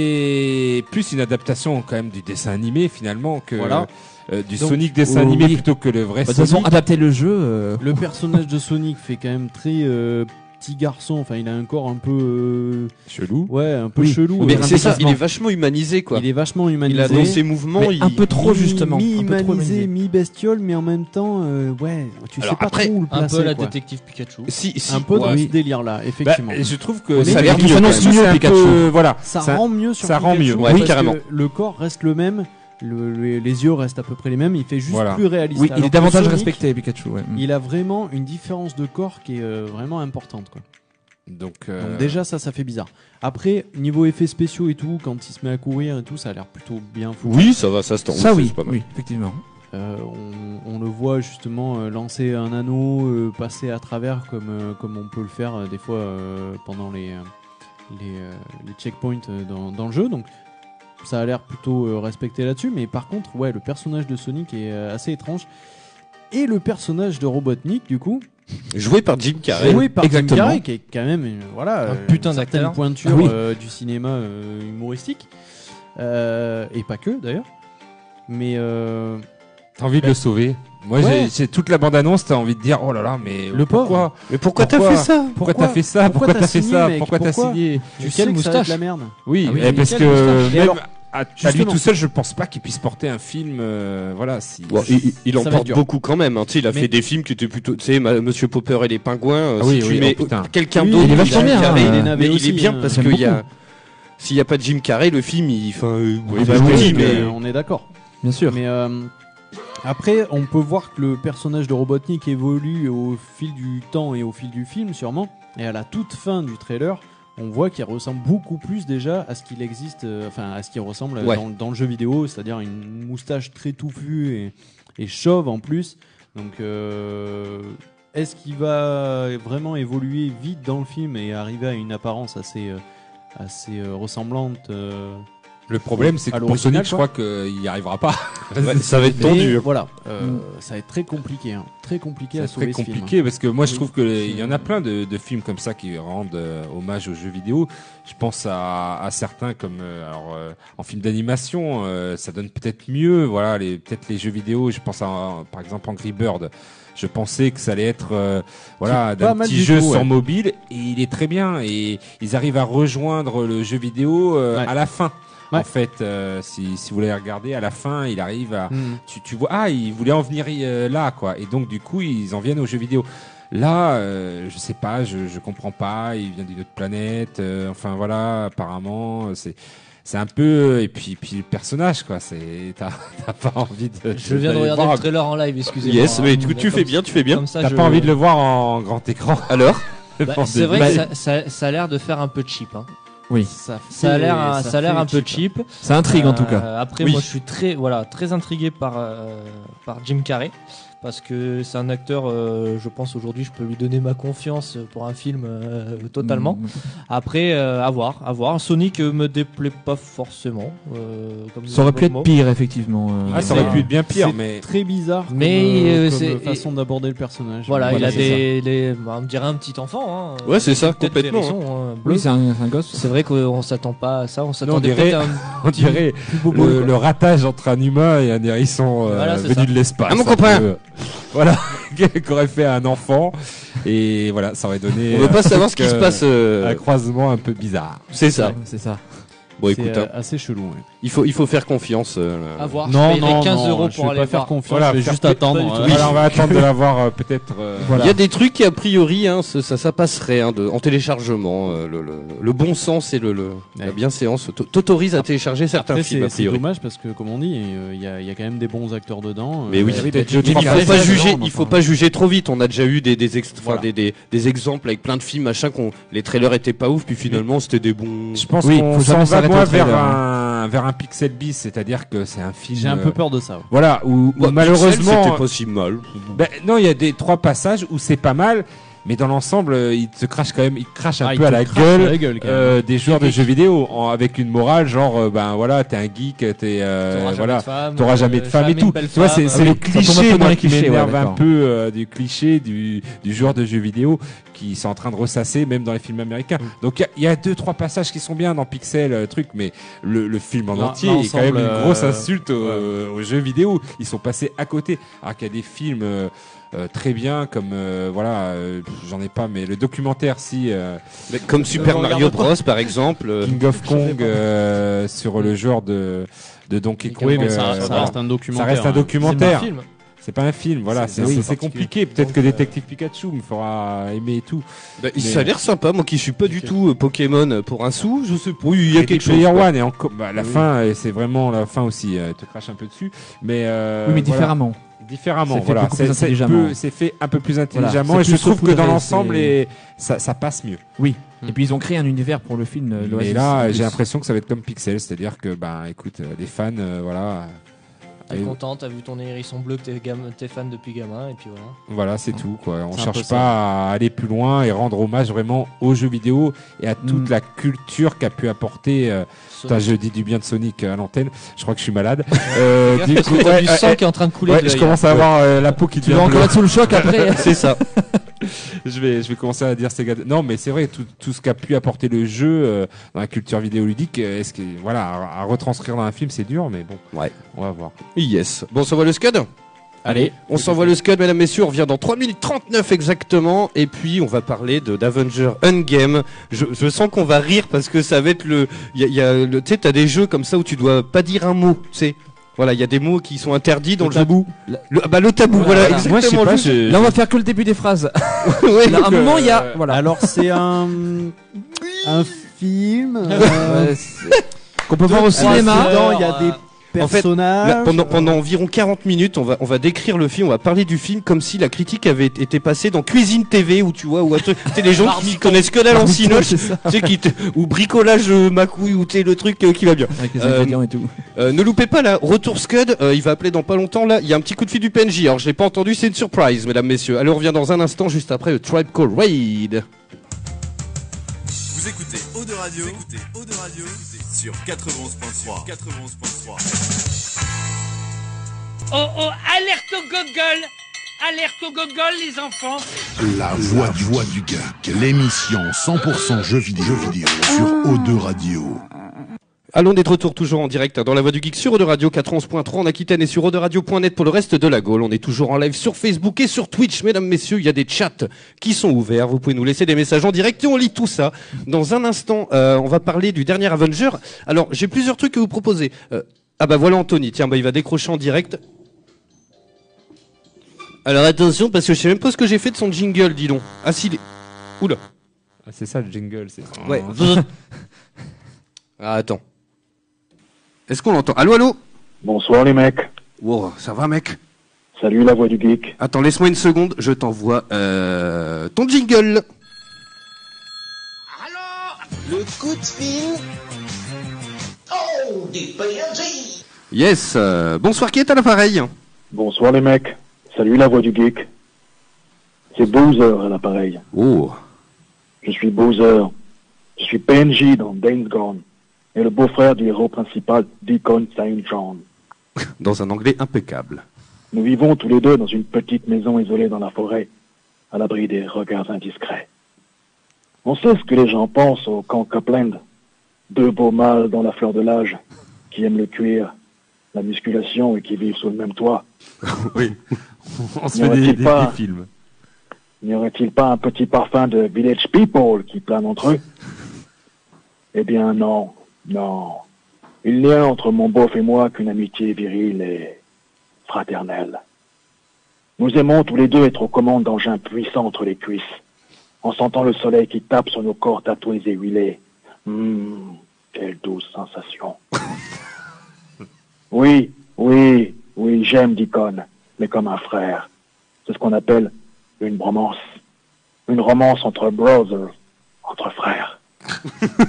[SPEAKER 4] c'est plus une adaptation quand même du dessin animé finalement que
[SPEAKER 8] Voilà.
[SPEAKER 4] euh, du
[SPEAKER 7] Donc,
[SPEAKER 4] Sonic dessin
[SPEAKER 7] oui. Bah,
[SPEAKER 4] animé plutôt que le vrai
[SPEAKER 7] De toute
[SPEAKER 4] Sonic.
[SPEAKER 7] façon, adapter le jeu. euh,
[SPEAKER 8] Le personnage de Sonic fait quand même très euh, petit garçon. Enfin, il a un corps un peu,
[SPEAKER 4] Chelou.
[SPEAKER 8] euh, ouais, un peu
[SPEAKER 7] Oui.
[SPEAKER 8] chelou.
[SPEAKER 7] Mais
[SPEAKER 8] euh,
[SPEAKER 3] C'est ça, il
[SPEAKER 7] Complètement.
[SPEAKER 3] est vachement humanisé, quoi.
[SPEAKER 8] il est vachement
[SPEAKER 3] Il
[SPEAKER 8] humanisé.
[SPEAKER 3] a dans ses mouvements,
[SPEAKER 7] mais
[SPEAKER 3] il...
[SPEAKER 7] un peu trop
[SPEAKER 8] Mi-
[SPEAKER 7] justement.
[SPEAKER 8] Mi
[SPEAKER 7] un peu trop
[SPEAKER 8] humanisé,
[SPEAKER 7] humanisé.
[SPEAKER 8] mi bestiole, mais en même temps, euh, ouais, tu
[SPEAKER 3] Alors
[SPEAKER 8] sais pas
[SPEAKER 3] après,
[SPEAKER 8] trop où le
[SPEAKER 6] Un
[SPEAKER 8] placer.
[SPEAKER 6] peu la
[SPEAKER 8] quoi.
[SPEAKER 6] détective Pikachu.
[SPEAKER 3] Si, si,
[SPEAKER 8] un peu dans
[SPEAKER 3] ouais.
[SPEAKER 8] ce délire-là,
[SPEAKER 4] Bah,
[SPEAKER 8] effectivement.
[SPEAKER 4] je trouve que
[SPEAKER 3] Ça a l'air
[SPEAKER 4] qui
[SPEAKER 3] mieux,
[SPEAKER 4] s'annonce
[SPEAKER 3] quand même.
[SPEAKER 4] mieux,
[SPEAKER 3] C'est un
[SPEAKER 4] Pikachu.
[SPEAKER 3] peu-
[SPEAKER 4] Voilà.
[SPEAKER 8] ça,
[SPEAKER 4] ça-
[SPEAKER 8] rend mieux sur
[SPEAKER 4] ça rend
[SPEAKER 8] Pikachu,
[SPEAKER 4] mieux,
[SPEAKER 3] ouais,
[SPEAKER 8] parce que
[SPEAKER 3] carrément.
[SPEAKER 8] le corps reste le même, le- le- les yeux restent à peu près les mêmes, il fait juste
[SPEAKER 4] Voilà.
[SPEAKER 8] plus réaliste.
[SPEAKER 7] Oui, il
[SPEAKER 8] Alors
[SPEAKER 7] est
[SPEAKER 8] que
[SPEAKER 7] davantage
[SPEAKER 8] Sonic,
[SPEAKER 7] respecté, Pikachu. ouais.
[SPEAKER 8] Il a vraiment une différence de corps qui est euh, vraiment importante. Quoi.
[SPEAKER 4] Donc, euh,
[SPEAKER 8] Donc déjà ça, ça fait bizarre. Après, niveau effets spéciaux et tout, quand il se met à courir et tout, ça a l'air plutôt bien fou.
[SPEAKER 3] Oui, ça va, ça se tente.
[SPEAKER 7] Ça
[SPEAKER 3] c'est
[SPEAKER 7] oui,
[SPEAKER 3] pas mal.
[SPEAKER 7] oui, effectivement.
[SPEAKER 8] Euh, on, on le voit justement euh, lancer un anneau, euh, passer à travers comme, euh, comme on peut le faire euh, des fois euh, pendant les, euh, les, euh, les checkpoints euh, dans, dans le jeu. Donc ça a l'air plutôt euh, respecté là-dessus. Mais par contre, ouais, le personnage de Sonic est euh, assez étrange. Et le personnage de Robotnik, du coup,
[SPEAKER 3] Joué par Jim Carrey.
[SPEAKER 8] joué par Jim
[SPEAKER 7] exactement.
[SPEAKER 8] Carrey, qui est quand même euh, voilà,
[SPEAKER 6] Un
[SPEAKER 8] euh,
[SPEAKER 6] putain
[SPEAKER 8] une certaine
[SPEAKER 6] d'acteur.
[SPEAKER 8] pointure
[SPEAKER 7] Ah oui.
[SPEAKER 8] euh, du cinéma euh, humoristique. Euh, et pas que d'ailleurs. Mais euh,
[SPEAKER 4] t'as envie de le sauver. Moi,
[SPEAKER 8] Ouais.
[SPEAKER 4] j'ai- j'ai toute la bande-annonce, t'as envie de dire, oh là là, mais
[SPEAKER 8] Le
[SPEAKER 4] pourquoi
[SPEAKER 3] Mais pourquoi t'as
[SPEAKER 4] Pourquoi
[SPEAKER 3] fait ça
[SPEAKER 4] Pourquoi t'as fait ça
[SPEAKER 8] pourquoi
[SPEAKER 4] Pourquoi
[SPEAKER 8] t'as
[SPEAKER 4] t'as fait
[SPEAKER 8] signé,
[SPEAKER 4] ça
[SPEAKER 8] mec
[SPEAKER 4] Pourquoi t'as
[SPEAKER 8] Pourquoi
[SPEAKER 4] signé
[SPEAKER 8] tu
[SPEAKER 6] Quelle
[SPEAKER 8] sais que ça va être
[SPEAKER 6] moustache
[SPEAKER 8] la merde.
[SPEAKER 4] Oui,
[SPEAKER 7] Ah oui,
[SPEAKER 4] eh,
[SPEAKER 7] mais
[SPEAKER 4] parce
[SPEAKER 6] quelle
[SPEAKER 4] que
[SPEAKER 6] moustache.
[SPEAKER 8] Et
[SPEAKER 4] même
[SPEAKER 8] alors,
[SPEAKER 4] à, à lui
[SPEAKER 8] justement.
[SPEAKER 4] tout seul, je pense pas qu'il puisse porter un film. euh, voilà, si.
[SPEAKER 3] Bon, il, il- il en
[SPEAKER 8] Ça va être
[SPEAKER 3] porte
[SPEAKER 8] dur.
[SPEAKER 3] beaucoup quand même. hein. Tu sais, il a
[SPEAKER 8] Mais-
[SPEAKER 3] fait des films qui étaient plutôt, tu sais, Ma- Monsieur Popper et les pingouins. euh,
[SPEAKER 4] Ah oui,
[SPEAKER 3] si
[SPEAKER 4] oui,
[SPEAKER 3] tu mets
[SPEAKER 4] oh, putain.
[SPEAKER 3] quelqu'un
[SPEAKER 8] Oui,
[SPEAKER 3] d'autre,
[SPEAKER 8] il est
[SPEAKER 3] que
[SPEAKER 8] vachement
[SPEAKER 3] Jim
[SPEAKER 8] bien,
[SPEAKER 3] Carrey,
[SPEAKER 8] hein.
[SPEAKER 3] il est-
[SPEAKER 8] Navet
[SPEAKER 3] mais il
[SPEAKER 8] aussi,
[SPEAKER 3] est bien
[SPEAKER 8] hein.
[SPEAKER 3] parce
[SPEAKER 7] J'aime
[SPEAKER 3] qu'il y a, s'il n'y a pas de Jim Carrey, le film, il, enfin, euh,
[SPEAKER 4] Oui,
[SPEAKER 3] c'est
[SPEAKER 4] bah,
[SPEAKER 3] joli,
[SPEAKER 4] oui,
[SPEAKER 3] mais-
[SPEAKER 8] mais on est d'accord.
[SPEAKER 7] Bien sûr.
[SPEAKER 8] Mais euh, après, on peut voir que le personnage de Robotnik évolue au fil du temps et au fil du film, sûrement. Et à la toute fin du trailer, on voit qu'il ressemble beaucoup plus déjà à ce qu'il existe, euh, enfin à ce qu'il ressemble euh,
[SPEAKER 3] Ouais.
[SPEAKER 8] dans, dans le jeu vidéo, c'est-à-dire une moustache très touffue et, et chauve en plus. Donc, euh, est-ce qu'il va vraiment évoluer vite dans le film et arriver à une apparence assez, euh, assez euh, ressemblante euh,
[SPEAKER 4] Le problème, c'est que
[SPEAKER 8] À
[SPEAKER 4] pour
[SPEAKER 8] l'original,
[SPEAKER 4] Sonic, je crois qu'il n'y arrivera pas.
[SPEAKER 3] Ouais, ça va être tendu.
[SPEAKER 8] Mais Voilà, euh, ça va être très compliqué, hein. très compliqué à
[SPEAKER 4] C'est
[SPEAKER 8] sauver
[SPEAKER 4] très
[SPEAKER 8] ce film. hein.
[SPEAKER 4] compliqué parce que moi je
[SPEAKER 8] Oui,
[SPEAKER 4] trouve qu'il
[SPEAKER 8] c'est-
[SPEAKER 4] y en a plein de, de films comme ça qui rendent euh, hommage aux jeux vidéo. Je pense à, à certains comme euh, alors euh, en film d'animation, euh, ça donne peut-être mieux. Voilà, les peut-être les jeux vidéo. Je pense à euh, par exemple Angry Bird. Je pensais que ça allait être euh, voilà
[SPEAKER 8] C'est pas
[SPEAKER 4] d'un
[SPEAKER 8] mal
[SPEAKER 4] petit
[SPEAKER 8] du
[SPEAKER 4] jeu
[SPEAKER 8] tout,
[SPEAKER 4] sur
[SPEAKER 8] ouais.
[SPEAKER 4] mobile et il est très bien et ils arrivent à rejoindre le jeu vidéo euh,
[SPEAKER 8] Ouais.
[SPEAKER 4] à la fin.
[SPEAKER 8] Ouais.
[SPEAKER 4] En fait, euh, si, si vous voulez regarder, à la fin, il arrive à,
[SPEAKER 8] Mm.
[SPEAKER 4] tu, tu vois, ah, ils voulaient en venir euh, là, quoi. Et donc, du coup, ils en viennent aux jeux vidéo. Là, euh, je sais pas, je, je comprends pas, il vient d'une autre planète, euh, enfin voilà, apparemment, euh, c'est. C'est un peu et puis puis le personnage quoi, c'est t'as (laughs) t'as pas envie de
[SPEAKER 6] Je viens de
[SPEAKER 4] d'aller
[SPEAKER 6] regarder
[SPEAKER 4] voir-
[SPEAKER 6] le trailer en live, excusez-moi.
[SPEAKER 3] Yes, mais
[SPEAKER 6] hein,
[SPEAKER 3] tu, tu
[SPEAKER 6] comme-
[SPEAKER 3] fais bien, tu fais bien.
[SPEAKER 6] comme ça,
[SPEAKER 4] T'as
[SPEAKER 6] je-
[SPEAKER 4] pas envie de le voir en grand écran.
[SPEAKER 3] Alors,
[SPEAKER 6] Bah, C'est vrai que ça, ça- ça a l'air de faire un peu cheap. hein.
[SPEAKER 7] Oui,
[SPEAKER 8] Ça, fait-
[SPEAKER 6] Ça a l'air, un-
[SPEAKER 8] ça
[SPEAKER 6] ça a l'air
[SPEAKER 8] fait
[SPEAKER 6] un peu
[SPEAKER 8] cheap.
[SPEAKER 6] cheap.
[SPEAKER 7] ça intrigue en tout cas.
[SPEAKER 6] Euh, Après,
[SPEAKER 7] Oui.
[SPEAKER 6] moi, je suis très, voilà, très intrigué par, euh, par Jim Carrey.
[SPEAKER 5] parce que c'est un acteur, euh, je pense aujourd'hui, je peux lui donner ma confiance pour un film euh, totalement.
[SPEAKER 7] Mm.
[SPEAKER 5] Après, euh, à voir, à voir. Sonic euh, me déplaît pas forcément. euh, comme
[SPEAKER 7] Ça aurait pu
[SPEAKER 5] mot.
[SPEAKER 7] être pire, effectivement. euh,
[SPEAKER 4] Ah, ça aurait pu être bien pire,
[SPEAKER 8] C'est
[SPEAKER 4] mais.
[SPEAKER 8] Très bizarre comme,
[SPEAKER 5] Mais,
[SPEAKER 8] euh,
[SPEAKER 5] euh,
[SPEAKER 8] comme
[SPEAKER 5] c'est-
[SPEAKER 8] façon d'aborder le personnage.
[SPEAKER 5] Voilà, il a
[SPEAKER 8] c'est
[SPEAKER 5] des, les- bah, on dirait un petit enfant. Hein,
[SPEAKER 3] Ouais, c'est ça,
[SPEAKER 5] Peut-être
[SPEAKER 3] complètement,
[SPEAKER 5] des hérissons, hein, bleus.
[SPEAKER 7] Oui, c'est un, c'est un gosse.
[SPEAKER 5] c'est vrai qu'on s'attend pas à ça. On s'attendait
[SPEAKER 4] dirait-
[SPEAKER 5] peut-être à un
[SPEAKER 4] On dirait le, le ratage entre un humain et un hérisson euh,
[SPEAKER 5] Voilà, c'est
[SPEAKER 4] venu
[SPEAKER 5] ça.
[SPEAKER 4] de l'espace.
[SPEAKER 3] Ah, mon
[SPEAKER 4] Un
[SPEAKER 3] copain
[SPEAKER 4] peu, euh, Voilà, (laughs) qu'aurait fait à un enfant. Et voilà, ça aurait donné.
[SPEAKER 3] On veut
[SPEAKER 4] un (laughs)
[SPEAKER 3] pas savoir ce
[SPEAKER 4] truc,
[SPEAKER 3] qui se
[SPEAKER 4] euh,
[SPEAKER 3] passe. euh,
[SPEAKER 4] Un croisement un peu bizarre.
[SPEAKER 3] C'est ça.
[SPEAKER 7] Ouais, C'est ça.
[SPEAKER 3] Bon,
[SPEAKER 8] c'est,
[SPEAKER 3] écoute,
[SPEAKER 8] euh,
[SPEAKER 3] hein,
[SPEAKER 8] assez chelou. ouais.
[SPEAKER 3] il faut il faut faire confiance. euh, là.
[SPEAKER 5] à voir.
[SPEAKER 8] Non,
[SPEAKER 5] je paierais
[SPEAKER 8] non,
[SPEAKER 5] 15
[SPEAKER 8] non,
[SPEAKER 5] euros
[SPEAKER 8] je
[SPEAKER 5] pour
[SPEAKER 8] vais
[SPEAKER 5] aller
[SPEAKER 8] pas
[SPEAKER 5] le
[SPEAKER 8] faire
[SPEAKER 5] voir.
[SPEAKER 8] confiance,
[SPEAKER 4] Voilà,
[SPEAKER 8] je vais
[SPEAKER 4] faire-
[SPEAKER 8] juste attendre. euh,
[SPEAKER 4] Voilà, on va attendre de l'avoir euh, peut-être. euh,
[SPEAKER 3] Il y a des trucs qui a priori, hein, ça, ça, ça passerait hein, de, en téléchargement. euh, le, le- le bon sens et le, le- la
[SPEAKER 8] Ouais.
[SPEAKER 3] bienséance t- t'autorise à télécharger certains
[SPEAKER 8] Après,
[SPEAKER 3] films a
[SPEAKER 8] c'est c'est
[SPEAKER 3] priori.
[SPEAKER 8] dommage parce que, comme on dit, euh, il y, a- il y a quand même des bons acteurs dedans.
[SPEAKER 3] Mais oui,
[SPEAKER 8] euh,
[SPEAKER 4] peut-être
[SPEAKER 3] Il
[SPEAKER 4] Johnny
[SPEAKER 3] faut
[SPEAKER 4] Depp.
[SPEAKER 3] pas juger,
[SPEAKER 7] non, mais
[SPEAKER 3] il faut
[SPEAKER 7] enfin.
[SPEAKER 3] pas juger trop vite. On a déjà eu des des, ex- enfin,
[SPEAKER 4] Voilà.
[SPEAKER 3] des, des- des exemples avec plein de films machin qu'on les trailers étaient pas ouf puis finalement c'était des bons.
[SPEAKER 4] Je pense
[SPEAKER 7] Oui,
[SPEAKER 4] qu'on
[SPEAKER 7] faut
[SPEAKER 4] s'en
[SPEAKER 7] jamais
[SPEAKER 4] va
[SPEAKER 7] s'arrêter
[SPEAKER 4] moi
[SPEAKER 7] au trailer,
[SPEAKER 4] vers un, vers un pixel bis, c'est-à-dire que c'est hein. un film.
[SPEAKER 8] J'ai un peu
[SPEAKER 4] euh,
[SPEAKER 8] peur de ça. ouais.
[SPEAKER 4] Voilà, où, où
[SPEAKER 3] Bah, Pixel,
[SPEAKER 4] malheureusement.
[SPEAKER 3] c'était pas si mal.
[SPEAKER 4] Ben, non, il y a des trois passages où c'est pas mal, mais dans l'ensemble, euh, il te crache quand même, il te crache un
[SPEAKER 8] Ah, il
[SPEAKER 4] peu à
[SPEAKER 8] te
[SPEAKER 4] la
[SPEAKER 8] crache
[SPEAKER 4] gueule.
[SPEAKER 8] à la gueule, quand même.
[SPEAKER 4] euh, des joueurs de jeux vidéo en- avec une morale genre euh, ben voilà t'es un geek t'es euh,
[SPEAKER 5] T'auras jamais
[SPEAKER 4] voilà
[SPEAKER 5] de femme,
[SPEAKER 4] t'auras jamais de
[SPEAKER 5] euh,
[SPEAKER 4] femme et
[SPEAKER 5] jamais
[SPEAKER 4] tout
[SPEAKER 5] une belle
[SPEAKER 4] tu vois c'est
[SPEAKER 5] femme.
[SPEAKER 4] c'est
[SPEAKER 7] Ah
[SPEAKER 4] le
[SPEAKER 7] oui, ça
[SPEAKER 4] cliché
[SPEAKER 7] tombe un peu dans
[SPEAKER 4] moi,
[SPEAKER 7] les
[SPEAKER 4] qui
[SPEAKER 7] clichés, ouais,
[SPEAKER 4] m'énerve un
[SPEAKER 7] d'accord.
[SPEAKER 4] peu euh, du cliché du, du joueur de jeux vidéo qui sont en train de ressasser même dans les films américains donc il y a- il y, a deux trois passages qui sont bien dans Pixel euh, truc mais le, le film en
[SPEAKER 8] L'en-
[SPEAKER 4] entier est quand même
[SPEAKER 8] l'ensemble,
[SPEAKER 4] une grosse
[SPEAKER 8] euh,
[SPEAKER 4] insulte au- aux, jeux vidéo ils sont passés à côté alors qu'il y a des films euh, euh, très bien comme euh, voilà euh, pff, j'en ai pas mais le documentaire si euh,
[SPEAKER 3] Mais Comme Super
[SPEAKER 8] on
[SPEAKER 3] Mario
[SPEAKER 8] regarde
[SPEAKER 3] Bros par exemple. euh,
[SPEAKER 4] King of Kong euh, sur le genre de, de Donkey Kong.
[SPEAKER 8] Oui, mais ça,
[SPEAKER 4] euh,
[SPEAKER 8] ça
[SPEAKER 4] voilà.
[SPEAKER 8] reste un
[SPEAKER 4] Ça
[SPEAKER 8] documentaire.
[SPEAKER 4] reste
[SPEAKER 8] hein.
[SPEAKER 4] un
[SPEAKER 5] C'est un
[SPEAKER 4] documentaire.
[SPEAKER 5] film.
[SPEAKER 4] C'est pas un film, voilà.
[SPEAKER 8] C'est-
[SPEAKER 4] C'est
[SPEAKER 8] c'est
[SPEAKER 4] c'est compliqué. Peut-être
[SPEAKER 5] Donc,
[SPEAKER 4] que
[SPEAKER 5] euh,
[SPEAKER 4] Détective Pikachu me fera aimer et tout.
[SPEAKER 3] bah, il-
[SPEAKER 4] Mais-
[SPEAKER 3] Ça a l'air sympa, moi qui suis pas du tout euh, Pokémon euh, pour un sou, je sais pas. Oui, il y a
[SPEAKER 4] Et
[SPEAKER 3] quelque
[SPEAKER 4] puis
[SPEAKER 3] chose.
[SPEAKER 4] Player
[SPEAKER 3] quoi.
[SPEAKER 4] One et encore. Bah, la fin, euh, c'est vraiment la fin aussi. euh, te crache un peu dessus, mais euh,
[SPEAKER 7] oui, mais
[SPEAKER 4] voilà.
[SPEAKER 7] différemment.
[SPEAKER 4] différemment.
[SPEAKER 7] C'est fait
[SPEAKER 4] voilà,
[SPEAKER 7] beaucoup plus
[SPEAKER 4] C'est- c'est
[SPEAKER 7] intelligemment.
[SPEAKER 4] peu- C'est fait un peu plus
[SPEAKER 7] Voilà.
[SPEAKER 4] intelligemment
[SPEAKER 7] C'est
[SPEAKER 4] et je
[SPEAKER 7] plus
[SPEAKER 4] trouve que
[SPEAKER 7] saupoudré,
[SPEAKER 4] dans l'ensemble,
[SPEAKER 7] c'est-
[SPEAKER 4] et ça, ça passe mieux.
[SPEAKER 7] Oui. Et puis ils ont créé un univers pour le film. euh,
[SPEAKER 4] Mais
[SPEAKER 7] l'Oasis, en
[SPEAKER 4] là,
[SPEAKER 7] plus.
[SPEAKER 4] j'ai l'impression que ça va être comme Pixel, c'est-à-dire que, bah, écoute, euh, les fans, euh, voilà,
[SPEAKER 5] T'es
[SPEAKER 4] Allez.
[SPEAKER 5] content, t'as vu ton hérisson bleu que t'es gam- t'es fan depuis gamin, et puis voilà.
[SPEAKER 4] Voilà, c'est tout. Quoi. On
[SPEAKER 8] C'est un peu
[SPEAKER 4] cherche
[SPEAKER 8] ça.
[SPEAKER 4] pas à aller plus loin et rendre hommage vraiment aux jeux vidéo et à toute
[SPEAKER 7] Mm.
[SPEAKER 4] la culture qu'a pu apporter. euh, putain, je dis du bien de Sonic euh, à l'antenne. Je crois que je suis malade. Euh,
[SPEAKER 5] (laughs)
[SPEAKER 4] du coup,
[SPEAKER 5] T'as
[SPEAKER 4] ouais,
[SPEAKER 5] du
[SPEAKER 4] ouais,
[SPEAKER 5] sang qui est en train de couler
[SPEAKER 4] ouais,
[SPEAKER 5] de
[SPEAKER 4] je
[SPEAKER 5] l'œil,
[SPEAKER 4] commence à avoir euh, la peau qui
[SPEAKER 7] Tu vas
[SPEAKER 4] devient bleue.
[SPEAKER 7] encore être sous le
[SPEAKER 5] hein.
[SPEAKER 7] choc après.
[SPEAKER 3] C'est ça.
[SPEAKER 4] Je vais, je vais commencer à dire ces gars. Non, mais c'est vrai, tout, tout ce qu'a pu apporter le jeu euh, dans la culture vidéoludique, euh, est-ce que voilà, à, à retranscrire dans un film, c'est dur, mais bon,
[SPEAKER 3] Ouais.
[SPEAKER 4] on va voir.
[SPEAKER 3] Yes. Bon, ça va le scud
[SPEAKER 8] Allez,
[SPEAKER 3] On s'envoie le scud, mesdames, messieurs. On revient dans 3 minutes 39 exactement. Et puis, on va parler de d'Avenger Endgame. Je, je sens qu'on va rire parce que ça va être le. il Y a, il y a le- tu sais, t'as des jeux comme ça où tu dois pas dire un mot. Tu sais, voilà, il y a des mots qui sont interdits dans le, tabou. Le, ah bah, le tabou, voilà,
[SPEAKER 7] voilà.
[SPEAKER 4] Moi, je sais
[SPEAKER 3] exactement.
[SPEAKER 4] pas,
[SPEAKER 3] juste-
[SPEAKER 4] je-
[SPEAKER 7] Là, on va faire que le début des phrases.
[SPEAKER 3] Ouais.
[SPEAKER 7] Là, à un
[SPEAKER 4] euh,
[SPEAKER 7] moment, il y a. Voilà.
[SPEAKER 8] alors c'est un un film. euh,
[SPEAKER 7] Ouais, c'est- Qu'on peut voir au
[SPEAKER 8] trois
[SPEAKER 7] cinéma.
[SPEAKER 8] dedans, il y a des
[SPEAKER 3] En fait,
[SPEAKER 8] personnages.
[SPEAKER 3] Là, pendant, pendant environ 40 minutes, on va, on va décrire le film, on va parler du film comme si la critique avait été passée dans Cuisine TV ou tu vois, ou un truc. Tu sais, les gens qui connaissent que dalle en cinoche,
[SPEAKER 7] c'est ça.
[SPEAKER 3] tu sais, qui te- ou bricolage euh, macouille ou tu sais, le truc euh, qui va bien.
[SPEAKER 7] Avec les
[SPEAKER 3] Euh,
[SPEAKER 7] ingrédients et tout.
[SPEAKER 3] Euh, ne loupez pas là, retour Scud, euh, il va appeler dans pas longtemps là, il y a un petit coup de fil du PNJ, alors je l'ai pas entendu, c'est une surprise mesdames, messieurs. Allez, on revient dans un instant juste après le Tribe Call Raid.
[SPEAKER 11] Vous écoutez Eau de Radio, écoutez Eau de Radio sur 91.3. 91.3.
[SPEAKER 12] Oh oh, alerte au gogol Alerte au gogol, les enfants
[SPEAKER 1] La voix, du, voix du geek. L'émission 100% jeux vidéo, jeux vidéo sur O2 Radio.
[SPEAKER 3] Allons d'être retour toujours en direct hein, dans la voix du geek sur Eau de Radio 411.3 en Aquitaine et sur Radio.net pour le reste de la Gaule. On est toujours en live sur Facebook et sur Twitch. Mesdames, messieurs, il y a des chats qui sont ouverts. Vous pouvez nous laisser des messages en direct et on lit tout ça. Dans un instant, euh, on va parler du dernier Avenger. Alors, j'ai plusieurs trucs à vous proposer. Euh, ah bah voilà Anthony, tiens, bah il va décrocher en direct. Alors attention, parce que je sais même pas ce que j'ai fait de son jingle, dis donc. Ah si, il est- Oula.
[SPEAKER 4] C'est ça le jingle. c'est-
[SPEAKER 3] Ouais. Hein (laughs) ah, attends. Est-ce qu'on l'entend Allô, allô
[SPEAKER 13] Bonsoir les mecs.
[SPEAKER 3] Wow, ça va, mec
[SPEAKER 13] Salut la voix du geek.
[SPEAKER 3] Attends, laisse-moi une seconde, je t'envoie euh, ton jingle. Allô Le coup de fil Oh, du Yes euh, Bonsoir, qui est à l'appareil
[SPEAKER 13] Bonsoir les mecs. Salut la voix du geek. C'est Bowser à l'appareil.
[SPEAKER 3] Oh.
[SPEAKER 13] Je suis Bowser. Je suis PNJ dans Days Gone et le beau-frère du héros principal Deacon Saint John.
[SPEAKER 3] Dans un anglais impeccable.
[SPEAKER 13] Nous vivons tous les deux dans une petite maison isolée dans la forêt, à l'abri des regards indiscrets. On sait ce que les gens pensent au camp Copland, deux beaux mâles dans la fleur de l'âge, qui aiment le cuir, la musculation et qui vivent sous le même toit.
[SPEAKER 4] (laughs) oui. On se
[SPEAKER 13] N'y
[SPEAKER 4] fait des,
[SPEAKER 13] aurait-il
[SPEAKER 4] des-
[SPEAKER 13] pas-
[SPEAKER 4] des films.
[SPEAKER 13] N'y aurait-il pas un petit parfum de Village People qui plane entre eux Eh bien non, non. Il n'y a entre mon bof et moi qu'une amitié virile et fraternelle. Nous aimons tous les deux être aux commandes d'engins puissants entre les cuisses, en sentant le soleil qui tape sur nos corps tatoués et huilés. Hum, quelle douce sensation. oui, oui, oui, j'aime Deacon, mais comme un frère. C'est ce qu'on appelle une bromance. Une romance entre brothers, entre frères.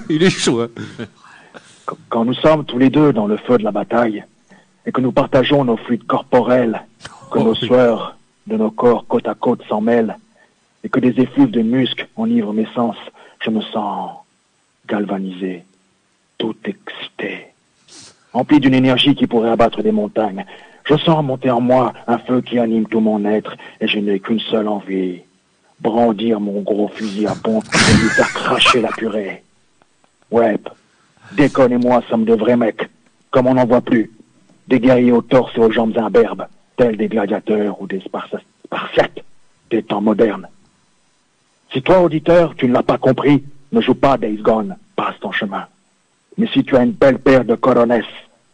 [SPEAKER 3] Il est chaud, hein.
[SPEAKER 13] Qu- Quand nous sommes tous les deux dans le feu de la bataille et que nous partageons nos fluides corporels, que nos sueurs de nos corps côte à côte s'en mêlent et que des effluves de muscles enivrent mes sens, je me sens galvanisé, tout excité, empli d'une énergie qui pourrait abattre des montagnes. Je sens monter en moi un feu qui anime tout mon être et je n'ai qu'une seule envie, brandir mon gros fusil à pompe et lui faire cracher la purée. Ouais, Déconne et moi sommes de vrais mecs, comme on n'en voit plus. Des guerriers au torse et aux jambes imberbes, tels des gladiateurs ou des Sparsa- spartiates des temps modernes. Si toi, auditeur, tu ne l'as pas compris, ne joue pas à Days Gone, passe ton chemin. Mais si tu as une belle paire de coronesses,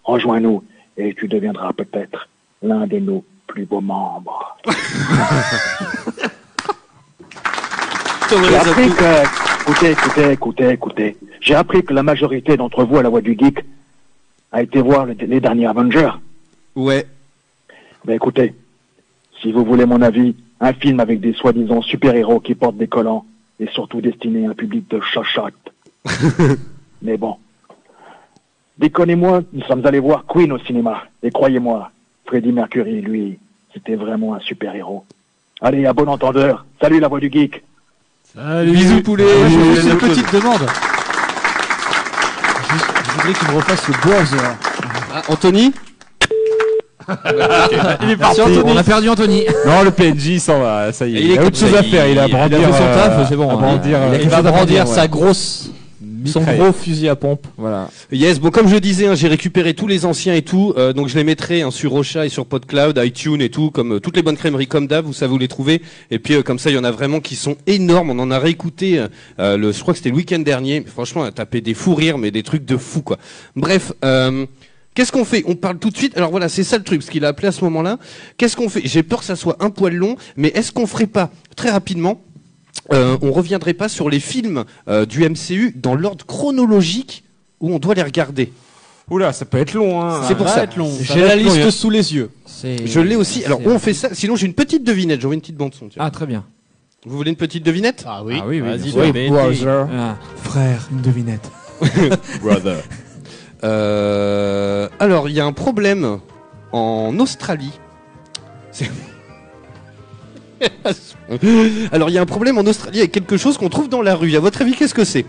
[SPEAKER 13] rejoins-nous et tu deviendras peut-être l'un de nos plus beaux membres. J'ai appris que, écoutez, écoutez, écoutez, écoutez, j'ai appris que la majorité d'entre vous à la voix du geek a été voir le- les derniers Avengers.
[SPEAKER 3] Ouais.
[SPEAKER 13] Mais écoutez, si vous voulez mon avis, un film avec des soi-disant super-héros qui portent des collants est surtout destiné à un public de chachotte. Mais bon, déconnez-moi, nous sommes allés voir Queen au cinéma. Et croyez-moi, Freddie Mercury, lui, c'était vraiment un super-héros. Allez, à bon entendeur, salut la voix du geek
[SPEAKER 6] Bisous
[SPEAKER 13] poulet.
[SPEAKER 6] Moi, j'ai juste
[SPEAKER 13] Bisous,
[SPEAKER 6] une
[SPEAKER 13] poulet.
[SPEAKER 6] petite demande. Je, je voudrais qu'il me refasse le Bowser.
[SPEAKER 3] Ah, Anthony
[SPEAKER 6] Il est parti, on a perdu Anthony.
[SPEAKER 4] Non, le PNJ s'en va, ça y est.
[SPEAKER 6] Il
[SPEAKER 4] Il,
[SPEAKER 6] est
[SPEAKER 4] a
[SPEAKER 6] comme
[SPEAKER 4] autre chose
[SPEAKER 6] ça,
[SPEAKER 4] à faire. Il a
[SPEAKER 6] il- il a
[SPEAKER 4] brandir.
[SPEAKER 6] fait son
[SPEAKER 4] euh,
[SPEAKER 6] taf, c'est bon,
[SPEAKER 4] à
[SPEAKER 6] hein.
[SPEAKER 4] brandir,
[SPEAKER 6] Il a
[SPEAKER 4] euh,
[SPEAKER 6] quelque chose à brandir, sa grosse-
[SPEAKER 3] son
[SPEAKER 4] gros
[SPEAKER 3] fusil à pompe.
[SPEAKER 4] Voilà.
[SPEAKER 3] Yes, bon comme je disais, hein, j'ai récupéré tous les anciens et tout, euh, donc je les mettrai hein, sur Rocha et sur PodCloud, iTunes et tout, comme euh, toutes les bonnes crèmeries comme d'hab, vous savez où les trouver. Et puis euh, comme ça, il y en a vraiment qui sont énormes. On en a réécouté, euh, euh, le, je crois que c'était le week-end dernier. Franchement, on a tapé des fous rires, mais des trucs de fou quoi. Bref. euh, Qu'est-ce qu'on fait On parle tout de suite. Alors voilà, c'est ça le truc, ce qu'il a appelé à ce moment-là. Qu'est-ce qu'on fait J'ai peur que ça soit un poil long, mais est-ce qu'on ferait pas très rapidement euh, on reviendrait pas sur les films euh, du MCU dans l'ordre chronologique où on doit les regarder.
[SPEAKER 4] Oula, ça peut être long. Hein.
[SPEAKER 3] C'est pour ça.
[SPEAKER 4] J'ai la liste sous
[SPEAKER 3] les yeux. Je l'ai aussi. Alors on fait ça. Sinon j'ai une petite devinette. J'aurais une petite bande son. Ah très bien. Vous voulez une petite devinette Ah oui.
[SPEAKER 4] oui, Vas-y, bien sûr. devinette. Brother. Ah.
[SPEAKER 7] Frère, une devinette.
[SPEAKER 3] Brother. Euh, alors il y a un problème en Australie. C'est- (laughs) alors il y a un problème en Australie avec quelque chose qu'on trouve dans la rue. À votre avis qu'est-ce que c'est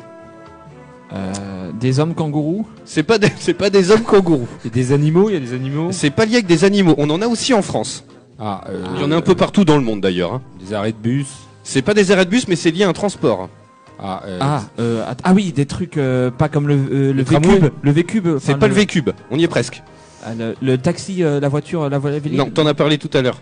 [SPEAKER 7] Euh, des hommes kangourous
[SPEAKER 3] C'est pas des, c'est pas des hommes kangourous.
[SPEAKER 4] Il y a des animaux, il y a des animaux.
[SPEAKER 3] C'est pas lié avec des animaux. On en a aussi en France.
[SPEAKER 4] Ah, euh,
[SPEAKER 3] il y en a un peu partout dans le monde d'ailleurs. Des arrêts de bus. C'est pas des arrêts de bus, mais c'est lié à un transport. Ah,
[SPEAKER 7] Ah, euh, att- ah oui, des trucs euh, pas comme le, euh, le
[SPEAKER 3] tramway.
[SPEAKER 7] V-Cube. Le V-Cube. enfin,
[SPEAKER 3] c'est pas le V-Cube. On y est presque.
[SPEAKER 7] Ah, le, le taxi, euh, la voiture, la voiture.
[SPEAKER 3] Non, t'en as parlé tout à l'heure.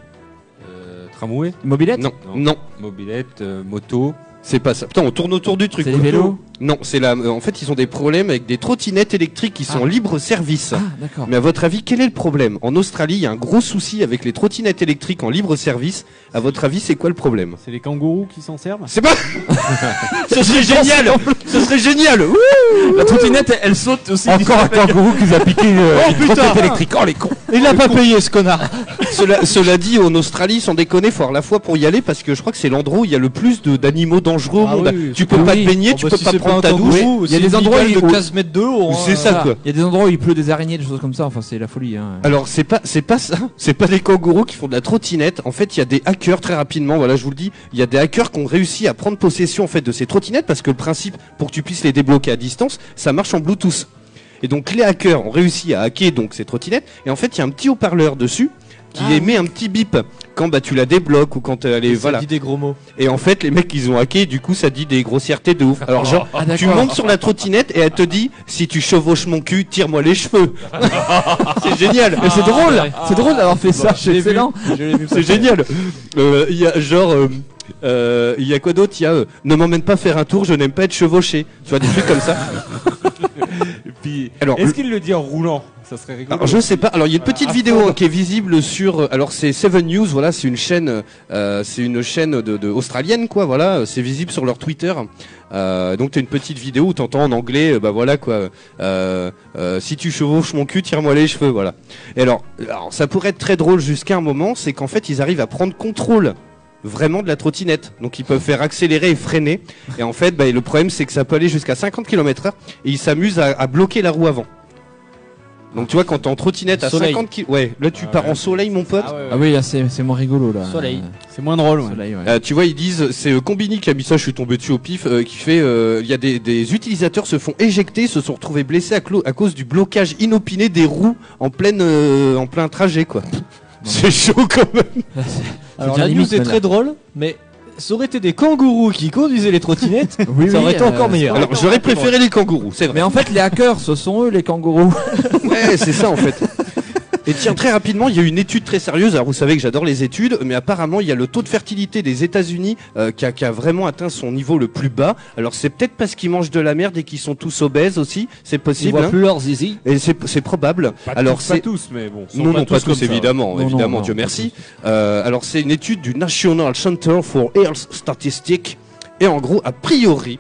[SPEAKER 4] euh, Tramway
[SPEAKER 7] Mobilette
[SPEAKER 3] Non. Non.
[SPEAKER 4] Mobilette, euh, moto.
[SPEAKER 3] C'est pas ça. Putain, on tourne autour du truc.
[SPEAKER 4] C'est
[SPEAKER 3] quoi.
[SPEAKER 4] les vélos
[SPEAKER 3] Non, c'est la. euh, En fait, ils ont des problèmes avec des trottinettes électriques qui sont libre service.
[SPEAKER 7] d'accord.
[SPEAKER 3] Mais à votre avis, quel est le problème En Australie, il y a un gros souci avec les trottinettes électriques en libre service. À votre avis, c'est quoi le problème
[SPEAKER 8] C'est les kangourous qui s'en servent
[SPEAKER 3] C'est pas Ce serait génial Ce serait génial Wouh
[SPEAKER 7] La trottinette, elle, saute aussi.
[SPEAKER 4] Encore un kangourou qui nous a piqué euh. une,
[SPEAKER 3] Oh,
[SPEAKER 4] une
[SPEAKER 3] putain
[SPEAKER 4] trottinette électrique. Oh les cons
[SPEAKER 3] Il n'a pas payé ce connard. cela, cela dit, en Australie, sans déconner, faut avoir la foi pour y aller parce que je crois que c'est l'endroit où il y a le plus de- d'animaux dangereux au
[SPEAKER 6] Ah
[SPEAKER 3] monde.
[SPEAKER 6] oui,
[SPEAKER 3] tu
[SPEAKER 6] oui,
[SPEAKER 3] peux
[SPEAKER 6] oui.
[SPEAKER 4] Ah
[SPEAKER 5] Ah
[SPEAKER 3] pas te baigner,
[SPEAKER 6] Oh,
[SPEAKER 3] tu
[SPEAKER 6] bah,
[SPEAKER 3] peux
[SPEAKER 6] si
[SPEAKER 3] pas
[SPEAKER 6] c'est
[SPEAKER 3] prendre
[SPEAKER 7] pas
[SPEAKER 3] prendre ta
[SPEAKER 7] autant
[SPEAKER 3] douche.
[SPEAKER 7] que vous.
[SPEAKER 3] c'est une
[SPEAKER 7] où-
[SPEAKER 3] gueule de
[SPEAKER 7] où-
[SPEAKER 3] 15 mètres de haut, hein.
[SPEAKER 7] C'est ça,
[SPEAKER 3] Voilà.
[SPEAKER 7] quoi. Ah, Il y a des endroits où il pleut des araignées, des choses comme ça. Enfin, c'est la folie. Hein.
[SPEAKER 3] Alors c'est pas c'est pas ça, (laughs) c'est pas des kangourous qui font de la trottinette. En fait, il y a des hackers très rapidement. Voilà, je vous le dis, il y a des hackers qui ont réussi à prendre possession en fait de ces trottinettes parce que le principe pour que tu puisses les débloquer à distance, ça marche en Bluetooth. Et donc les hackers ont réussi à hacker donc ces trottinettes et en fait il y a un petit haut-parleur dessus qui émet un petit bip quand bah tu la débloques ou quand euh, elle est
[SPEAKER 5] Ah. Ça
[SPEAKER 3] voilà.
[SPEAKER 5] dit des gros mots.
[SPEAKER 3] Et en fait, les mecs, ils ont hacké, du coup, ça dit des grossièretés de ouf. Alors, genre,
[SPEAKER 5] Ah,
[SPEAKER 3] tu
[SPEAKER 5] d'accord.
[SPEAKER 3] montes sur la trottinette et elle te dit si tu chevauches mon cul, tire-moi les cheveux. (laughs) c'est génial.
[SPEAKER 7] Mais
[SPEAKER 5] Ah,
[SPEAKER 7] c'est drôle. C'est drôle d'avoir fait ça. C'est excellent.
[SPEAKER 3] C'est génial. Euh, Il y a genre. euh, euh, Il y a quoi d'autre Il y a euh, Ne m'emmène pas faire un tour, je n'aime pas être chevauché. Tu vois, des trucs comme ça.
[SPEAKER 4] Puis,
[SPEAKER 3] Alors,
[SPEAKER 4] est-ce
[SPEAKER 3] le-
[SPEAKER 4] qu'il le dit en roulant Ça serait rigolo. Ah.
[SPEAKER 3] Alors, je sais pas. Alors, il y a une
[SPEAKER 4] Voilà.
[SPEAKER 3] petite vidéo
[SPEAKER 4] (laughs)
[SPEAKER 3] hein, qui est visible sur. euh, Alors, c'est Seven News. Voilà, c'est une chaîne, euh, c'est une chaîne de, de- australienne, quoi. Voilà, euh, c'est visible sur leur Twitter. Euh, donc, t'as une petite vidéo où t'entends en anglais. euh, bah voilà quoi. euh, euh, si tu chevauches mon cul, tire-moi les cheveux. Voilà. Et alors, alors, ça pourrait être très drôle jusqu'à un moment, c'est qu'en fait, ils arrivent à prendre contrôle vraiment de la trottinette. Donc ils peuvent faire accélérer et freiner. Et en fait, bah, le problème c'est que ça peut aller jusqu'à 50 km/h et ils s'amusent à, à bloquer la roue avant. Donc tu vois quand t'es en trottinette
[SPEAKER 7] Le
[SPEAKER 3] à
[SPEAKER 7] soleil.
[SPEAKER 3] 50 km, ouais, là tu
[SPEAKER 7] Ah
[SPEAKER 3] pars
[SPEAKER 7] ouais.
[SPEAKER 3] en soleil mon pote.
[SPEAKER 7] Ah oui, là, c'est c'est moins rigolo là.
[SPEAKER 3] Soleil.
[SPEAKER 8] C'est moins drôle.
[SPEAKER 3] Euh, tu vois, ils disent, c'est euh, Combini qui a mis ça, je suis tombé dessus au pif, euh, qui fait, euh, il y a des, des utilisateurs se font éjecter, se sont retrouvés blessés à, clo- à cause du blocage inopiné des roues en, pleine, euh, en plein trajet, quoi. C'est chaud quand même.
[SPEAKER 5] Alors la news est très drôle, mais ça aurait été des kangourous qui conduisaient
[SPEAKER 3] (laughs)
[SPEAKER 5] les trottinettes, ça aurait été encore meilleur.
[SPEAKER 3] Alors j'aurais préféré les kangourous, c'est vrai.
[SPEAKER 7] Mais en fait, les hackers, ce sont eux les kangourous.
[SPEAKER 3] Ouais, c'est ça en (laughs) fait. Et tiens, très rapidement, il y a une étude très sérieuse. Alors, vous savez que j'adore les études, mais apparemment, il y a le taux de fertilité des États-Unis euh, qui, a, qui a vraiment atteint son niveau le plus bas. Alors, c'est peut-être parce qu'ils mangent de la merde et qu'ils sont tous obèses aussi. C'est possible.
[SPEAKER 4] Ils voient
[SPEAKER 3] hein.
[SPEAKER 4] plus leurs zizi.
[SPEAKER 3] Et c'est c'est probable.
[SPEAKER 4] Pas
[SPEAKER 3] Alors,
[SPEAKER 4] tous,
[SPEAKER 3] c'est
[SPEAKER 4] pas tous, mais bon, ils sont
[SPEAKER 3] Non,
[SPEAKER 4] pas
[SPEAKER 3] non, pas
[SPEAKER 4] tous comme
[SPEAKER 3] tous,
[SPEAKER 4] ça.
[SPEAKER 3] évidemment,
[SPEAKER 4] Non, non,
[SPEAKER 3] évidemment,
[SPEAKER 4] non,
[SPEAKER 3] Dieu
[SPEAKER 4] pas
[SPEAKER 3] merci. Euh, alors, c'est une étude du National Center for Health Statistics. Et en gros, a priori,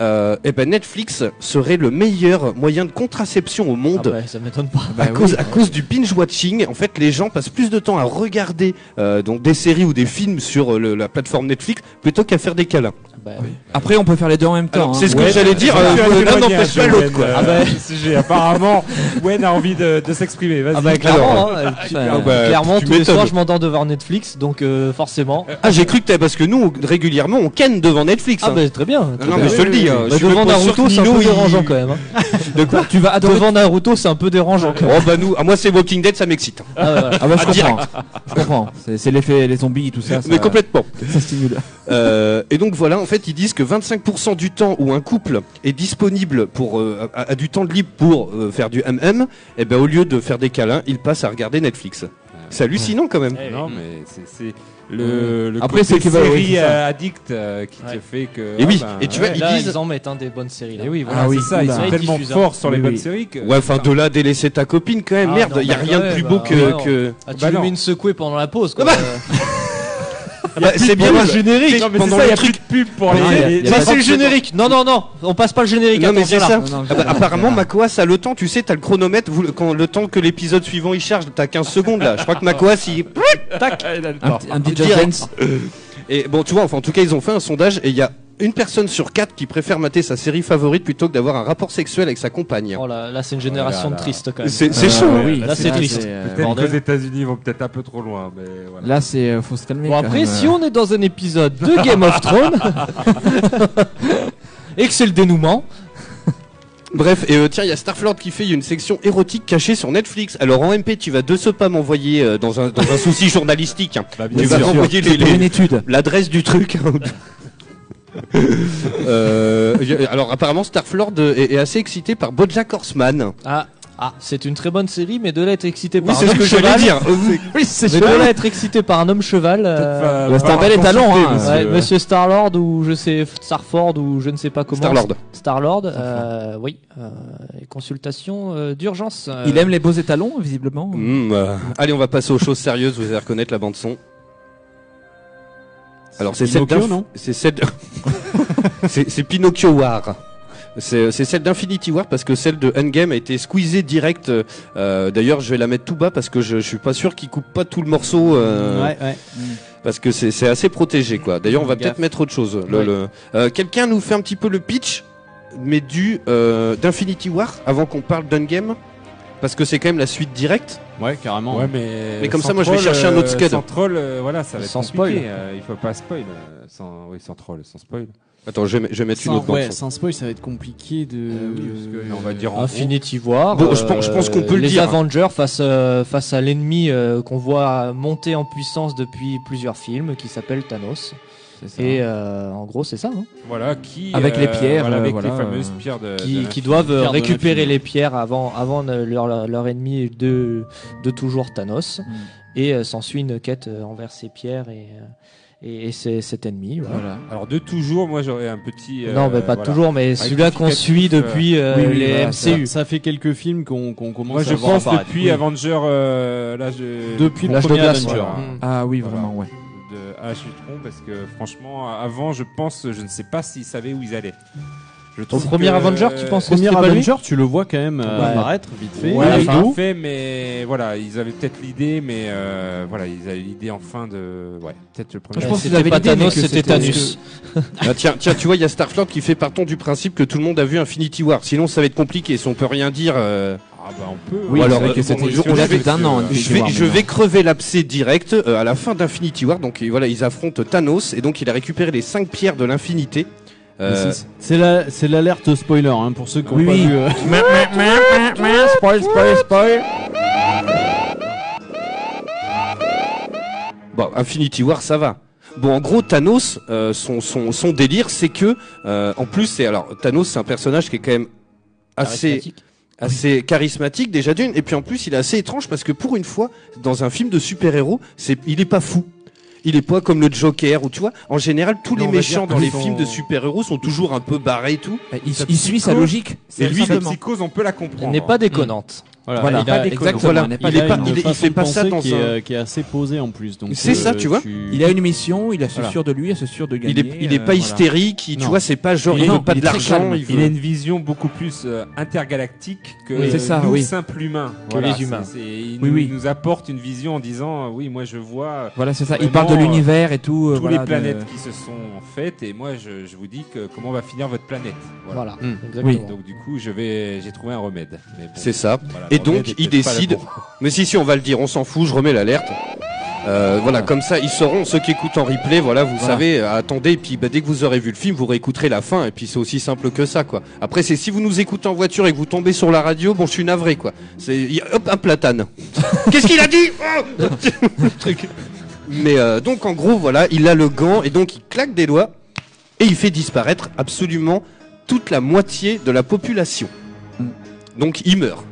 [SPEAKER 3] euh, eh ben Netflix serait le meilleur moyen de contraception au
[SPEAKER 4] Ah
[SPEAKER 3] monde.
[SPEAKER 5] bah, ça m'étonne pas.
[SPEAKER 3] à, cause, à cause du binge watching, en fait, les gens passent plus de temps à regarder euh, donc des séries ou des films sur euh, le- la plateforme Netflix plutôt qu'à faire des câlins.
[SPEAKER 5] Ah
[SPEAKER 7] Après, on peut faire les deux en même temps.
[SPEAKER 3] Alors,
[SPEAKER 7] hein.
[SPEAKER 3] c'est ce que Ouais, j'allais dire, euh,
[SPEAKER 4] Tu as
[SPEAKER 3] l'un
[SPEAKER 4] témoigné
[SPEAKER 3] n'empêche
[SPEAKER 4] à
[SPEAKER 3] pas l'autre,
[SPEAKER 4] Wen,
[SPEAKER 3] quoi.
[SPEAKER 4] euh,
[SPEAKER 3] Ah bah.
[SPEAKER 4] (laughs) si j'ai- apparemment, Wen a envie de, de s'exprimer. Vas-y.
[SPEAKER 5] Ah bah clairement,
[SPEAKER 4] Alors,
[SPEAKER 5] hein,
[SPEAKER 4] ah,
[SPEAKER 5] tu-
[SPEAKER 4] tu-
[SPEAKER 5] euh,
[SPEAKER 4] ah bah,
[SPEAKER 5] clairement
[SPEAKER 4] tu
[SPEAKER 5] tous les
[SPEAKER 4] m'étonnes.
[SPEAKER 5] soirs je m'endors devant Netflix, donc euh, forcément.
[SPEAKER 3] Ah, j'ai cru que t'avais parce que nous on- régulièrement on ken devant Netflix.
[SPEAKER 5] Ah
[SPEAKER 3] hein.
[SPEAKER 5] bah, très bien. très
[SPEAKER 3] Non, non, mais
[SPEAKER 5] bien.
[SPEAKER 3] je te le dis. hein,
[SPEAKER 5] Bah,
[SPEAKER 3] je suis
[SPEAKER 5] devant
[SPEAKER 3] même pas sûr
[SPEAKER 5] Naruto,
[SPEAKER 3] que
[SPEAKER 5] c'est un
[SPEAKER 3] Nino,
[SPEAKER 5] peu
[SPEAKER 3] il-
[SPEAKER 5] dérangeant quand même. hein.
[SPEAKER 3] (laughs) De quoi
[SPEAKER 5] Tu vas adorer. Devant Naruto, c'est un peu dérangeant quand même.
[SPEAKER 3] Oh bah nous, à moi c'est Walking Dead, ça m'excite.
[SPEAKER 5] Ah, ouais, ouais.
[SPEAKER 7] Ah bah, je
[SPEAKER 3] Ah, direct.
[SPEAKER 7] comprends. Je comprends. C'est c'est l'effet les zombies, tout
[SPEAKER 4] Ah,
[SPEAKER 7] ça.
[SPEAKER 3] Mais
[SPEAKER 7] ça-
[SPEAKER 3] complètement.
[SPEAKER 7] Ça stimule.
[SPEAKER 3] Euh, et donc voilà, en fait, ils disent que 25% du temps où un couple est disponible pour euh, a, a du temps de libre pour euh, faire du MM, et ben au lieu de faire des câlins, il passe à regarder Netflix. C'est hallucinant quand même.
[SPEAKER 4] Non, mais c'est- c'est le, le
[SPEAKER 3] Eh. Euh, Après,
[SPEAKER 4] côté
[SPEAKER 3] c'est qu'il va- oui,
[SPEAKER 4] série
[SPEAKER 3] c'est ça.
[SPEAKER 4] euh, addict euh, qui te fait que.
[SPEAKER 3] Et oui,
[SPEAKER 4] ah, bah,
[SPEAKER 3] et tu vois,
[SPEAKER 4] ouais.
[SPEAKER 3] ils
[SPEAKER 5] Là,
[SPEAKER 3] disent. Eh
[SPEAKER 5] ils en mettent hein, des bonnes séries. Là.
[SPEAKER 4] Et oui, voilà, Ah oui, c'est ça, ils oula. sont tellement forts sur les Oui, bonnes oui. séries que-
[SPEAKER 3] Ouais, enfin, de là, délaisser ta copine quand même,
[SPEAKER 5] Ah,
[SPEAKER 3] merde,
[SPEAKER 5] non,
[SPEAKER 3] il y a
[SPEAKER 5] bah,
[SPEAKER 3] rien
[SPEAKER 5] ouais,
[SPEAKER 3] de plus
[SPEAKER 5] bah,
[SPEAKER 3] beau que.
[SPEAKER 5] ouais, non.
[SPEAKER 3] que-
[SPEAKER 5] Ah, tu lui mets une secouée pendant la
[SPEAKER 3] Ah
[SPEAKER 5] pause quoi.
[SPEAKER 3] (laughs)
[SPEAKER 5] Euh,
[SPEAKER 3] Bah, c'est bien
[SPEAKER 5] le générique.
[SPEAKER 3] Non, hein, mais c'est ça, Ah, il y a plus
[SPEAKER 4] de pub pour
[SPEAKER 3] les- les- les-
[SPEAKER 5] Ça c'est le générique. Non non non, on passe pas le générique.
[SPEAKER 3] Non mais
[SPEAKER 5] attention,
[SPEAKER 3] c'est ça.
[SPEAKER 5] là.
[SPEAKER 3] Ah bah, apparemment Macoas a le temps, tu sais, t'as le chronomètre, vous- quand le temps que l'épisode suivant il charge, t'as 15 secondes là. Je crois que Macoas il tac
[SPEAKER 7] Un petit- un petit
[SPEAKER 3] Direct.
[SPEAKER 7] Just
[SPEAKER 3] Et bon, tu vois, enfin en tout cas, ils ont fait un sondage et il y a une personne sur quatre qui préfère mater sa série favorite plutôt que d'avoir un rapport sexuel avec sa compagne.
[SPEAKER 5] Oh là, là c'est une génération
[SPEAKER 4] Oh là là.
[SPEAKER 5] triste quand même.
[SPEAKER 3] C'est- c'est chaud,
[SPEAKER 5] Euh,
[SPEAKER 3] hein.
[SPEAKER 5] oui, là c'est
[SPEAKER 7] Ah,
[SPEAKER 4] là,
[SPEAKER 5] triste.
[SPEAKER 7] euh,
[SPEAKER 4] Peut-être que
[SPEAKER 5] Bordel.
[SPEAKER 4] les États-Unis vont peut-être un peu trop loin, mais voilà.
[SPEAKER 7] Là, c'est euh, faut se calmer.
[SPEAKER 5] Bon
[SPEAKER 7] quand
[SPEAKER 5] après
[SPEAKER 3] Ah.
[SPEAKER 7] même.
[SPEAKER 5] si on est dans un épisode de Game
[SPEAKER 3] (laughs)
[SPEAKER 5] of Thrones et que c'est le dénouement,
[SPEAKER 3] Bref, et euh, tiens, il y a Starflord qui fait une section érotique cachée sur Netflix. Alors en MP, tu vas de ce pas m'envoyer euh, dans, un, (laughs) dans un souci journalistique. hein.
[SPEAKER 4] bien
[SPEAKER 3] tu vas
[SPEAKER 4] sûr.
[SPEAKER 3] m'envoyer
[SPEAKER 4] C'est
[SPEAKER 3] les-
[SPEAKER 4] pour
[SPEAKER 3] les-
[SPEAKER 4] une étude.
[SPEAKER 3] l'adresse du truc. hein. (laughs) Euh, y a- alors apparemment, Starflord euh, est, est assez excité par Bojack Horseman.
[SPEAKER 5] ah ah, c'est une très bonne série, mais de là être excité
[SPEAKER 3] Oui,
[SPEAKER 5] par
[SPEAKER 3] c'est
[SPEAKER 5] un
[SPEAKER 3] ce
[SPEAKER 5] homme
[SPEAKER 3] que j'allais
[SPEAKER 5] cheval.
[SPEAKER 3] dire.
[SPEAKER 7] Oui, c'est
[SPEAKER 5] Mais de là être excité par un homme cheval. euh,
[SPEAKER 7] va- Ouais, c'est un va bel consulter, étalon, hein, monsieur.
[SPEAKER 3] euh.
[SPEAKER 5] Ouais, monsieur Starlord ou je sais Starford ou je ne sais pas comment.
[SPEAKER 3] Starlord.
[SPEAKER 5] Starlord. euh, oui. euh, et consultation euh, d'urgence. euh,
[SPEAKER 7] Il aime les beaux étalons, visiblement.
[SPEAKER 3] Mmh, euh, allez, on va passer aux choses sérieuses. Vous allez reconnaître la bande son. Alors c'est celle
[SPEAKER 8] Pinocchio,
[SPEAKER 3] d'Inf-
[SPEAKER 8] non
[SPEAKER 3] c'est celle d'- (laughs) c'est c'est Pinocchio War. C'est c'est celle d'Infinity War parce que celle de Endgame a été squeezée direct. Euh, D'ailleurs, je vais la mettre tout bas parce que je, je suis pas sûr qu'il coupe pas tout le morceau. euh,
[SPEAKER 8] Ouais, ouais.
[SPEAKER 3] Parce que c'est c'est assez protégé quoi. D'ailleurs, on va peut-être mettre autre chose. Le-
[SPEAKER 8] Ouais.
[SPEAKER 3] le- Euh, Quelqu'un nous fait un petit peu le pitch mais du euh, d'Infinity War avant qu'on parle d'Endgame parce que c'est quand même la suite directe.
[SPEAKER 8] Ouais, carrément.
[SPEAKER 4] Ouais, mais,
[SPEAKER 3] Mais comme
[SPEAKER 4] sans
[SPEAKER 3] ça, moi, je vais
[SPEAKER 4] troll,
[SPEAKER 3] chercher un autre
[SPEAKER 4] euh,
[SPEAKER 3] scud.
[SPEAKER 4] Sans troll, euh, voilà, ça va être
[SPEAKER 8] Sans
[SPEAKER 4] compliqué,
[SPEAKER 8] spoil.
[SPEAKER 4] euh, il faut pas spoil. euh, sans, oui, sans troll, sans spoil.
[SPEAKER 3] Attends, je vais, je vais mettre une
[SPEAKER 8] Sans,
[SPEAKER 3] autre bande
[SPEAKER 8] ouais,
[SPEAKER 3] son.
[SPEAKER 8] sans spoil, ça va être compliqué de.
[SPEAKER 4] Euh,
[SPEAKER 3] Euh,
[SPEAKER 4] on va dire
[SPEAKER 5] Infinity War.
[SPEAKER 3] Bon, je pense- je pense qu'on peut le
[SPEAKER 5] euh, les
[SPEAKER 3] dire.
[SPEAKER 5] Avengers face, euh, face à l'ennemi euh, qu'on voit monter en puissance depuis plusieurs films qui s'appelle Thanos. Et euh, en gros, c'est ça. hein.
[SPEAKER 4] Voilà, qui
[SPEAKER 7] Avec les pierres,
[SPEAKER 4] voilà,
[SPEAKER 7] euh,
[SPEAKER 4] avec
[SPEAKER 7] voilà,
[SPEAKER 4] les fameuses
[SPEAKER 7] euh,
[SPEAKER 4] pierres de.
[SPEAKER 5] qui,
[SPEAKER 4] de
[SPEAKER 5] qui
[SPEAKER 4] l'infini.
[SPEAKER 5] doivent euh,
[SPEAKER 8] pierre de
[SPEAKER 5] récupérer
[SPEAKER 8] l'infini.
[SPEAKER 5] les pierres avant, avant de- leur, leur, leur ennemi de, de toujours Thanos. Et euh, s'ensuit une quête euh, envers ces pierres et, euh, et, et c'est- cet ennemi. voilà.
[SPEAKER 7] Voilà.
[SPEAKER 4] Alors de toujours, moi j'aurais un petit. euh,
[SPEAKER 5] non, mais pas
[SPEAKER 4] voilà.
[SPEAKER 5] toujours, mais celui-là qu'on
[SPEAKER 4] explicatif,
[SPEAKER 5] suit depuis euh,
[SPEAKER 7] oui, oui,
[SPEAKER 5] les
[SPEAKER 7] voilà, ça.
[SPEAKER 5] MCU.
[SPEAKER 8] Ça fait quelques films qu'on qu'on commence
[SPEAKER 4] Moi
[SPEAKER 8] à
[SPEAKER 4] je
[SPEAKER 8] voir
[SPEAKER 4] pense
[SPEAKER 8] apparaître.
[SPEAKER 4] depuis
[SPEAKER 8] Oui.
[SPEAKER 4] Avenger, euh, là je.
[SPEAKER 8] Depuis le
[SPEAKER 5] L'âge de
[SPEAKER 8] premier
[SPEAKER 5] glace,
[SPEAKER 8] Avenger.
[SPEAKER 4] voilà.
[SPEAKER 5] Mm.
[SPEAKER 7] Ah oui,
[SPEAKER 4] Voilà.
[SPEAKER 7] vraiment, ouais.
[SPEAKER 4] de H. Ultron parce que franchement, avant, je pense, je ne sais pas s'ils savaient où ils allaient. Je
[SPEAKER 5] Au
[SPEAKER 4] trouve
[SPEAKER 5] premier
[SPEAKER 4] que- euh,
[SPEAKER 5] Avenger, tu penses que
[SPEAKER 8] Premier
[SPEAKER 5] c'était pas lui
[SPEAKER 8] Avenger, tu le vois quand même euh,
[SPEAKER 5] Ouais.
[SPEAKER 8] apparaître vite fait.
[SPEAKER 4] Ouais,
[SPEAKER 8] Et
[SPEAKER 4] enfin,
[SPEAKER 8] d'où
[SPEAKER 4] fait, mais voilà, ils avaient peut-être l'idée, mais euh, voilà, ils avaient l'idée enfin de. Ouais, peut-être le premier.
[SPEAKER 7] Je pense qu'ils
[SPEAKER 5] C'était
[SPEAKER 7] avaient
[SPEAKER 5] pas
[SPEAKER 7] l'idée, mais
[SPEAKER 5] Thanos,
[SPEAKER 7] que
[SPEAKER 5] c'était
[SPEAKER 7] c'était-
[SPEAKER 5] Thanos.
[SPEAKER 3] Ah, tiens, tiens, tu vois, il y a Starflord qui fait partant du principe que tout le monde a vu Infinity War. Sinon, ça va être compliqué. Si on peut rien dire, euh,
[SPEAKER 4] Ah bah on peut.
[SPEAKER 7] Oui,
[SPEAKER 4] hein.
[SPEAKER 3] alors,
[SPEAKER 7] c'est vrai que
[SPEAKER 3] euh,
[SPEAKER 7] c'était
[SPEAKER 3] on-
[SPEAKER 7] juste
[SPEAKER 3] on
[SPEAKER 7] au-delà
[SPEAKER 3] avait-
[SPEAKER 7] d'un an.
[SPEAKER 4] euh,
[SPEAKER 7] Infinity
[SPEAKER 3] je vais,
[SPEAKER 7] War,
[SPEAKER 3] je
[SPEAKER 7] maintenant.
[SPEAKER 3] vais crever l'abcès direct euh, à la fin d'Infinity War. Donc et voilà, ils affrontent Thanos et donc il a récupéré les cinq pierres de l'infinité. Euh,
[SPEAKER 8] C'est la- c'est l'alerte spoiler hein, pour ceux qui n'ont
[SPEAKER 7] Oui,
[SPEAKER 8] pas
[SPEAKER 7] oui.
[SPEAKER 8] vu. euh,
[SPEAKER 4] Spoil, spoil, spoil.
[SPEAKER 3] Bon, Infinity War, ça va. Bon, en gros, Thanos, euh, son, son, son délire, c'est que, euh, en plus, c'est alors Thanos, c'est un personnage qui est quand même assez assez charismatique déjà d'une, et puis en plus, il est assez étrange parce que pour une fois, dans un film de super-héros, c'est il est pas fou. Il est pas comme le Joker ou tu vois. En général, tous
[SPEAKER 7] Non, on
[SPEAKER 3] les
[SPEAKER 7] va
[SPEAKER 3] méchants
[SPEAKER 7] dire que
[SPEAKER 3] dans les
[SPEAKER 7] son-
[SPEAKER 3] films de super-héros sont toujours un peu barrés et tout.
[SPEAKER 7] Il, il suit sa logique.
[SPEAKER 4] Et lui, cette
[SPEAKER 7] simplement.
[SPEAKER 4] psychose, on peut la
[SPEAKER 5] Elle
[SPEAKER 4] comprendre.
[SPEAKER 5] n'est pas déconnante.
[SPEAKER 7] Voilà.
[SPEAKER 8] il a-
[SPEAKER 7] Exactement,
[SPEAKER 3] Voilà.
[SPEAKER 7] on n'est
[SPEAKER 8] Il,
[SPEAKER 7] pas
[SPEAKER 8] a
[SPEAKER 7] d'accord.
[SPEAKER 8] une
[SPEAKER 3] il est- il
[SPEAKER 8] façon
[SPEAKER 3] fait
[SPEAKER 8] de
[SPEAKER 3] pas ça
[SPEAKER 8] penser
[SPEAKER 3] dans
[SPEAKER 8] qui, est,
[SPEAKER 3] un-
[SPEAKER 8] euh, qui est assez posée en plus. donc,
[SPEAKER 3] C'est ça, tu vois.
[SPEAKER 7] Il a une mission, il a ce
[SPEAKER 8] Voilà.
[SPEAKER 7] sûr de lui, il a ce sûr de gagner.
[SPEAKER 3] Il est, il est
[SPEAKER 7] euh,
[SPEAKER 3] pas
[SPEAKER 7] voilà.
[SPEAKER 3] hystérique, il- tu
[SPEAKER 8] Non.
[SPEAKER 3] vois, c'est pas genre
[SPEAKER 7] Il
[SPEAKER 3] il,
[SPEAKER 7] est- non,
[SPEAKER 3] veut pas
[SPEAKER 7] il est
[SPEAKER 3] de
[SPEAKER 7] très
[SPEAKER 3] l'argent,
[SPEAKER 7] calme.
[SPEAKER 3] il
[SPEAKER 4] Il
[SPEAKER 3] veut.
[SPEAKER 4] a une vision beaucoup plus euh, intergalactique que
[SPEAKER 7] Oui, c'est ça,
[SPEAKER 4] nous,
[SPEAKER 7] oui.
[SPEAKER 4] simples humains.
[SPEAKER 5] les humains.
[SPEAKER 4] c'est- c'est- il
[SPEAKER 7] Oui,
[SPEAKER 4] nous,
[SPEAKER 7] oui.
[SPEAKER 4] il nous apporte une vision en disant euh, Oui, moi je vois euh,
[SPEAKER 7] Voilà, c'est ça. Il
[SPEAKER 4] Vraiment,
[SPEAKER 7] parle de
[SPEAKER 4] euh,
[SPEAKER 7] l'univers et tout. euh,
[SPEAKER 4] tous
[SPEAKER 7] voilà,
[SPEAKER 4] les
[SPEAKER 7] de-
[SPEAKER 4] planètes qui se sont faites et moi je, je vous dis que comment va finir votre planète. Voilà.
[SPEAKER 5] Voilà,
[SPEAKER 8] Mm.
[SPEAKER 5] exactement.
[SPEAKER 4] Donc du coup, je vais j'ai trouvé un remède. Mais bon,
[SPEAKER 3] C'est ça.
[SPEAKER 4] voilà,
[SPEAKER 3] Et
[SPEAKER 4] le remède
[SPEAKER 3] donc,
[SPEAKER 4] est
[SPEAKER 3] il
[SPEAKER 4] peut-être pas le
[SPEAKER 3] décide-
[SPEAKER 4] bon.
[SPEAKER 3] Mais si, si, on va le dire, on s'en fout, je remets l'alerte. Euh, voilà, comme ça, ils sauront, ceux qui écoutent en replay, voilà, vous
[SPEAKER 7] Voilà.
[SPEAKER 3] savez, euh, attendez, et puis bah, dès que vous aurez vu le film, vous réécouterez la fin, et puis c'est aussi simple que ça, quoi. Après, c'est si vous nous écoutez en voiture et que vous tombez sur la radio, bon, je suis navré, quoi. C'est, y a- hop, un platane. (laughs) Qu'est-ce qu'il a dit Oh Le (laughs) truc. Mais euh, donc, en gros, voilà, il a le gant, et donc il claque des doigts, et il fait disparaître absolument toute la moitié de la population. Mm. Donc, il meurt.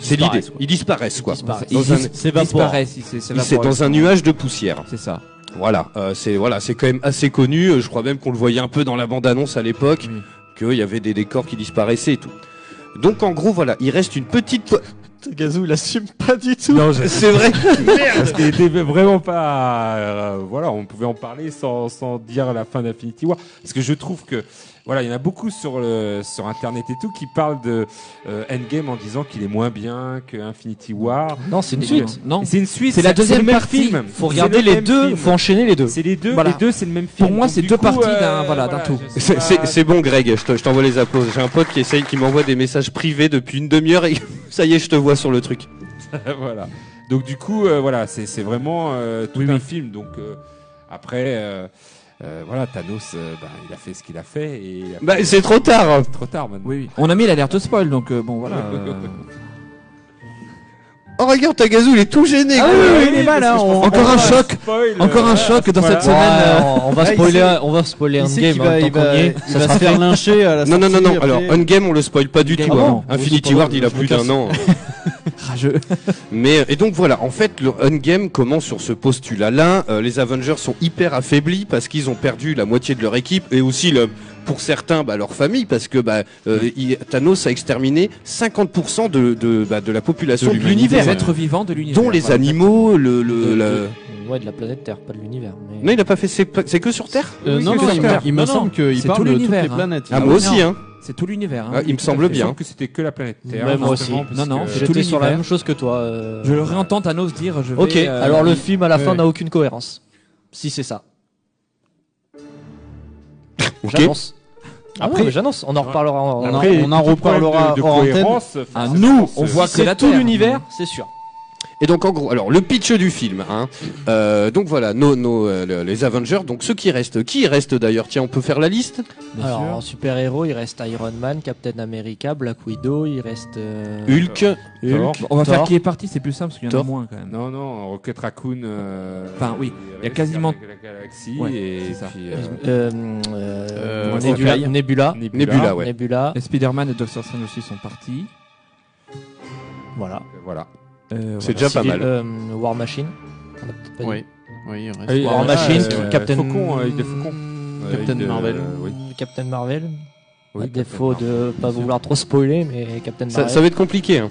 [SPEAKER 3] C'est l'idée. Ils disparaissent, quoi.
[SPEAKER 5] disparaissent.
[SPEAKER 7] Ils
[SPEAKER 3] Dans un-
[SPEAKER 7] dis- disparaissent. Ils s-
[SPEAKER 3] il- C'est
[SPEAKER 7] s'évaporent.
[SPEAKER 3] dans un nuage de poussière.
[SPEAKER 7] C'est ça.
[SPEAKER 3] Voilà, euh, c'est voilà, c'est quand même assez connu. euh, Je crois même qu'on le voyait un peu dans la bande-annonce à l'époque,
[SPEAKER 7] Oui.
[SPEAKER 3] qu'il y avait des décors qui disparaissaient et tout. Donc en gros, voilà, il reste une petite. po-
[SPEAKER 5] Gazou, il assume pas du tout.
[SPEAKER 4] Non, je-
[SPEAKER 3] C'est vrai.
[SPEAKER 4] parce qu'il était vraiment pas. euh, voilà, on pouvait en parler sans, sans dire la fin d'Infinity War. Parce que je trouve que. Voilà, il y en a beaucoup sur, le, sur Internet et tout qui parlent de euh, Endgame en disant qu'il est moins bien que Infinity War.
[SPEAKER 5] Non, c'est une
[SPEAKER 7] Et-
[SPEAKER 5] suite.
[SPEAKER 7] Non.
[SPEAKER 4] Et C'est une suite.
[SPEAKER 7] C'est la
[SPEAKER 4] ça-
[SPEAKER 7] deuxième
[SPEAKER 4] le même
[SPEAKER 7] partie.
[SPEAKER 4] Film.
[SPEAKER 5] Faut
[SPEAKER 4] C'est
[SPEAKER 5] regarder
[SPEAKER 4] le
[SPEAKER 5] les
[SPEAKER 4] même
[SPEAKER 5] deux,
[SPEAKER 4] film.
[SPEAKER 5] faut enchaîner les deux.
[SPEAKER 4] C'est les deux,
[SPEAKER 5] Voilà.
[SPEAKER 4] les deux, c'est le même film.
[SPEAKER 7] moi,
[SPEAKER 4] Donc,
[SPEAKER 7] c'est
[SPEAKER 4] du
[SPEAKER 7] deux
[SPEAKER 4] coup,
[SPEAKER 7] parties
[SPEAKER 4] euh,
[SPEAKER 7] d'un- voilà, d'un tout.
[SPEAKER 4] je sais
[SPEAKER 3] (laughs) C'est-
[SPEAKER 4] pas.
[SPEAKER 3] C'est c'est bon, Greg. Je te- je t'envoie les applaudissements. J'ai un pote qui essaye, qui m'envoie des messages privés depuis une demi-heure et (laughs) ça y est, je te vois sur le truc.
[SPEAKER 4] (laughs) voilà. Donc du coup, euh, voilà, c'est c'est vraiment euh, tout
[SPEAKER 7] Oui,
[SPEAKER 4] un
[SPEAKER 7] oui.
[SPEAKER 4] film. Donc euh, après, euh, euh, voilà, Thanos, euh, ben, il a fait ce qu'il a fait et il a-
[SPEAKER 3] Bah, c'est trop tard.
[SPEAKER 4] trop tard maintenant.
[SPEAKER 7] Oui, oui. On a mis l'alerte spoil, donc euh, bon, voilà. euh,
[SPEAKER 3] Oh regarde, Tagazu, il est tout gêné.
[SPEAKER 7] Ah
[SPEAKER 3] quoi.
[SPEAKER 7] oui, oui, il est mal, hein, on- Encore un choc.
[SPEAKER 4] Spoil,
[SPEAKER 7] Encore
[SPEAKER 4] euh,
[SPEAKER 7] un choc dans cette
[SPEAKER 5] Ouais,
[SPEAKER 7] semaine. euh,
[SPEAKER 5] Ah, on- on va
[SPEAKER 8] Ouais, il
[SPEAKER 5] spoiler, on va spoiler
[SPEAKER 8] Il sait
[SPEAKER 5] Endgame
[SPEAKER 8] qu'il
[SPEAKER 5] hein,
[SPEAKER 8] va,
[SPEAKER 5] tant
[SPEAKER 8] il
[SPEAKER 5] qu'on
[SPEAKER 8] va,
[SPEAKER 5] y est.
[SPEAKER 8] il va se faire lyncher à la
[SPEAKER 3] Non, non, non, non.
[SPEAKER 8] sortie,
[SPEAKER 3] Alors,
[SPEAKER 8] après.
[SPEAKER 3] Endgame, on le spoil pas du
[SPEAKER 7] Endgame,
[SPEAKER 3] tout. hein.
[SPEAKER 7] non.
[SPEAKER 3] Infinity
[SPEAKER 7] Oui,
[SPEAKER 3] Ward,
[SPEAKER 7] c'est
[SPEAKER 3] il a plus d'un an.
[SPEAKER 7] Rageux.
[SPEAKER 3] Mais euh, et donc voilà, en fait, le Endgame commence sur ce postulat-là. Euh, les Avengers sont hyper affaiblis parce qu'ils ont perdu la moitié de leur équipe et aussi le, pour certains bah, leur famille parce que bah, euh, il- Thanos a exterminé 50% de de, bah, de la population de, l'univers,
[SPEAKER 7] Des êtres vivants de l'univers.
[SPEAKER 3] dont les
[SPEAKER 7] Voilà.
[SPEAKER 3] animaux, le, le-
[SPEAKER 8] De-
[SPEAKER 3] la-
[SPEAKER 8] de-
[SPEAKER 5] Mm, Ouais, de la planète Terre, pas de l'univers. mais-
[SPEAKER 3] non, il a pas fait. C'est pas- c'est que sur Terre.
[SPEAKER 8] Euh,
[SPEAKER 7] Oui,
[SPEAKER 8] non,
[SPEAKER 7] c'est
[SPEAKER 8] non,
[SPEAKER 7] sur
[SPEAKER 8] il
[SPEAKER 7] Terre.
[SPEAKER 8] me- il me
[SPEAKER 7] Non,
[SPEAKER 8] semble
[SPEAKER 7] non,
[SPEAKER 8] qu'il
[SPEAKER 7] c'est
[SPEAKER 8] parle
[SPEAKER 7] tout
[SPEAKER 8] de toutes
[SPEAKER 7] l'univers,
[SPEAKER 8] les
[SPEAKER 7] hein.
[SPEAKER 8] planètes.
[SPEAKER 3] Ah,
[SPEAKER 7] oui,
[SPEAKER 3] moi aussi,
[SPEAKER 7] non.
[SPEAKER 3] hein.
[SPEAKER 7] C'est tout l'univers. hein.
[SPEAKER 3] Ah, il me
[SPEAKER 7] Tout à
[SPEAKER 3] semble
[SPEAKER 7] fait.
[SPEAKER 4] Il me
[SPEAKER 3] bien.
[SPEAKER 4] semble que c'était que la planète Terre.
[SPEAKER 5] Ouais, moi
[SPEAKER 4] justement,
[SPEAKER 5] aussi.
[SPEAKER 4] parce
[SPEAKER 7] Non, non,
[SPEAKER 4] que-
[SPEAKER 7] j'ai tout
[SPEAKER 5] J'étais sur la
[SPEAKER 7] l'univers.
[SPEAKER 5] même chose que toi. euh,
[SPEAKER 7] Je le réentends Thanos dire je vais.
[SPEAKER 5] Ok,
[SPEAKER 7] euh,
[SPEAKER 5] alors le film à la fin
[SPEAKER 8] ouais.
[SPEAKER 5] n'a aucune cohérence. Si c'est ça.
[SPEAKER 3] Ok.
[SPEAKER 5] J'avance. Après, Ah j'annonce, on en reparlera. en- On, en-
[SPEAKER 8] Après,
[SPEAKER 5] on en
[SPEAKER 8] petit problème
[SPEAKER 5] reparlera
[SPEAKER 8] de- de
[SPEAKER 5] hors antenne.
[SPEAKER 8] cohérence,
[SPEAKER 5] Ah,
[SPEAKER 8] enfin,
[SPEAKER 5] nous,
[SPEAKER 8] c'est-
[SPEAKER 5] on
[SPEAKER 8] c'est-
[SPEAKER 5] voit
[SPEAKER 8] c'est
[SPEAKER 5] que
[SPEAKER 8] tout
[SPEAKER 5] tout l'univers,
[SPEAKER 8] l'univers,
[SPEAKER 5] c'est sûr.
[SPEAKER 3] Et donc en gros, alors le pitch du film, hein. Euh, donc voilà, nos, nos, euh, le- les Avengers, donc ceux qui restent, qui restent d'ailleurs, tiens on peut faire la liste
[SPEAKER 5] Alors, en super-héros, il reste Iron Man, Captain America, Black Widow, il reste. euh,
[SPEAKER 3] Hulk.
[SPEAKER 4] Thor.
[SPEAKER 7] On va faire
[SPEAKER 5] Thor.
[SPEAKER 7] qui est parti, c'est plus simple parce qu'il y en a
[SPEAKER 4] Thor.
[SPEAKER 7] moins quand même.
[SPEAKER 4] Non, non, Rocket Raccoon. euh,
[SPEAKER 7] Enfin, oui, il y a
[SPEAKER 4] reste
[SPEAKER 7] quasiment-
[SPEAKER 4] la- la galaxie
[SPEAKER 7] Ouais,
[SPEAKER 4] et
[SPEAKER 7] c'est ça.
[SPEAKER 4] puis.
[SPEAKER 5] Euh,
[SPEAKER 4] Euh,
[SPEAKER 5] euh, Nebula,
[SPEAKER 4] Hawkeye.
[SPEAKER 5] Nebula,
[SPEAKER 4] Nebula,
[SPEAKER 5] ouais.
[SPEAKER 4] ouais.
[SPEAKER 5] Nebula,
[SPEAKER 7] Et Spider-Man et Doctor Strange aussi sont partis.
[SPEAKER 5] voilà.
[SPEAKER 4] Voilà.
[SPEAKER 7] Euh,
[SPEAKER 3] C'est déjà pas
[SPEAKER 5] Civil-
[SPEAKER 3] mal.
[SPEAKER 5] euh, War Machine. on a peut-être pas dit.
[SPEAKER 8] Oui, oui, il reste.
[SPEAKER 4] Ah, il
[SPEAKER 5] War
[SPEAKER 4] a-
[SPEAKER 5] Machine,
[SPEAKER 4] euh,
[SPEAKER 5] Captain
[SPEAKER 4] Faucon, euh, il est Faucon. Euh,
[SPEAKER 8] Captain
[SPEAKER 4] il est-
[SPEAKER 8] Marvel.
[SPEAKER 4] euh, oui.
[SPEAKER 5] Captain Marvel.
[SPEAKER 4] Oui,
[SPEAKER 5] à
[SPEAKER 4] Captain
[SPEAKER 5] défaut de pas vouloir trop spoiler, mais Captain
[SPEAKER 3] Ça,
[SPEAKER 5] Marvel.
[SPEAKER 3] ça va être compliqué. hein.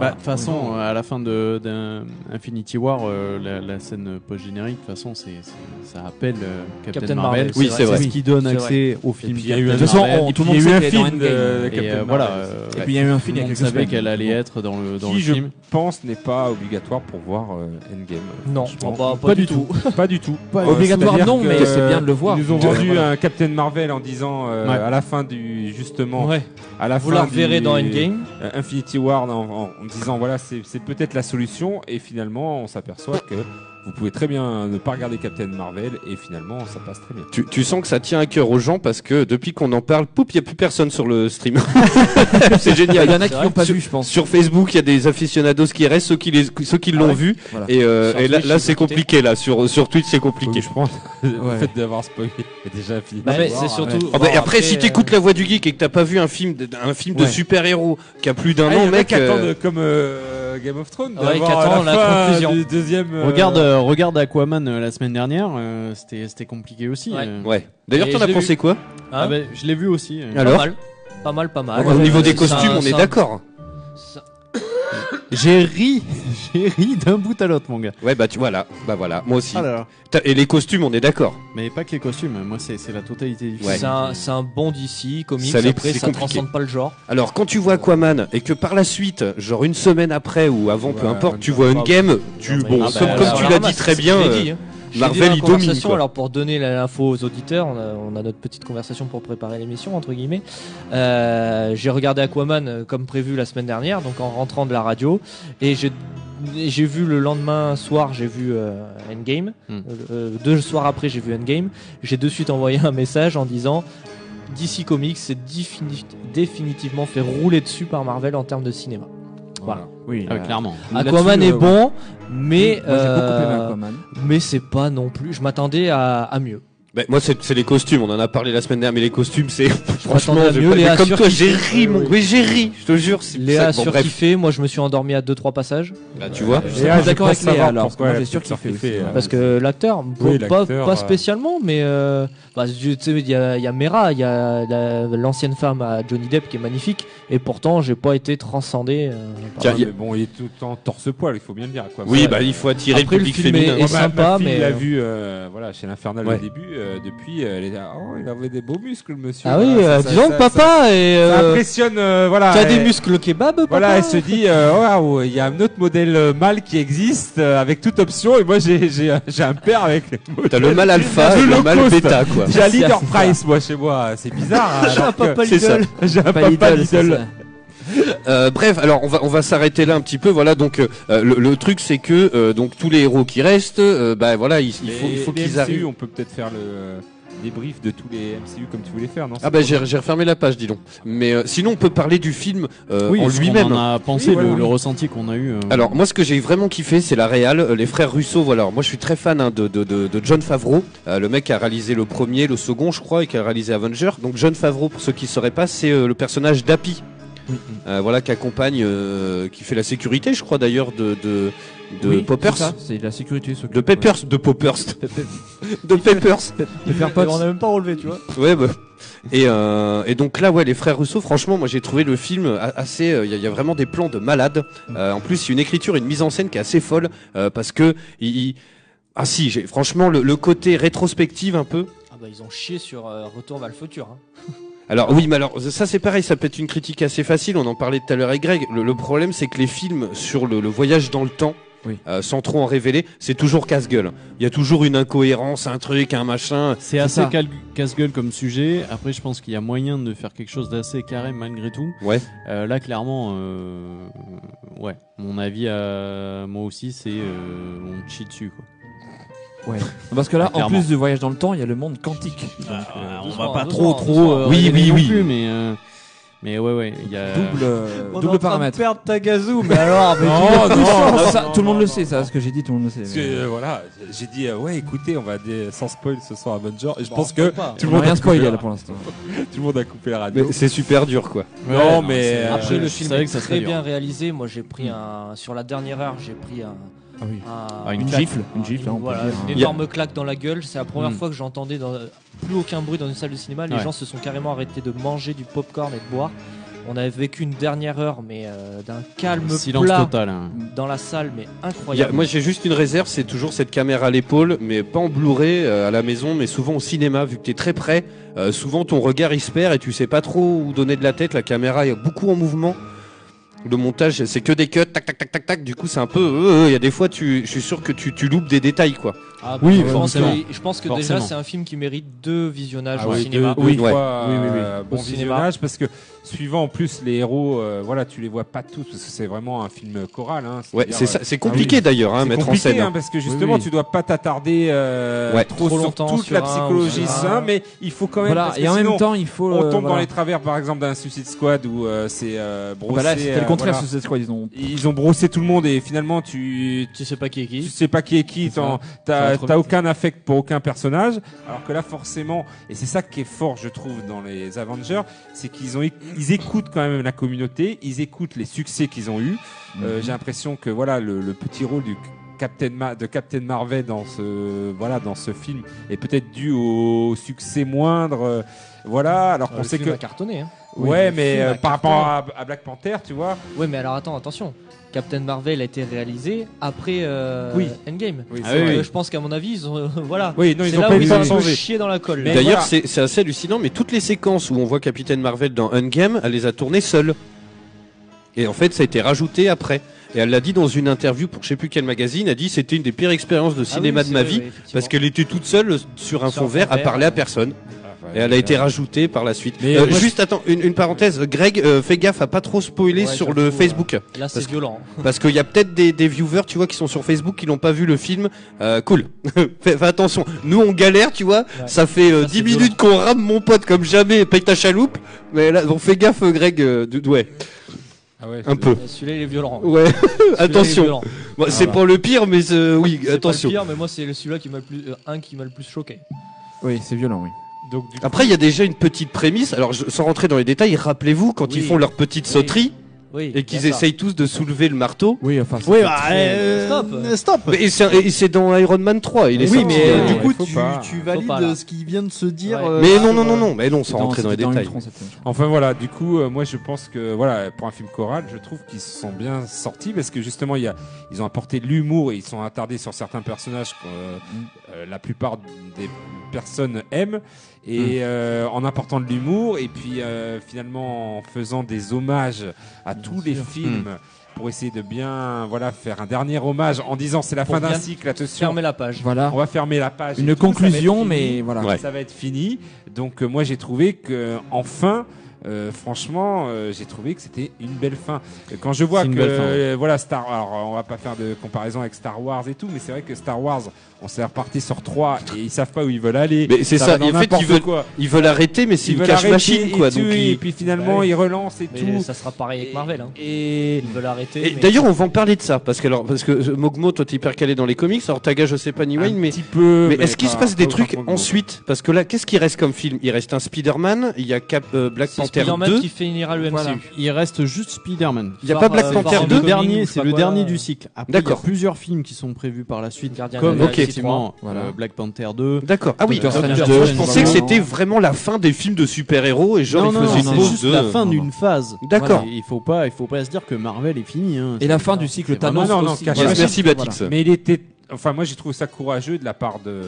[SPEAKER 8] Bah, de toute façon, à la fin de- d'un Infinity War, euh, la, la scène post-générique, de toute façon, c'est c'est- ça rappelle euh, Captain,
[SPEAKER 5] Captain
[SPEAKER 8] Marvel.
[SPEAKER 5] Marvel, Oui, c'est c'est vrai.
[SPEAKER 8] C'est ce qui donne
[SPEAKER 5] C'est
[SPEAKER 8] accès au film.
[SPEAKER 4] puis, il y a eu un-
[SPEAKER 7] De toute façon, on-
[SPEAKER 8] Marvel.
[SPEAKER 7] tout le
[SPEAKER 4] il
[SPEAKER 7] monde
[SPEAKER 4] y a eu
[SPEAKER 7] sait
[SPEAKER 4] un
[SPEAKER 7] qu'elle est
[SPEAKER 4] film
[SPEAKER 7] dans Endgame.
[SPEAKER 4] de
[SPEAKER 8] Et
[SPEAKER 4] Captain
[SPEAKER 8] euh, voilà.
[SPEAKER 4] Marvel.
[SPEAKER 8] euh,
[SPEAKER 7] Et puis il y a eu un film il y a
[SPEAKER 8] on
[SPEAKER 7] quelques
[SPEAKER 8] savait
[SPEAKER 7] semaines.
[SPEAKER 8] qu'elle allait être dans le, dans
[SPEAKER 4] qui,
[SPEAKER 8] le
[SPEAKER 4] je
[SPEAKER 8] film.
[SPEAKER 4] pense, n'est pas obligatoire pour voir euh, Endgame.
[SPEAKER 5] Non,
[SPEAKER 4] franchement.
[SPEAKER 5] bah, pas,
[SPEAKER 4] Pas
[SPEAKER 5] du
[SPEAKER 4] du
[SPEAKER 5] tout.
[SPEAKER 4] Pas du tout.
[SPEAKER 8] Pas
[SPEAKER 4] Euh,
[SPEAKER 7] Obligatoire
[SPEAKER 4] c'est-à-dire
[SPEAKER 7] non,
[SPEAKER 4] que,
[SPEAKER 7] mais c'est bien de le
[SPEAKER 4] euh,
[SPEAKER 7] voir.
[SPEAKER 4] Ils nous ont
[SPEAKER 7] Ouais,
[SPEAKER 4] vendu
[SPEAKER 7] voilà.
[SPEAKER 4] un Captain Marvel en disant euh,
[SPEAKER 8] Ouais.
[SPEAKER 4] à la fin du justement
[SPEAKER 5] Ouais.
[SPEAKER 4] à la
[SPEAKER 5] Vous
[SPEAKER 4] fin
[SPEAKER 5] la reverrez
[SPEAKER 4] du-
[SPEAKER 5] dans Endgame.
[SPEAKER 4] euh, Infinity War en, en- en disant voilà c'est c'est peut-être la solution et finalement on s'aperçoit que vous pouvez très bien ne pas regarder Captain Marvel et finalement ça passe très bien.
[SPEAKER 3] Tu, tu sens que ça tient à cœur aux gens parce que depuis qu'on en parle, poup, il n'y a plus personne sur le stream. c'est génial.
[SPEAKER 7] Il y en a qui l'ont pas
[SPEAKER 3] Sur-
[SPEAKER 7] vu, je pense.
[SPEAKER 3] Sur Facebook, il y a des aficionados qui restent, ceux qui les, ceux qui l'ont vu.
[SPEAKER 7] Voilà.
[SPEAKER 3] Et, euh,
[SPEAKER 5] Sur
[SPEAKER 3] et là,
[SPEAKER 5] Twitch,
[SPEAKER 3] là,
[SPEAKER 5] ils
[SPEAKER 3] c'est
[SPEAKER 5] ont quitté.
[SPEAKER 3] compliqué. Là, sur sur Twitch, c'est compliqué.
[SPEAKER 4] je pense
[SPEAKER 7] Ouais.
[SPEAKER 4] le fait d'avoir spoilé déjà Infinity
[SPEAKER 5] Bah, mais
[SPEAKER 4] War.
[SPEAKER 5] c'est surtout.
[SPEAKER 3] Ah bah,
[SPEAKER 5] bon,
[SPEAKER 3] et après, si t'écoutes la voix du geek et que t'as pas vu un film, de- un film de
[SPEAKER 7] Ouais.
[SPEAKER 3] super héros qui a plus
[SPEAKER 4] Ah,
[SPEAKER 3] d'un
[SPEAKER 4] il y
[SPEAKER 3] an,
[SPEAKER 4] en a
[SPEAKER 3] mec,
[SPEAKER 4] qui
[SPEAKER 3] euh,
[SPEAKER 4] attendent comme euh, Game of Thrones
[SPEAKER 5] Ouais, qui
[SPEAKER 4] d'avoir à
[SPEAKER 5] attendent la
[SPEAKER 4] fin
[SPEAKER 5] conclusion.
[SPEAKER 4] du deuxième euh,
[SPEAKER 8] Regarde, euh, regarde Aquaman euh, la semaine dernière, euh, c'était c'était compliqué aussi.
[SPEAKER 5] Ouais.
[SPEAKER 8] euh.
[SPEAKER 3] ouais. D'ailleurs,
[SPEAKER 5] Et
[SPEAKER 3] t'en
[SPEAKER 5] je
[SPEAKER 3] as
[SPEAKER 5] l'ai
[SPEAKER 3] pensé quoi
[SPEAKER 8] Ah bah, je l'ai vu aussi. euh.
[SPEAKER 5] pas
[SPEAKER 3] alors
[SPEAKER 5] mal. Pas mal, pas mal.
[SPEAKER 3] Au niveau
[SPEAKER 5] Euh,
[SPEAKER 3] des
[SPEAKER 5] ça-
[SPEAKER 3] costumes, on est
[SPEAKER 5] ça-
[SPEAKER 3] d'accord.
[SPEAKER 5] ça-
[SPEAKER 8] J'ai ri, (laughs) j'ai ri d'un bout à l'autre, mon gars.
[SPEAKER 3] Ouais, bah tu voilà, bah voilà, moi aussi.
[SPEAKER 8] Ah là là.
[SPEAKER 3] T'as- Et les costumes, on est d'accord.
[SPEAKER 8] Mais pas que les costumes, moi c'est c'est la totalité du film.
[SPEAKER 3] Ouais.
[SPEAKER 5] C'est un, c'est un bon d'ici, comics,
[SPEAKER 3] Ça l'est-
[SPEAKER 5] après
[SPEAKER 3] c'est
[SPEAKER 5] ça
[SPEAKER 3] compliqué.
[SPEAKER 5] transcende pas le genre.
[SPEAKER 3] Alors, quand tu vois Aquaman et que par la suite, genre une semaine après ou avant, peu
[SPEAKER 4] Ouais,
[SPEAKER 3] importe,
[SPEAKER 4] on
[SPEAKER 3] tu
[SPEAKER 4] ne
[SPEAKER 3] vois
[SPEAKER 4] peut
[SPEAKER 3] une
[SPEAKER 4] pas-
[SPEAKER 3] game, tu
[SPEAKER 4] mais-
[SPEAKER 3] bon,
[SPEAKER 4] Ah, bah,
[SPEAKER 3] comme,
[SPEAKER 4] là,
[SPEAKER 3] comme
[SPEAKER 4] là,
[SPEAKER 3] tu
[SPEAKER 4] là,
[SPEAKER 3] l'as
[SPEAKER 5] là,
[SPEAKER 3] dit très
[SPEAKER 5] c'est-
[SPEAKER 3] bien,
[SPEAKER 5] je l'ai
[SPEAKER 3] euh,
[SPEAKER 5] dit, hein. Je l'ai
[SPEAKER 3] Marvel
[SPEAKER 5] dit dans la
[SPEAKER 3] il domine.
[SPEAKER 5] conversation,
[SPEAKER 3] quoi.
[SPEAKER 5] Alors pour donner la- l'info aux auditeurs, on a, on a notre petite conversation pour préparer l'émission entre guillemets. Euh, j'ai regardé Aquaman euh, comme prévu la semaine dernière, donc en rentrant de la radio, et j'ai et j'ai vu le lendemain soir, j'ai vu euh, Endgame.
[SPEAKER 8] Hmm.
[SPEAKER 5] Euh, euh, deux soirs après, j'ai vu Endgame. J'ai de suite envoyé un message en disant DC Comics s'est défini- définitivement fait rouler dessus par Marvel en termes de cinéma. Voilà.
[SPEAKER 7] Oui,
[SPEAKER 8] Ah, ouais, clairement.
[SPEAKER 5] Aquaman
[SPEAKER 7] là-dessus,
[SPEAKER 5] est
[SPEAKER 7] euh,
[SPEAKER 5] bon, mais
[SPEAKER 7] Moi, j'ai beaucoup aimé
[SPEAKER 5] euh,
[SPEAKER 7] Aquaman.
[SPEAKER 5] mais c'est pas non plus. Je m'attendais à, à mieux.
[SPEAKER 3] Bah, moi, c'est c'est les costumes, on en a parlé la semaine dernière, mais les costumes, c'est franchement,
[SPEAKER 5] m'attendais à
[SPEAKER 3] j'ai
[SPEAKER 5] mieux,
[SPEAKER 3] pas-
[SPEAKER 5] Léa
[SPEAKER 3] mais comme
[SPEAKER 5] sur-
[SPEAKER 3] toi, j'ai ri, mon
[SPEAKER 5] Oui.
[SPEAKER 3] oui, j'ai ri, je te jure. c'est pour
[SPEAKER 5] Léa a
[SPEAKER 3] ça que- bon, bref,
[SPEAKER 5] surkiffé, moi je me suis endormi à 2-3 passages.
[SPEAKER 3] bah, tu vois.
[SPEAKER 7] Je
[SPEAKER 4] Et
[SPEAKER 7] suis
[SPEAKER 4] là,
[SPEAKER 7] pas
[SPEAKER 4] je
[SPEAKER 7] d'accord
[SPEAKER 4] pense
[SPEAKER 7] avec Léa
[SPEAKER 4] savoir
[SPEAKER 7] alors, parce que
[SPEAKER 4] pourquoi
[SPEAKER 7] moi
[SPEAKER 4] elle
[SPEAKER 7] j'ai
[SPEAKER 4] a
[SPEAKER 7] sûr qu'il fait
[SPEAKER 4] surkiffé,
[SPEAKER 7] aussi.
[SPEAKER 4] euh,
[SPEAKER 7] ouais.
[SPEAKER 5] Parce que l'acteur, bon,
[SPEAKER 4] Oui,
[SPEAKER 5] pas,
[SPEAKER 4] l'acteur,
[SPEAKER 5] pas
[SPEAKER 4] euh.
[SPEAKER 5] spécialement, mais euh, bah, tu sais, il y a, il y a Mera, il y a la- l'ancienne femme à Johnny Depp qui est magnifique, et pourtant j'ai pas été transcendé. euh, par-
[SPEAKER 3] Tiens,
[SPEAKER 4] Ouais,
[SPEAKER 3] y a-
[SPEAKER 4] mais bon, il est tout le temps torse-poil, il faut bien le dire. Quoi.
[SPEAKER 3] Oui,
[SPEAKER 4] Ouais.
[SPEAKER 3] bah, il faut attirer
[SPEAKER 5] Après,
[SPEAKER 3] le
[SPEAKER 5] le
[SPEAKER 3] public
[SPEAKER 5] film est-
[SPEAKER 3] féminin.
[SPEAKER 5] est
[SPEAKER 4] Moi, ma-
[SPEAKER 5] sympa,
[SPEAKER 4] ma fille
[SPEAKER 5] mais,
[SPEAKER 4] l'a
[SPEAKER 5] euh,
[SPEAKER 4] vu euh, voilà, chez l'Infernal
[SPEAKER 3] Ouais.
[SPEAKER 4] au début. euh, depuis, euh, elle est là, oh, il avait des beaux muscles, le monsieur.
[SPEAKER 5] ah oui,
[SPEAKER 4] Voilà,
[SPEAKER 5] euh,
[SPEAKER 4] ça-
[SPEAKER 5] dis
[SPEAKER 4] ça-
[SPEAKER 5] donc
[SPEAKER 4] ça-
[SPEAKER 5] papa, et
[SPEAKER 4] Ça
[SPEAKER 5] euh,
[SPEAKER 4] impressionne, euh, voilà.
[SPEAKER 5] t'as des
[SPEAKER 4] elle-
[SPEAKER 5] muscles au kebab, papa
[SPEAKER 4] Voilà, elle se dit, euh, waouh, il y a un autre modèle euh, mâle qui existe euh, avec toute option, et moi j'ai j'ai un- j'ai un père avec. les
[SPEAKER 3] T'as
[SPEAKER 4] modèles.
[SPEAKER 3] le mal alpha et
[SPEAKER 4] Le
[SPEAKER 3] le mal
[SPEAKER 4] low-cost.
[SPEAKER 3] bêta, quoi.
[SPEAKER 4] J'ai un
[SPEAKER 5] C'est
[SPEAKER 4] leader
[SPEAKER 5] assez
[SPEAKER 4] price, moi, chez moi. C'est (laughs) bizarre. hein,
[SPEAKER 5] J'ai un
[SPEAKER 4] alors que-
[SPEAKER 5] papa
[SPEAKER 3] c'est ça.
[SPEAKER 5] Lidl.
[SPEAKER 4] J'ai un
[SPEAKER 7] Pas
[SPEAKER 4] papa
[SPEAKER 7] Lidl, c'est
[SPEAKER 4] Lidl.
[SPEAKER 7] ça.
[SPEAKER 3] Euh, bref, alors on va on va s'arrêter là un petit peu. Voilà, donc euh, le, le truc c'est que euh, donc tous les héros qui restent, euh, bah voilà, il, il faut il faut
[SPEAKER 4] Les
[SPEAKER 3] qu'ils
[SPEAKER 4] MCU,
[SPEAKER 3] arrivent.
[SPEAKER 4] On peut peut-être faire le euh, débrief de tous les MCU comme tu voulais faire, non
[SPEAKER 3] Ah bah j'ai j'ai refermé la page, dis donc. Mais euh, sinon on peut parler du film euh,
[SPEAKER 8] Oui,
[SPEAKER 3] en
[SPEAKER 8] ce qu'on
[SPEAKER 3] lui-même.
[SPEAKER 8] en a pensé,
[SPEAKER 4] Oui, voilà.
[SPEAKER 8] le, le ressenti qu'on a eu. euh,
[SPEAKER 3] Mm. Alors moi ce que j'ai vraiment kiffé c'est la réal, euh, les frères Russo voilà. Alors, moi je suis très fan hein, de, de, de, de John Favreau, Euh, le mec qui a réalisé le premier, le second je crois et qui a réalisé Avenger. Donc John Favreau pour ceux qui ne sauraient pas c'est euh, le personnage d'Happy. Euh, voilà qui accompagne, euh, qui fait la sécurité je crois d'ailleurs de de, de
[SPEAKER 7] Oui,
[SPEAKER 3] Poppers,
[SPEAKER 7] c'est ça, C'est la sécurité.
[SPEAKER 3] de Peppers, de Poppers, (laughs) de Peppers.
[SPEAKER 7] De faire
[SPEAKER 5] Et on a même pas relevé, tu vois.
[SPEAKER 3] Ouais, bah. et, euh, et donc là, ouais, les frères Rousseau, franchement, moi j'ai trouvé le film a- assez. euh, Il y, a vraiment des plans de malade. Euh, en plus, il y a une écriture, et une mise en scène qui est assez folle euh, parce que il, il- ah si, j'ai franchement le, le côté rétrospective un peu.
[SPEAKER 5] Ah bah ils ont chié sur euh, Retour vers le futur. hein.
[SPEAKER 3] Alors oui, mais alors ça c'est pareil, ça peut être une critique assez facile. On en parlait tout à l'heure avec Greg. Le, le problème, c'est que les films sur le, le voyage dans le temps. euh, sans trop en révéler, c'est toujours casse-gueule. Il y a toujours une incohérence, un truc, un machin.
[SPEAKER 8] C'est assez cal- casse-gueule comme sujet. Après, je pense qu'il y a moyen de faire quelque chose d'assez carré malgré tout.
[SPEAKER 3] Ouais.
[SPEAKER 8] Euh, là, clairement, euh, ouais. Mon avis, à moi aussi, c'est euh, on chie dessus. Quoi.
[SPEAKER 7] Ouais. Parce que là,
[SPEAKER 8] Clairement.
[SPEAKER 7] en plus du voyage dans le temps, il y a le monde quantique. Donc, euh,
[SPEAKER 8] on
[SPEAKER 5] hein,
[SPEAKER 8] va
[SPEAKER 7] doucement,
[SPEAKER 8] pas trop,
[SPEAKER 7] doucement,
[SPEAKER 8] trop.
[SPEAKER 7] doucement.
[SPEAKER 8] euh,
[SPEAKER 7] oui,
[SPEAKER 8] révéler
[SPEAKER 7] oui,
[SPEAKER 8] non
[SPEAKER 7] oui.
[SPEAKER 8] plus, mais euh, mais ouais, ouais. Il y a
[SPEAKER 7] Double,
[SPEAKER 8] On est
[SPEAKER 7] euh,
[SPEAKER 8] en train
[SPEAKER 7] double
[SPEAKER 8] de
[SPEAKER 7] paramètre.
[SPEAKER 8] perdre ta gazou, mais alors, mais
[SPEAKER 7] non,
[SPEAKER 8] tout-
[SPEAKER 7] non,
[SPEAKER 8] tout
[SPEAKER 7] non,
[SPEAKER 8] ça-
[SPEAKER 7] ça, tout le monde le sait, ça, ce que j'ai dit, tout le monde le
[SPEAKER 4] Parce
[SPEAKER 7] sait.
[SPEAKER 4] que
[SPEAKER 7] mais-
[SPEAKER 4] euh, voilà, j'ai dit euh, ouais, écoutez, on va dé- sans spoil ce soir Avenger. Et je
[SPEAKER 7] Bon,
[SPEAKER 4] pense
[SPEAKER 7] on
[SPEAKER 4] que
[SPEAKER 7] peut pas.
[SPEAKER 4] tout le
[SPEAKER 7] On a
[SPEAKER 4] monde
[SPEAKER 7] rien
[SPEAKER 4] a coupé
[SPEAKER 7] spoilé,
[SPEAKER 4] la-
[SPEAKER 7] là, pour l'instant.
[SPEAKER 4] tout le monde a coupé la radio.
[SPEAKER 3] Mais c'est super dur, quoi.
[SPEAKER 4] Non,
[SPEAKER 3] Ouais,
[SPEAKER 4] mais
[SPEAKER 3] non,
[SPEAKER 4] euh,
[SPEAKER 3] c'est-
[SPEAKER 5] Après, le
[SPEAKER 4] je
[SPEAKER 5] film
[SPEAKER 4] savais
[SPEAKER 5] est
[SPEAKER 4] que ça
[SPEAKER 5] très
[SPEAKER 4] serait dur.
[SPEAKER 5] bien réalisé. Moi, j'ai pris un. Sur la dernière heure, j'ai pris un.
[SPEAKER 7] Ah oui.
[SPEAKER 5] un-
[SPEAKER 7] Ah, une Une claque. gifle, une gifle, hein, on peut
[SPEAKER 5] voilà,
[SPEAKER 7] dire, hein.
[SPEAKER 5] une
[SPEAKER 7] Y a-
[SPEAKER 5] énorme claque dans la gueule. C'est la première
[SPEAKER 7] Mm.
[SPEAKER 5] fois que j'entendais dans- plus aucun bruit dans une salle de cinéma. Les
[SPEAKER 7] Ouais.
[SPEAKER 5] gens se sont carrément arrêtés de manger du popcorn et de boire. On avait vécu une dernière heure, mais euh, d'un calme
[SPEAKER 8] Silence
[SPEAKER 5] plat
[SPEAKER 8] total, hein.
[SPEAKER 5] dans la salle, mais
[SPEAKER 3] Il y a-
[SPEAKER 5] incroyable.
[SPEAKER 3] moi j'ai juste une réserve, c'est toujours cette caméra à l'épaule, mais pas en Blu-ray euh, à la maison, mais souvent au cinéma, vu que t'es très près. euh, souvent ton regard il se perd et tu sais pas trop où donner de la tête. La caméra est beaucoup en mouvement. Le montage c'est que des cuts, tac tac tac tac tac. Du coup c'est un peu, euh, euh, il y a des fois tu, je suis sûr que tu, tu loupes des détails quoi.
[SPEAKER 5] Ah, bah, je pense, que, je pense que déjà, c'est un film qui mérite deux visionnages
[SPEAKER 4] Ah
[SPEAKER 5] au
[SPEAKER 4] ouais,
[SPEAKER 5] cinéma.
[SPEAKER 4] deux- deux fois, euh, bon
[SPEAKER 5] Au cinéma.
[SPEAKER 4] visionnage parce que suivant en plus les héros, euh, voilà, tu les vois pas tous parce que c'est vraiment un film choral. Hein,
[SPEAKER 3] Ouais,
[SPEAKER 4] c'est-à-dire,
[SPEAKER 3] c'est ça-
[SPEAKER 4] euh,
[SPEAKER 3] c'est compliqué, d'ailleurs, hein,
[SPEAKER 4] c'est
[SPEAKER 3] mettre en
[SPEAKER 4] compliqué,
[SPEAKER 3] scène, hein.
[SPEAKER 4] hein, parce que justement,
[SPEAKER 3] Oui, oui.
[SPEAKER 4] tu dois pas t'attarder euh,
[SPEAKER 3] Ouais.
[SPEAKER 4] trop,
[SPEAKER 3] Trop
[SPEAKER 4] sur
[SPEAKER 3] longtemps
[SPEAKER 4] toute
[SPEAKER 3] sur
[SPEAKER 4] la
[SPEAKER 3] un ou sur
[SPEAKER 4] psychologie,
[SPEAKER 3] un.
[SPEAKER 4] ça. Mais il faut quand même.
[SPEAKER 7] Voilà,
[SPEAKER 4] parce que
[SPEAKER 7] et en même
[SPEAKER 4] sinon,
[SPEAKER 7] temps, il faut,
[SPEAKER 4] On
[SPEAKER 7] euh,
[SPEAKER 4] tombe dans
[SPEAKER 7] voilà.
[SPEAKER 4] les travers, par exemple, d'un Suicide Squad où euh, c'est euh, brossé.
[SPEAKER 7] Bah là, c'était le
[SPEAKER 4] euh,
[SPEAKER 7] contraire,
[SPEAKER 4] voilà.
[SPEAKER 7] Suicide Squad, ils ont-
[SPEAKER 4] Ils ont brossé tout le monde et finalement, tu.
[SPEAKER 5] Tu sais pas qui est qui.
[SPEAKER 4] Tu sais pas qui est qui.
[SPEAKER 7] C'est
[SPEAKER 4] t'en-
[SPEAKER 7] ça. Ça va
[SPEAKER 4] T'as
[SPEAKER 7] trop
[SPEAKER 4] t'as
[SPEAKER 7] vite.
[SPEAKER 4] aucun affect pour aucun personnage. Alors que là, forcément, et c'est ça qui est fort, je trouve, dans les Avengers, c'est qu'ils ont, éc- ils écoutent quand même la communauté, ils écoutent les succès qu'ils ont eus. Euh,
[SPEAKER 7] Mhm.
[SPEAKER 4] J'ai l'impression que voilà, le, le petit rôle du Captain Ma- de Captain Marvel dans ce voilà dans ce film est peut-être dû au succès moindre. euh, voilà, alors
[SPEAKER 5] Euh,
[SPEAKER 4] qu'on
[SPEAKER 5] le
[SPEAKER 4] sait
[SPEAKER 5] film
[SPEAKER 4] que
[SPEAKER 5] a cartonné, hein. Oui,
[SPEAKER 4] Ouais,
[SPEAKER 5] le
[SPEAKER 4] mais
[SPEAKER 5] film a
[SPEAKER 4] euh, par rapport à, à Black Panther, tu vois.
[SPEAKER 5] Ouais, mais alors attends, attention. Captain Marvel a été réalisé après euh,
[SPEAKER 4] Oui.
[SPEAKER 5] Endgame.
[SPEAKER 4] Oui,
[SPEAKER 8] Ah
[SPEAKER 5] Donc,
[SPEAKER 4] c'est vrai.
[SPEAKER 5] euh, (laughs) Je pense qu'à mon avis, ils ont. voilà.
[SPEAKER 4] Oui, non, ils
[SPEAKER 5] c'est
[SPEAKER 4] ont
[SPEAKER 5] là
[SPEAKER 4] pas
[SPEAKER 5] où
[SPEAKER 4] eu
[SPEAKER 5] ils
[SPEAKER 4] le
[SPEAKER 5] ont
[SPEAKER 4] temps
[SPEAKER 5] un
[SPEAKER 4] de
[SPEAKER 5] peu
[SPEAKER 4] changer.
[SPEAKER 5] chié dans la colle.
[SPEAKER 3] D'ailleurs c'est c'est assez hallucinant, mais toutes les séquences où on voit Capitaine Marvel dans Endgame, elle les a tournées seule. Et en fait ça a été rajouté après. Et elle l'a dit dans une interview pour je sais plus quel magazine, elle dit c'était une des pires expériences de
[SPEAKER 5] Ah
[SPEAKER 3] cinéma
[SPEAKER 5] oui,
[SPEAKER 3] de
[SPEAKER 5] c'est
[SPEAKER 3] ma
[SPEAKER 5] vrai,
[SPEAKER 3] vie
[SPEAKER 5] ouais, effectivement.
[SPEAKER 3] parce qu'elle était toute seule sur un
[SPEAKER 5] Sur
[SPEAKER 3] fond
[SPEAKER 5] un
[SPEAKER 3] vert
[SPEAKER 5] fond
[SPEAKER 3] à
[SPEAKER 5] vert,
[SPEAKER 3] parler à
[SPEAKER 5] ouais.
[SPEAKER 3] personne.
[SPEAKER 4] Ah, ouais,
[SPEAKER 3] Et elle a
[SPEAKER 4] ouais.
[SPEAKER 3] été rajoutée par la suite.
[SPEAKER 4] Mais
[SPEAKER 3] Euh,
[SPEAKER 4] moi, je-
[SPEAKER 3] juste attends, une, une parenthèse. Greg, euh, fais gaffe à pas trop spoiler
[SPEAKER 5] Ouais,
[SPEAKER 3] sur
[SPEAKER 5] surtout,
[SPEAKER 3] le
[SPEAKER 5] euh,
[SPEAKER 3] Facebook.
[SPEAKER 5] là, c'est
[SPEAKER 3] Parce que-
[SPEAKER 5] violent. hein.
[SPEAKER 3] Parce qu'il y a peut-être des, des viewers, tu vois, qui sont sur Facebook, qui n'ont pas vu le film. Euh, cool. (laughs) fais, fais attention. Nous, on galère, tu vois. Ça fait euh, 10 minutes qu'on rame mon pote comme jamais. Paye ta chaloupe. Mais là, donc fais gaffe, euh, Greg. euh, de- ouais.
[SPEAKER 4] Ah
[SPEAKER 3] un peu.
[SPEAKER 5] Celui-là, il est violent.
[SPEAKER 3] Ouais, (laughs)
[SPEAKER 5] Celui-là, il est
[SPEAKER 3] attention.
[SPEAKER 5] violent.
[SPEAKER 3] Bon, c'est
[SPEAKER 5] Voilà.
[SPEAKER 3] pas le pire, mais euh, oui,
[SPEAKER 5] C'est pas le
[SPEAKER 3] attention.
[SPEAKER 5] pire, mais moi, c'est le- celui-là qui m'a le plus. euh, un qui m'a le plus choqué.
[SPEAKER 7] Oui, c'est violent, oui.
[SPEAKER 4] Donc,
[SPEAKER 3] Après, il y a déjà une petite prémisse. Alors, je- sans rentrer dans les détails, rappelez-vous quand ils
[SPEAKER 5] Oui.
[SPEAKER 3] font leur petite
[SPEAKER 5] Oui.
[SPEAKER 3] sauterie
[SPEAKER 5] Oui,
[SPEAKER 3] et
[SPEAKER 5] il y
[SPEAKER 3] qu'ils
[SPEAKER 5] a ça.
[SPEAKER 3] essayent tous de soulever le marteau.
[SPEAKER 7] Oui, enfin.
[SPEAKER 3] Oui,
[SPEAKER 5] bah, euh, Stop. euh,
[SPEAKER 3] Et c'est et c'est dans Iron Man 3. Il est
[SPEAKER 14] Oui,
[SPEAKER 3] sorti,
[SPEAKER 14] mais
[SPEAKER 3] hein.
[SPEAKER 14] du coup,
[SPEAKER 3] Faut
[SPEAKER 14] tu,
[SPEAKER 3] pas.
[SPEAKER 14] tu
[SPEAKER 4] Euh, Faut pas, là.
[SPEAKER 14] valides ce qui vient de se dire.
[SPEAKER 4] Ouais.
[SPEAKER 14] euh,
[SPEAKER 5] ah,
[SPEAKER 3] Mais
[SPEAKER 14] sur,
[SPEAKER 3] non, non, non,
[SPEAKER 14] euh,
[SPEAKER 3] non, mais non, sans
[SPEAKER 14] dans-
[SPEAKER 3] rentrer dans les
[SPEAKER 14] c'était
[SPEAKER 3] détails.
[SPEAKER 14] Ultron, c'était.
[SPEAKER 4] Enfin voilà, du coup, euh, moi je pense que voilà, pour un film choral, je trouve qu'ils se sont bien sortis parce que justement, il y a, ils ont apporté de l'humour et ils sont attardés sur certains personnages que euh, euh, la plupart des personnes aiment et
[SPEAKER 7] Mm.
[SPEAKER 4] euh, en apportant de l'humour et puis euh, finalement en faisant des hommages à tous les films.
[SPEAKER 7] Mm.
[SPEAKER 4] Pour essayer de bien voilà faire un dernier hommage en disant c'est la
[SPEAKER 7] Pour
[SPEAKER 4] fin d'un
[SPEAKER 7] bien
[SPEAKER 4] cycle attention
[SPEAKER 7] fermer la
[SPEAKER 5] page
[SPEAKER 7] Voilà.
[SPEAKER 4] on va fermer la page
[SPEAKER 7] Une
[SPEAKER 4] et tout, ça va être
[SPEAKER 7] conclusion,
[SPEAKER 4] fini.
[SPEAKER 7] mais voilà. Ouais.
[SPEAKER 4] ça va être fini donc euh, moi j'ai trouvé que enfin euh, franchement, euh, j'ai trouvé que c'était une belle fin. Euh, Quand je vois
[SPEAKER 7] C'est
[SPEAKER 4] que
[SPEAKER 7] une belle fin, ouais.
[SPEAKER 4] euh, voilà Star, alors euh, on va pas faire de comparaison avec Star Wars et tout, mais c'est vrai que Star Wars, on s'est reparti sur trois et ils savent pas où ils veulent aller.
[SPEAKER 3] Mais c'est ça,
[SPEAKER 4] va dans
[SPEAKER 3] en fait,
[SPEAKER 4] n'importe
[SPEAKER 3] ils veulent,
[SPEAKER 4] quoi.
[SPEAKER 3] ils veulent arrêter, mais
[SPEAKER 4] Ils
[SPEAKER 3] c'est une
[SPEAKER 4] veulent
[SPEAKER 3] cache
[SPEAKER 4] arrêter
[SPEAKER 3] machine,
[SPEAKER 4] et
[SPEAKER 3] quoi.
[SPEAKER 4] tout,
[SPEAKER 3] donc
[SPEAKER 4] et
[SPEAKER 3] ils- Bah
[SPEAKER 4] puis finalement, ils relancent et
[SPEAKER 5] Mais
[SPEAKER 4] tout.
[SPEAKER 5] ça sera pareil avec Marvel. Hein.
[SPEAKER 4] Et
[SPEAKER 5] ils veulent l'arrêter.
[SPEAKER 3] Et
[SPEAKER 5] mais-
[SPEAKER 3] D'ailleurs, on va en parler de ça, parce que alors, parce que euh, Mogmo, toi, t'es hyper calé dans les comics. Alors, Taga, je sais pas ni Wayne, mais
[SPEAKER 4] peu,
[SPEAKER 3] mais
[SPEAKER 4] mais
[SPEAKER 3] est-ce qu'il
[SPEAKER 4] pas-
[SPEAKER 3] se passe
[SPEAKER 4] pas
[SPEAKER 3] des
[SPEAKER 4] autant
[SPEAKER 3] trucs
[SPEAKER 4] que Mogmo.
[SPEAKER 3] ensuite Parce que là, qu'est-ce qui reste comme film Il reste un Spider-Man, il y a Cap, euh, Black
[SPEAKER 5] C'est
[SPEAKER 3] Panther
[SPEAKER 5] Spider-Man
[SPEAKER 3] 2.
[SPEAKER 5] qui finira le MCU.
[SPEAKER 8] Voilà. Il reste juste Spider-Man.
[SPEAKER 3] Il y a pas Black Panther 2?
[SPEAKER 8] Le dernier,
[SPEAKER 5] Ou
[SPEAKER 8] c'est
[SPEAKER 5] pas
[SPEAKER 8] le
[SPEAKER 5] quoi,
[SPEAKER 8] dernier
[SPEAKER 5] euh,
[SPEAKER 8] du cycle. Après, il y a
[SPEAKER 3] D'accord.
[SPEAKER 8] plusieurs films qui sont prévus par la suite.
[SPEAKER 5] Gardien de
[SPEAKER 8] comme
[SPEAKER 3] la Galaxie
[SPEAKER 8] effectivement
[SPEAKER 3] 3.
[SPEAKER 8] euh,
[SPEAKER 3] Voilà.
[SPEAKER 8] Black Panther 2.
[SPEAKER 3] D'accord. Ah oui.
[SPEAKER 8] Doctor
[SPEAKER 3] d'accord.
[SPEAKER 8] Strange
[SPEAKER 3] Moi,
[SPEAKER 8] 2,
[SPEAKER 3] je pensais que
[SPEAKER 8] normalement.
[SPEAKER 3] c'était vraiment la fin des films de super-héros et genre
[SPEAKER 8] Non,
[SPEAKER 3] ils
[SPEAKER 8] non,
[SPEAKER 3] faisaient
[SPEAKER 8] non,
[SPEAKER 3] une
[SPEAKER 8] c'est
[SPEAKER 3] pause
[SPEAKER 8] juste
[SPEAKER 3] de-
[SPEAKER 8] la fin d'une phase.
[SPEAKER 3] D'accord.
[SPEAKER 8] Voilà, Il faut pas, il faut pas se dire que Marvel est fini. hein.
[SPEAKER 7] Et la fin
[SPEAKER 8] C'est-
[SPEAKER 7] du cycle
[SPEAKER 8] c'est vraiment
[SPEAKER 7] Thanos
[SPEAKER 8] aussi.
[SPEAKER 7] aussi. Voilà.
[SPEAKER 8] Voilà.
[SPEAKER 7] Voilà.
[SPEAKER 4] Mais il était Enfin, moi, j'ai trouvé ça courageux de la part de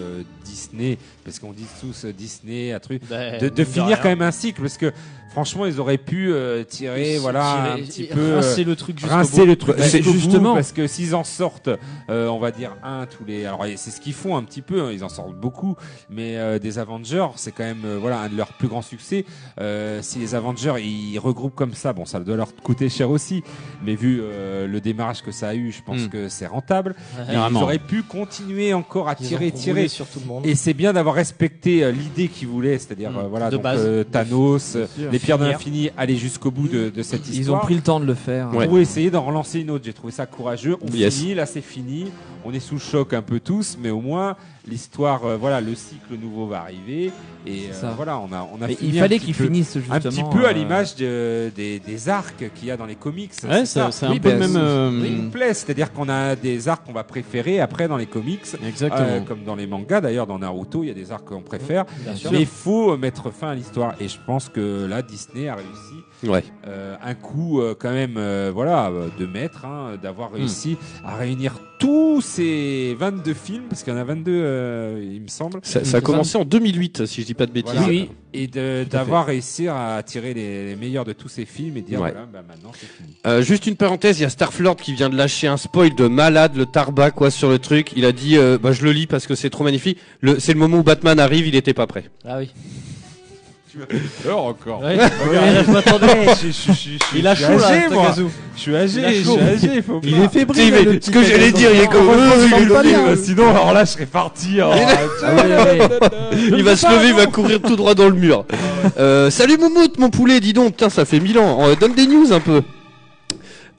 [SPEAKER 4] Disney, parce qu'on dit tous euh, Disney, un truc,
[SPEAKER 10] Ben,
[SPEAKER 4] de, de
[SPEAKER 10] mine de
[SPEAKER 4] finir
[SPEAKER 10] rien.
[SPEAKER 4] quand même un cycle, parce que franchement, ils auraient pu euh, tirer,
[SPEAKER 10] Ils se
[SPEAKER 4] voilà,
[SPEAKER 10] tirer,
[SPEAKER 4] un petit
[SPEAKER 10] et
[SPEAKER 4] peu,
[SPEAKER 10] rincer
[SPEAKER 4] euh,
[SPEAKER 10] le truc jusqu'au
[SPEAKER 4] rincer
[SPEAKER 10] bout.
[SPEAKER 4] le truc,
[SPEAKER 10] Bah,
[SPEAKER 4] jusqu'au
[SPEAKER 10] c'est
[SPEAKER 4] bout,
[SPEAKER 10] justement.
[SPEAKER 4] parce que s'ils en sortent, euh, on va dire un tous les, alors et c'est ce qu'ils font un petit peu, hein, ils en sortent beaucoup, mais euh, des Avengers, c'est quand même, euh, voilà, un de leurs plus grands succès. Euh, si les Avengers ils regroupent comme ça, bon, ça doit leur coûter cher aussi, mais vu euh, le démarrage que ça a eu, je pense
[SPEAKER 10] Mm.
[SPEAKER 4] que c'est rentable.
[SPEAKER 10] Ouais.
[SPEAKER 4] Et
[SPEAKER 10] Vraiment.
[SPEAKER 4] Ils auraient pu continuer encore à
[SPEAKER 10] Ils
[SPEAKER 4] tirer,
[SPEAKER 10] ont roulé
[SPEAKER 4] tirer.
[SPEAKER 10] sur tout le monde.
[SPEAKER 4] Et c'est bien d'avoir respecté euh, l'idée qu'ils voulaient, c'est-à-dire
[SPEAKER 7] Mm.
[SPEAKER 4] euh, voilà
[SPEAKER 10] De
[SPEAKER 4] donc,
[SPEAKER 10] base.
[SPEAKER 4] euh, Thanos, euh,
[SPEAKER 10] sûr.
[SPEAKER 4] les pierres de
[SPEAKER 10] Finir.
[SPEAKER 4] l'infini, aller jusqu'au bout de, de cette
[SPEAKER 7] Ils
[SPEAKER 4] histoire.
[SPEAKER 7] ont pris le temps de le faire.
[SPEAKER 4] Pour
[SPEAKER 7] Ouais.
[SPEAKER 4] essayer d'en relancer une autre, j'ai trouvé ça courageux. On
[SPEAKER 7] Yes.
[SPEAKER 4] finit, là c'est fini. On est sous le choc un peu tous, mais au moins l'histoire, euh, voilà, le cycle nouveau va arriver. Et euh,
[SPEAKER 7] C'est ça.
[SPEAKER 4] voilà, on a, on a
[SPEAKER 7] Mais
[SPEAKER 4] fini
[SPEAKER 7] il
[SPEAKER 4] un
[SPEAKER 7] fallait
[SPEAKER 4] petit
[SPEAKER 7] qu'ils
[SPEAKER 4] peu-
[SPEAKER 7] finissent,
[SPEAKER 4] un petit
[SPEAKER 7] justement,
[SPEAKER 4] peu à
[SPEAKER 7] euh,
[SPEAKER 4] l'image de- des, des arcs qu'il y a dans les comics.
[SPEAKER 8] Ouais, c'est-
[SPEAKER 4] ça.
[SPEAKER 8] c'est un peu
[SPEAKER 4] ben,
[SPEAKER 8] le même,
[SPEAKER 4] c'est-
[SPEAKER 8] euh,
[SPEAKER 4] c'est une plaie, c'est-à-dire qu'on a des arcs qu'on va préférer après dans les comics,
[SPEAKER 8] Exactement.
[SPEAKER 4] Euh, comme dans les mangas d'ailleurs, dans Naruto, il y a des arcs qu'on préfère.
[SPEAKER 10] Bien sûr.
[SPEAKER 4] Mais il faut euh, mettre fin à l'histoire, et je pense que là Disney a réussi
[SPEAKER 3] Ouais.
[SPEAKER 4] euh, un coup euh, quand même, euh, voilà, euh, de maître, hein, d'avoir
[SPEAKER 5] Hmm.
[SPEAKER 4] réussi à réunir tous ces 22 films, parce qu'il y en a 22, euh, il me semble.
[SPEAKER 3] Ça, ça a commencé en 2008, si je dis pas de bêtises.
[SPEAKER 4] Voilà. Et de- d'avoir réussi à attirer les, les meilleurs de tous ces films et dire
[SPEAKER 3] Ouais.
[SPEAKER 4] voilà, bah, maintenant c'est fini.
[SPEAKER 3] Euh, juste une parenthèse, il y a Starflord qui vient de lâcher un spoil de malade, le tarba quoi sur le truc. Il a dit, euh, bah, je le lis parce que c'est trop magnifique. Le- C'est le moment où Batman arrive, il était pas prêt.
[SPEAKER 5] Ah oui.
[SPEAKER 4] Alors encore.
[SPEAKER 5] Ouais. Ouais, je m'attendais. Il a chaud, là,
[SPEAKER 4] âgé,
[SPEAKER 5] le
[SPEAKER 4] moi.
[SPEAKER 5] Tagazu.
[SPEAKER 4] Je suis âgé,
[SPEAKER 5] Il a
[SPEAKER 4] je
[SPEAKER 5] chaud.
[SPEAKER 4] suis âgé. Faut
[SPEAKER 5] Il
[SPEAKER 4] pas.
[SPEAKER 5] est fébrile, le
[SPEAKER 4] mais Ce
[SPEAKER 5] petit
[SPEAKER 4] que j'allais dire,
[SPEAKER 5] Tagazu.
[SPEAKER 4] il est comme
[SPEAKER 5] On le
[SPEAKER 4] eux,
[SPEAKER 5] sent
[SPEAKER 4] il
[SPEAKER 5] pas
[SPEAKER 4] le
[SPEAKER 5] bien.
[SPEAKER 4] dit. euh, Sinon, alors là, je serais parti. hein. alors,
[SPEAKER 3] Ah ouais, ouais. Il va se lever, il va courir tout droit dans le mur. Euh, salut Moumout, mon poulet, dis donc, putain, ça fait mille ans. Euh, donne des news un peu.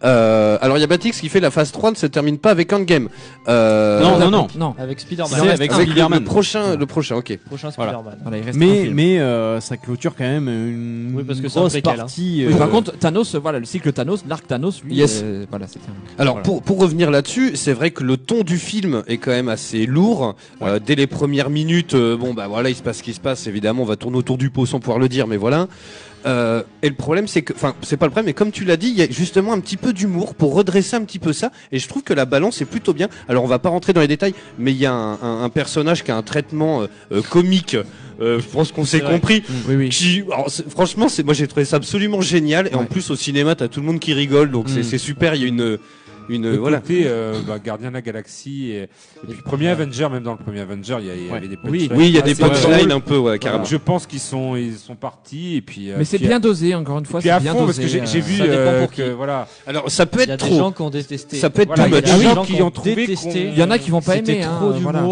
[SPEAKER 3] Euh, alors il y a Batix qui fait la phase 3 ne se termine pas avec Endgame. Euh,
[SPEAKER 8] Non, non, non. Non.
[SPEAKER 5] Avec Spider-Man.
[SPEAKER 8] C'est avec
[SPEAKER 3] le-
[SPEAKER 8] Spider-Man.
[SPEAKER 3] Le prochain, le prochain, ok.
[SPEAKER 5] Prochain Spider-Man.
[SPEAKER 8] mais mais euh, ça clôture quand même une
[SPEAKER 5] parce que c'est un
[SPEAKER 8] grosse
[SPEAKER 5] préquel, hein.
[SPEAKER 8] partie.
[SPEAKER 7] Oui, par
[SPEAKER 8] euh,
[SPEAKER 7] contre, Thanos, voilà, le cycle Thanos, l'arc Thanos, lui,
[SPEAKER 3] Yes.
[SPEAKER 7] euh, voilà, c'est terminé.
[SPEAKER 3] Alors
[SPEAKER 7] Voilà.
[SPEAKER 3] pour, pour revenir là-dessus, c'est vrai que le ton du film est quand même assez lourd. Euh, dès les premières minutes, euh, bon bah voilà, il se passe ce qui se passe. Évidemment, on va tourner autour du pot sans pouvoir le dire, mais voilà. Euh, et le problème, c'est que, enfin, c'est pas le problème, mais comme tu l'as dit, il y a justement un petit peu d'humour pour redresser un petit peu ça. Et je trouve que la balance est plutôt bien. Alors on va pas rentrer dans les détails, mais il y a un, un- un personnage qui a un traitement euh, euh, comique. Euh, je pense qu'on s'est
[SPEAKER 10] vrai.
[SPEAKER 3] compris. Qui, alors, c'est- franchement, c'est, moi j'ai trouvé ça absolument génial. Et en plus au cinéma, t'as tout le monde qui rigole, donc c'est,
[SPEAKER 4] Mm.
[SPEAKER 3] c'est super. Il y a une une
[SPEAKER 4] Le
[SPEAKER 3] voilà.
[SPEAKER 4] côté euh, bah, Gardien de la Galaxie et, et puis premier Avenger, même dans le premier Avenger, il y, a- il y
[SPEAKER 3] Ouais.
[SPEAKER 4] avait des
[SPEAKER 3] Oui. Oui, il y a des
[SPEAKER 4] assez drôles.
[SPEAKER 3] punchlines un peu, ouais, carrément.
[SPEAKER 4] Je pense qu'ils sont, ils sont partis et puis. euh,
[SPEAKER 7] Mais c'est
[SPEAKER 4] puis-
[SPEAKER 7] bien dosé, encore une fois,
[SPEAKER 4] Puis
[SPEAKER 7] c'est
[SPEAKER 4] à
[SPEAKER 7] bien
[SPEAKER 4] fond, parce
[SPEAKER 7] dosé,
[SPEAKER 4] que j'ai
[SPEAKER 7] euh,
[SPEAKER 4] j'ai vu
[SPEAKER 7] ça dépend
[SPEAKER 4] euh,
[SPEAKER 7] pour
[SPEAKER 4] que
[SPEAKER 7] qui.
[SPEAKER 4] voilà.
[SPEAKER 3] Alors ça peut
[SPEAKER 5] Il y a
[SPEAKER 3] être
[SPEAKER 5] des
[SPEAKER 3] trop.
[SPEAKER 5] gens qui ont détesté.
[SPEAKER 3] Ça peut être
[SPEAKER 4] Voilà,
[SPEAKER 3] too
[SPEAKER 4] il y a
[SPEAKER 3] much.
[SPEAKER 4] des gens qui ont trouvé
[SPEAKER 5] détesté.
[SPEAKER 4] qu'on-
[SPEAKER 7] Il y en a qui vont pas aimer,
[SPEAKER 5] C'était
[SPEAKER 7] hein,
[SPEAKER 5] trop d'humour
[SPEAKER 7] voilà.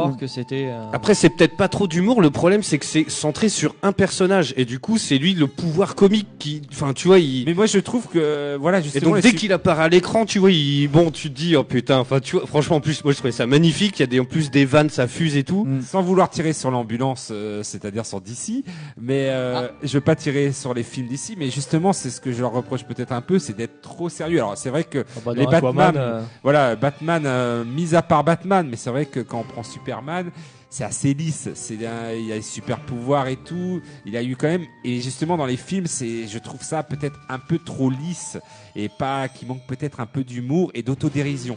[SPEAKER 5] encore que c'était. euh,
[SPEAKER 3] Après, c'est peut-être pas trop d'humour. Le problème, c'est que c'est centré sur un personnage et du coup, c'est lui le pouvoir comique qui. Enfin, tu vois, il.
[SPEAKER 4] Mais moi, je trouve que euh, voilà
[SPEAKER 3] Et
[SPEAKER 4] justement.
[SPEAKER 3] donc
[SPEAKER 4] les
[SPEAKER 3] dès
[SPEAKER 4] su-
[SPEAKER 3] qu'il apparaît à l'écran, tu vois, il, bon, tu te dis oh putain, enfin tu vois, franchement en plus, moi je trouvais ça magnifique. Il y a des en plus des vannes, ça fuse et tout.
[SPEAKER 4] Mm. sans vouloir tirer sur l'ambulance, euh, c'est-à-dire sur DC, mais
[SPEAKER 7] Ah.
[SPEAKER 4] euh, je veux pas tirer sur les films DC, mais justement, c'est ce que je leur reproche peut-être un peu, c'est d'être trop sérieux. Alors c'est vrai que
[SPEAKER 5] bah, dans
[SPEAKER 4] les Batman,
[SPEAKER 5] Aquaman, euh,
[SPEAKER 4] voilà, Batman, euh, mis à part Batman, mais c'est vrai que quand on prend Superman, c'est assez lisse, c'est un- il a les super pouvoirs et tout, il a eu quand même, et justement dans les films, c'est, je trouve ça peut-être un peu trop lisse et pas, qui manque peut-être un peu d'humour et d'autodérision.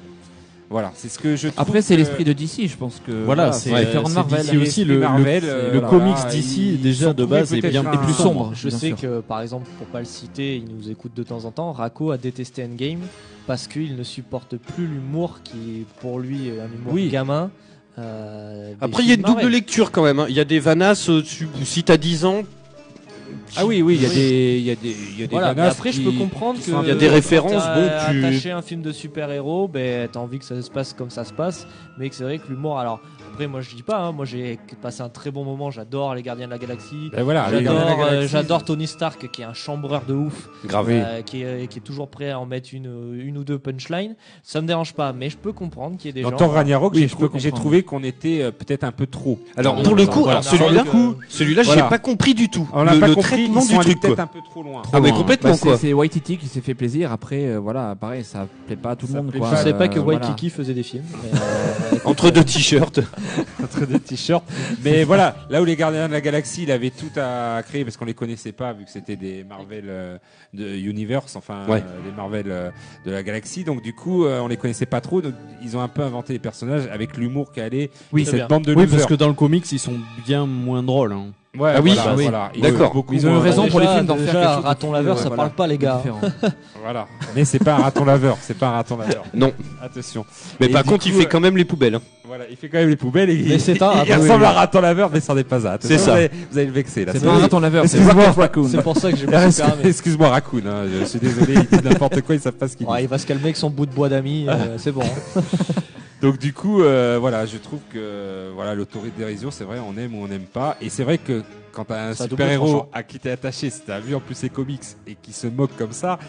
[SPEAKER 4] Voilà, c'est ce que je trouve
[SPEAKER 7] Après, c'est
[SPEAKER 4] que-
[SPEAKER 7] l'esprit de DC, je pense que.
[SPEAKER 8] Voilà, c'est
[SPEAKER 7] différent
[SPEAKER 8] euh,
[SPEAKER 7] de
[SPEAKER 8] c'est
[SPEAKER 7] Marvel.
[SPEAKER 8] DC aussi le,
[SPEAKER 4] Les
[SPEAKER 8] le-
[SPEAKER 4] Marvel,
[SPEAKER 8] le
[SPEAKER 4] euh, voilà,
[SPEAKER 8] comics
[SPEAKER 4] ils-
[SPEAKER 8] DC
[SPEAKER 4] ils
[SPEAKER 8] déjà
[SPEAKER 4] sont
[SPEAKER 8] de base est
[SPEAKER 4] trouvés
[SPEAKER 8] bien
[SPEAKER 4] peut-être
[SPEAKER 8] et plus
[SPEAKER 4] un-
[SPEAKER 8] sombre.
[SPEAKER 5] Je
[SPEAKER 7] bien
[SPEAKER 5] sais
[SPEAKER 7] sûr.
[SPEAKER 5] que, par exemple, pour pas le citer, il nous écoute de temps en temps. Rako a détesté Endgame parce qu'il ne supporte plus l'humour qui, pour lui, est un humour
[SPEAKER 3] Oui.
[SPEAKER 5] gamin. euh, des
[SPEAKER 3] Après, il y a une
[SPEAKER 5] films
[SPEAKER 3] double
[SPEAKER 5] Marvel.
[SPEAKER 3] lecture quand même. hein. Il y a des vanasses. euh, tu- si t'as 10 ans,
[SPEAKER 4] Ah oui, oui, il y a des, il y a des, il y a des
[SPEAKER 5] Voilà, mais
[SPEAKER 4] menaces
[SPEAKER 5] après, je
[SPEAKER 4] qui-
[SPEAKER 5] peux comprendre
[SPEAKER 4] qui
[SPEAKER 5] que.
[SPEAKER 4] sont un peu-
[SPEAKER 3] Il y a des références,
[SPEAKER 5] quand t'as
[SPEAKER 3] bon, tu-
[SPEAKER 5] attaché un film de super-héros, ben, t'as envie que ça se passe comme ça se passe. Mais que c'est vrai que l'humour. Alors, après, moi, je dis pas, hein, moi, j'ai passé un très bon moment. J'adore les Gardiens de la Galaxie.
[SPEAKER 4] Ben voilà, les Gardiens de la
[SPEAKER 5] j'adore, euh,
[SPEAKER 4] Galaxie,
[SPEAKER 5] j'adore Tony Stark, qui est un chambreur de ouf.
[SPEAKER 3] Grave.
[SPEAKER 5] euh, qui, est, qui est toujours prêt à en mettre une, euh, une ou deux punchlines. Ça me dérange pas, mais je peux comprendre qu'il y ait des
[SPEAKER 4] Dans
[SPEAKER 5] gens.
[SPEAKER 4] Thor Ragnarok,
[SPEAKER 5] Oui,
[SPEAKER 4] j'ai
[SPEAKER 5] je
[SPEAKER 4] trou-
[SPEAKER 5] peux
[SPEAKER 4] j'ai
[SPEAKER 5] comprendre.
[SPEAKER 4] trouvé qu'on était euh, peut-être un peu trop.
[SPEAKER 3] Alors
[SPEAKER 4] Euh,
[SPEAKER 3] pour le coup,
[SPEAKER 4] voilà.
[SPEAKER 3] alors celui-là,
[SPEAKER 4] Sur le coup,
[SPEAKER 3] celui-là,
[SPEAKER 4] voilà.
[SPEAKER 3] j'ai pas compris du tout.
[SPEAKER 4] On l'a
[SPEAKER 3] le,
[SPEAKER 4] pas
[SPEAKER 3] le
[SPEAKER 4] compris,
[SPEAKER 3] traitement
[SPEAKER 4] ils
[SPEAKER 3] du
[SPEAKER 4] sont allés
[SPEAKER 3] truc,
[SPEAKER 4] peut-être
[SPEAKER 3] quoi.
[SPEAKER 4] un peu trop loin.
[SPEAKER 3] Ah mais
[SPEAKER 7] Trop loin.
[SPEAKER 3] complètement
[SPEAKER 7] Bah, c'est-
[SPEAKER 3] quoi.
[SPEAKER 7] C'est Waititi qui s'est fait plaisir. Après, euh, voilà, pareil, ça plaît pas à tout le monde.
[SPEAKER 4] plaît
[SPEAKER 7] Quoi.
[SPEAKER 4] pas.
[SPEAKER 5] Je savais pas que
[SPEAKER 7] Euh, voilà. (laughs)
[SPEAKER 5] Waikiki faisait des films. mais, euh,
[SPEAKER 3] Entre deux t-shirts.
[SPEAKER 4] Entre deux t-shirts. Mais voilà, là où les Gardiens de la Galaxie, il avait tout à créer parce qu'on les connaissait pas vu que c'était des Marvel euh, de Universe, enfin
[SPEAKER 3] Ouais.
[SPEAKER 4] euh, des Marvel euh, de la Galaxie. Donc du coup, euh, on les connaissait pas trop. Donc ils ont un peu inventé les personnages avec l'humour qui allait de cette bande de
[SPEAKER 8] Oui,
[SPEAKER 4] losers.
[SPEAKER 8] parce que dans le comics, ils sont bien moins drôles. hein.
[SPEAKER 4] Ouais, Ah oui, voilà, oui. voilà. Ils D'accord. sont beaucoup Ils ont eu
[SPEAKER 7] euh,
[SPEAKER 4] moins- raison pour les films d'en faire quelque chose de
[SPEAKER 6] raton laveur,
[SPEAKER 4] plus,
[SPEAKER 6] ça
[SPEAKER 4] euh,
[SPEAKER 6] parle pas, les gars.
[SPEAKER 4] différent. voilà. Mais c'est pas un raton laveur, c'est pas un raton laveur.
[SPEAKER 3] Non.
[SPEAKER 4] Attention.
[SPEAKER 3] Mais
[SPEAKER 4] Et
[SPEAKER 3] par
[SPEAKER 4] du
[SPEAKER 3] contre, il
[SPEAKER 4] coup,
[SPEAKER 3] fait
[SPEAKER 4] euh,
[SPEAKER 3] quand même les poubelles. hein.
[SPEAKER 4] Voilà, il fait quand même les poubelles et
[SPEAKER 3] Mais
[SPEAKER 4] il,
[SPEAKER 3] c'est
[SPEAKER 7] (laughs)
[SPEAKER 3] un
[SPEAKER 5] ah
[SPEAKER 4] il
[SPEAKER 5] bah
[SPEAKER 3] raton-
[SPEAKER 4] ressemble
[SPEAKER 3] oui,
[SPEAKER 4] à un
[SPEAKER 3] oui.
[SPEAKER 4] raton laveur, descendez pas à.
[SPEAKER 3] C'est
[SPEAKER 4] Vous
[SPEAKER 3] ça.
[SPEAKER 4] allez- Vous allez le vexer là. (laughs)
[SPEAKER 3] C'est pas un raton laveur, c'est
[SPEAKER 4] Excuse-moi,
[SPEAKER 3] Rocket Raccoon.
[SPEAKER 4] Raccoon.
[SPEAKER 3] C'est pour
[SPEAKER 7] (laughs)
[SPEAKER 3] ça que j'ai pas
[SPEAKER 4] Excuse-
[SPEAKER 3] super aimé.
[SPEAKER 4] Excuse-moi, Raccoon. hein, je suis désolé, il dit n'importe quoi, ils savent pas ce qu'il dit.
[SPEAKER 6] Ouais, il va se calmer avec son bout de bois d'ami, euh, c'est bon.
[SPEAKER 4] Donc du coup, euh, voilà, je trouve que euh, voilà l'autodérision, c'est vrai, on aime ou on n'aime pas. Et c'est vrai que quand t'as un
[SPEAKER 8] Ça double
[SPEAKER 4] super héros
[SPEAKER 8] tranchant.
[SPEAKER 4] à qui t'es attaché, si t'as vu en plus ses comics et qui se moque comme ça,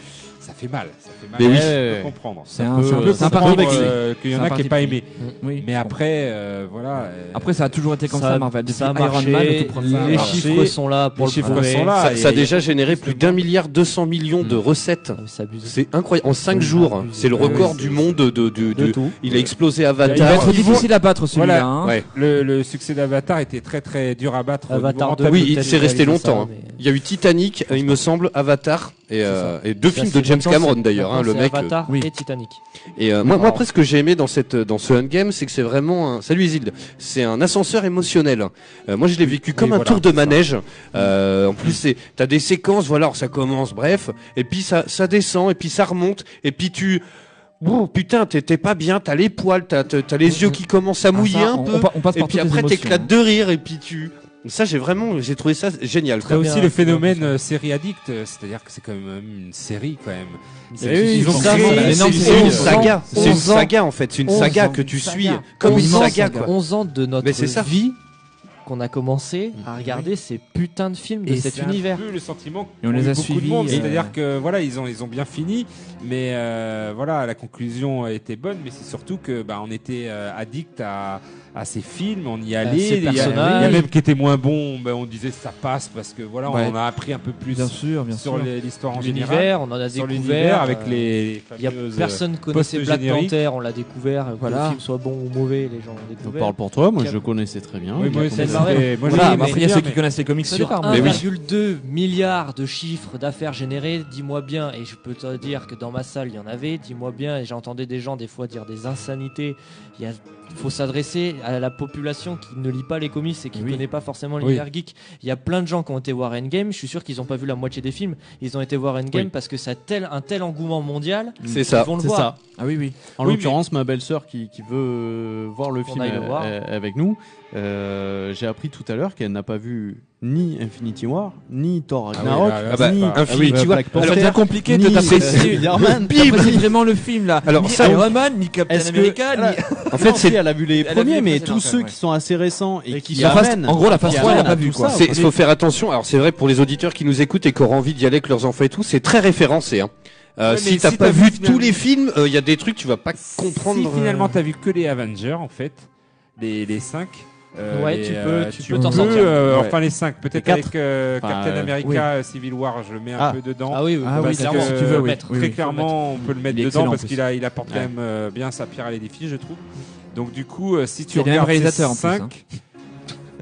[SPEAKER 4] ça fait mal. Ça fait mal.
[SPEAKER 8] Mais oui.
[SPEAKER 4] Ça peut
[SPEAKER 8] Ouais, ouais.
[SPEAKER 4] comprendre.
[SPEAKER 8] C'est
[SPEAKER 4] Ça
[SPEAKER 8] un-
[SPEAKER 4] peut,
[SPEAKER 8] c'est un peu-
[SPEAKER 4] euh,
[SPEAKER 8] c'est un
[SPEAKER 4] comprendre,
[SPEAKER 8] parti pris.
[SPEAKER 4] euh, qu'il y en
[SPEAKER 8] C'est
[SPEAKER 4] a
[SPEAKER 8] un
[SPEAKER 4] qui est
[SPEAKER 8] parti
[SPEAKER 4] pas
[SPEAKER 8] pris.
[SPEAKER 4] aimé.
[SPEAKER 8] Mm. Oui.
[SPEAKER 4] Mais après, euh, voilà. euh,
[SPEAKER 7] Après, ça a toujours été comme
[SPEAKER 4] ça,
[SPEAKER 7] ça, Marvel. Depuis
[SPEAKER 4] ça a
[SPEAKER 7] Iron
[SPEAKER 4] marché,
[SPEAKER 7] Man, le tout premier.
[SPEAKER 4] les
[SPEAKER 7] Ça a
[SPEAKER 4] chiffres
[SPEAKER 7] marché.
[SPEAKER 4] sont là pour
[SPEAKER 7] Les
[SPEAKER 4] le prouver.
[SPEAKER 7] sont là
[SPEAKER 3] ça,
[SPEAKER 7] et-
[SPEAKER 3] ça a déjà généré plus d'un milliard deux cents millions de recettes.
[SPEAKER 5] euh,
[SPEAKER 3] C'est incroyable. En cinq jours, c'est le
[SPEAKER 4] Ouais,
[SPEAKER 3] record
[SPEAKER 4] ouais,
[SPEAKER 3] du monde. De, de- de- de-
[SPEAKER 4] Ah, tout.
[SPEAKER 3] Il a explosé
[SPEAKER 4] Il y a
[SPEAKER 3] Avatar.
[SPEAKER 4] eu un niveau-
[SPEAKER 7] hein.
[SPEAKER 4] Voilà.
[SPEAKER 8] hein.
[SPEAKER 3] Ouais.
[SPEAKER 4] Le, le succès d'Avatar était très très dur à battre. au niveau
[SPEAKER 3] Avatar
[SPEAKER 4] rentable
[SPEAKER 3] Oui,
[SPEAKER 4] de
[SPEAKER 3] il s'est resté
[SPEAKER 4] réalisation.
[SPEAKER 3] longtemps. hein. Il y a eu Titanic, euh, il me semble, Avatar et, euh, et deux films de James Cameron d'ailleurs. hein, le mec. euh,
[SPEAKER 5] Avatar et Titanic.
[SPEAKER 3] Et euh, moi, moi, après, ce que j'ai aimé dans cette dans ce Endgame, c'est que c'est vraiment un... salut Isilde, c'est un ascenseur émotionnel. Euh, moi, je l'ai vécu comme un
[SPEAKER 4] voilà,
[SPEAKER 3] tour de manège. Euh, en plus, c'est t'as des séquences, voilà, alors ça commence, bref, et puis ça ça descend, et puis ça remonte, et puis tu Bon, putain, t'es t'es pas bien, t'as les poils, t'as t'as- t'as les yeux qui commencent à mouiller
[SPEAKER 7] Mm, Ah, ça,
[SPEAKER 3] un
[SPEAKER 7] on-
[SPEAKER 3] peu,
[SPEAKER 7] on pa- on passe
[SPEAKER 3] et
[SPEAKER 7] par
[SPEAKER 3] puis
[SPEAKER 7] toutes les
[SPEAKER 3] après
[SPEAKER 7] émotions, hein.
[SPEAKER 3] t'éclates de rire, et puis tu... Ça, j'ai vraiment, j'ai trouvé ça génial.
[SPEAKER 4] T'as
[SPEAKER 3] quoi.
[SPEAKER 4] aussi le phénomène euh, série addict, euh, c'est-à-dire que c'est quand même une série quand même.
[SPEAKER 3] C'est
[SPEAKER 5] Eh
[SPEAKER 3] une saga, c'est une saga en fait, c'est une saga que tu suis comme une saga quoi.
[SPEAKER 5] 11 ans de
[SPEAKER 3] Mais c'est
[SPEAKER 5] notre
[SPEAKER 3] ça.
[SPEAKER 5] vie qu'on a commencé à regarder ces putains de films de
[SPEAKER 4] Et
[SPEAKER 5] cet
[SPEAKER 4] c'est un
[SPEAKER 5] univers.
[SPEAKER 4] peu le sentiment
[SPEAKER 5] Et on les
[SPEAKER 4] qu'ont eu
[SPEAKER 5] a
[SPEAKER 4] beaucoup de
[SPEAKER 5] suivis,
[SPEAKER 4] monde,
[SPEAKER 5] euh,
[SPEAKER 4] C'est-à-dire que voilà, ils ont ils ont bien fini, mais euh, voilà, la conclusion était bonne, mais c'est surtout que bah on était euh, addict à à ces films, on y allait,
[SPEAKER 5] ces
[SPEAKER 4] il y a- il y, a
[SPEAKER 5] personnages.
[SPEAKER 4] même qui était moins bon, bah, on disait ça passe parce que voilà,
[SPEAKER 5] Ouais.
[SPEAKER 4] on en a appris un peu plus
[SPEAKER 7] Bien sûr, bien
[SPEAKER 4] sur
[SPEAKER 7] sûr.
[SPEAKER 4] les- l'histoire en
[SPEAKER 5] L'univers,
[SPEAKER 4] général,
[SPEAKER 5] on en a
[SPEAKER 4] sur
[SPEAKER 5] découvert,
[SPEAKER 4] l'univers avec
[SPEAKER 5] euh,
[SPEAKER 4] les,
[SPEAKER 5] y a personne connaissait
[SPEAKER 4] connaissait
[SPEAKER 5] Black Panther, on l'a découvert, euh, que
[SPEAKER 4] Voilà.
[SPEAKER 5] le film soit bon ou mauvais, les gens l'ont découvert.
[SPEAKER 8] Parle pour toi, moi je connaissais très bien.
[SPEAKER 5] Oui, moi aussi,
[SPEAKER 8] Captain
[SPEAKER 5] c'est
[SPEAKER 8] Marvel.
[SPEAKER 5] vrai.
[SPEAKER 7] moi, j'ai- mais- mais- mais-
[SPEAKER 5] Ça
[SPEAKER 7] sur
[SPEAKER 5] dépend.
[SPEAKER 7] un. Mais oui.
[SPEAKER 5] 1,2 milliard de chiffres d'affaires générés, dis-moi bien, et je peux te dire que dans ma salle il y en avait, dis-moi bien, et j'entendais des gens des fois dire des insanités. Il y a- faut s'adresser à la population qui ne lit pas les comics et qui ne connaît pas forcément
[SPEAKER 6] Oui.
[SPEAKER 5] l'univers geek. Il y a plein de gens qui ont été voir Endgame, je suis sûr qu'ils n'ont pas vu la moitié des films, ils ont été voir Endgame
[SPEAKER 8] Oui.
[SPEAKER 5] parce que ça a tel, un tel engouement mondial.
[SPEAKER 8] C'est
[SPEAKER 5] ils
[SPEAKER 8] ça.
[SPEAKER 5] vont le
[SPEAKER 8] C'est
[SPEAKER 5] voir.
[SPEAKER 8] ça.
[SPEAKER 7] Ah oui, oui.
[SPEAKER 8] En
[SPEAKER 5] Oui,
[SPEAKER 8] l'occurrence, ma belle-sœur qui, qui veut euh, voir le
[SPEAKER 5] Qu'on
[SPEAKER 8] film
[SPEAKER 5] aille le
[SPEAKER 8] euh,
[SPEAKER 5] voir.
[SPEAKER 8] euh, avec nous, euh, j'ai appris tout à l'heure qu'elle n'a pas vu ni Infinity War, ni Thor
[SPEAKER 7] Ah oui,
[SPEAKER 8] Ragnarok,
[SPEAKER 7] là, là, c'est
[SPEAKER 8] ni
[SPEAKER 7] pas- Ah oui,
[SPEAKER 8] Black
[SPEAKER 7] tu vois,
[SPEAKER 8] Panther,
[SPEAKER 7] alors, c'est bien compliqué de
[SPEAKER 8] ni,
[SPEAKER 7] t'apprécier-
[SPEAKER 8] euh, Spider-Man.
[SPEAKER 7] Bim T'apprécies vraiment le film, là. Alors, Ni ça- Iron Man, ni Captain
[SPEAKER 8] (laughs) Est-ce que-
[SPEAKER 7] America, ni-
[SPEAKER 8] En
[SPEAKER 7] En
[SPEAKER 8] fait,
[SPEAKER 7] fait, c'est-
[SPEAKER 8] elle a vu les
[SPEAKER 7] elle a vu
[SPEAKER 8] premiers,
[SPEAKER 7] les
[SPEAKER 8] mais
[SPEAKER 7] précédents,
[SPEAKER 8] tous
[SPEAKER 7] quand
[SPEAKER 8] ceux
[SPEAKER 7] même,
[SPEAKER 8] qui sont assez récents et qui
[SPEAKER 3] La phase-
[SPEAKER 8] amènent-
[SPEAKER 3] en gros, la phase
[SPEAKER 8] qui
[SPEAKER 3] 3, elle
[SPEAKER 8] amènent
[SPEAKER 3] n'a pas
[SPEAKER 8] à
[SPEAKER 3] vu
[SPEAKER 8] tout
[SPEAKER 3] quoi.
[SPEAKER 8] ça,
[SPEAKER 3] C'est-
[SPEAKER 8] au
[SPEAKER 3] faut faire attention. Alors, c'est vrai pour les auditeurs qui nous écoutent et qui auront envie d'y aller avec leurs enfants et tout, c'est très référencé. Hein. Euh,
[SPEAKER 4] Ouais, mais
[SPEAKER 3] si t'as
[SPEAKER 4] si
[SPEAKER 3] pas
[SPEAKER 4] t'as
[SPEAKER 3] vu
[SPEAKER 4] vu
[SPEAKER 3] tous les films, euh, il y a des trucs tu vas pas comprendre. euh,
[SPEAKER 4] Si finalement t'as vu que les Avengers en fait, les, euh, les 5
[SPEAKER 5] Ouais, tu peux- tu peux t'en sortir. Ouais.
[SPEAKER 4] euh, Enfin les 5
[SPEAKER 5] Les
[SPEAKER 4] peut-être
[SPEAKER 5] quatre.
[SPEAKER 4] avec euh,
[SPEAKER 5] Enfin,
[SPEAKER 4] Captain
[SPEAKER 5] euh,
[SPEAKER 4] America
[SPEAKER 5] oui.
[SPEAKER 4] euh, Civil War, je le mets un
[SPEAKER 5] Ah.
[SPEAKER 4] peu dedans.
[SPEAKER 5] Ah oui, oui,
[SPEAKER 4] Parce
[SPEAKER 5] oui,
[SPEAKER 4] que,
[SPEAKER 5] clairement, si tu veux,
[SPEAKER 4] euh,
[SPEAKER 5] oui. Oui,
[SPEAKER 4] Très
[SPEAKER 5] oui.
[SPEAKER 4] clairement, on peut le mettre
[SPEAKER 7] Il est
[SPEAKER 4] dedans
[SPEAKER 7] excellent,
[SPEAKER 4] parce
[SPEAKER 7] en
[SPEAKER 4] qu'il
[SPEAKER 7] plus.
[SPEAKER 4] a, il apporte quand
[SPEAKER 7] Ouais.
[SPEAKER 4] même euh, bien sa pierre à l'édifice, je trouve. Donc du coup, euh, si
[SPEAKER 7] C'est
[SPEAKER 4] tu
[SPEAKER 7] le même
[SPEAKER 4] regardes
[SPEAKER 7] réalisateur, en
[SPEAKER 4] les
[SPEAKER 7] plus, hein.
[SPEAKER 4] 5
[SPEAKER 5] hein.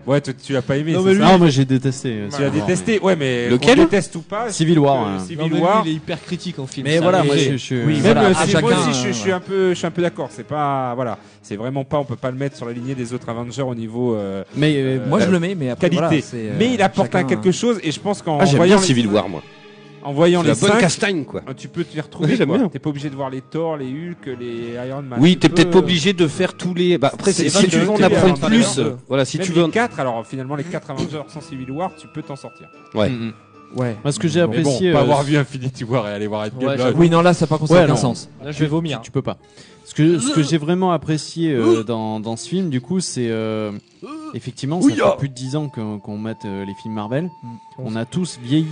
[SPEAKER 4] Ouais, toi, tu l'as pas aimé.
[SPEAKER 8] Non,
[SPEAKER 4] c'est
[SPEAKER 8] mais lui-
[SPEAKER 4] ça
[SPEAKER 8] Non, moi, j'ai détesté. euh,
[SPEAKER 4] Tu l'as
[SPEAKER 8] Civil War,
[SPEAKER 4] détesté,
[SPEAKER 8] mais-
[SPEAKER 4] ouais, mais
[SPEAKER 8] Lequel
[SPEAKER 4] qu'on déteste ou pas
[SPEAKER 8] Civil
[SPEAKER 4] je trouve
[SPEAKER 8] War,
[SPEAKER 4] que
[SPEAKER 8] hein.
[SPEAKER 5] Non,
[SPEAKER 4] Civil
[SPEAKER 5] mais lui,
[SPEAKER 4] War.
[SPEAKER 5] il est hyper critique en film.
[SPEAKER 4] Mais
[SPEAKER 5] ça,
[SPEAKER 4] voilà,
[SPEAKER 5] mais-
[SPEAKER 4] moi je,
[SPEAKER 8] je-
[SPEAKER 4] même,
[SPEAKER 5] voilà,
[SPEAKER 4] euh,
[SPEAKER 5] à
[SPEAKER 4] si- moi
[SPEAKER 5] chacun,
[SPEAKER 4] aussi je,
[SPEAKER 5] euh,
[SPEAKER 4] je suis un peu, je suis un peu d'accord. C'est pas, voilà, c'est vraiment pas, on peut pas le mettre sur la lignée des autres Avengers au niveau. euh,
[SPEAKER 8] Mais,
[SPEAKER 7] euh, moi, je le mets, mais après,
[SPEAKER 4] qualité.
[SPEAKER 7] voilà, c'est, euh,
[SPEAKER 4] mais il apporte
[SPEAKER 7] chacun,
[SPEAKER 4] un quelque chose et je pense qu'en
[SPEAKER 3] Ah, j'aime
[SPEAKER 4] voyant
[SPEAKER 3] bien Civil War, moi.
[SPEAKER 4] En voyant
[SPEAKER 3] C'est
[SPEAKER 4] les
[SPEAKER 3] la bonne
[SPEAKER 4] cinq, euh,
[SPEAKER 3] castagne, quoi.
[SPEAKER 4] Tu peux te les
[SPEAKER 3] Ouais,
[SPEAKER 4] retrouver.
[SPEAKER 3] j'aime
[SPEAKER 4] quoi.
[SPEAKER 3] bien.
[SPEAKER 4] T'es pas obligé de voir les Thor, les Hulk, les Iron Man.
[SPEAKER 3] Oui,
[SPEAKER 4] Tu
[SPEAKER 3] t'es
[SPEAKER 4] peux,
[SPEAKER 3] peut-être pas
[SPEAKER 4] euh,
[SPEAKER 3] obligé de faire tous les. Bah, après,
[SPEAKER 4] c'est
[SPEAKER 3] si,
[SPEAKER 4] pas
[SPEAKER 3] si
[SPEAKER 4] que
[SPEAKER 3] tu veux en
[SPEAKER 4] les
[SPEAKER 3] apprendre
[SPEAKER 4] Avengers,
[SPEAKER 3] plus,
[SPEAKER 4] euh,
[SPEAKER 3] euh, voilà, si
[SPEAKER 4] même
[SPEAKER 3] tu veux.
[SPEAKER 4] Les 4, alors finalement, les 4 Avengers sans Civil War, tu peux t'en sortir.
[SPEAKER 3] Ouais.
[SPEAKER 8] Mhm.
[SPEAKER 7] Ouais.
[SPEAKER 8] Moi, ce que j'ai
[SPEAKER 4] Mais bon,
[SPEAKER 8] apprécié.
[SPEAKER 4] pas
[SPEAKER 8] euh,
[SPEAKER 4] avoir vu Infinity War et aller voir Endgame,
[SPEAKER 8] Ouais,
[SPEAKER 4] là,
[SPEAKER 8] j'avoue.
[SPEAKER 7] Oui, non, là, ça, par contre, ça a
[SPEAKER 8] Ouais,
[SPEAKER 7] aucun
[SPEAKER 8] non.
[SPEAKER 7] sens.
[SPEAKER 5] Là, je vais vomir.
[SPEAKER 8] Tu, tu peux pas. Ce que, ce que j'ai vraiment apprécié euh, dans, dans ce film, du coup, c'est. euh, effectivement, ça
[SPEAKER 7] Ouïa
[SPEAKER 8] fait plus de 10 ans qu'on qu'on mate euh, les films Marvel. On a tous vieilli,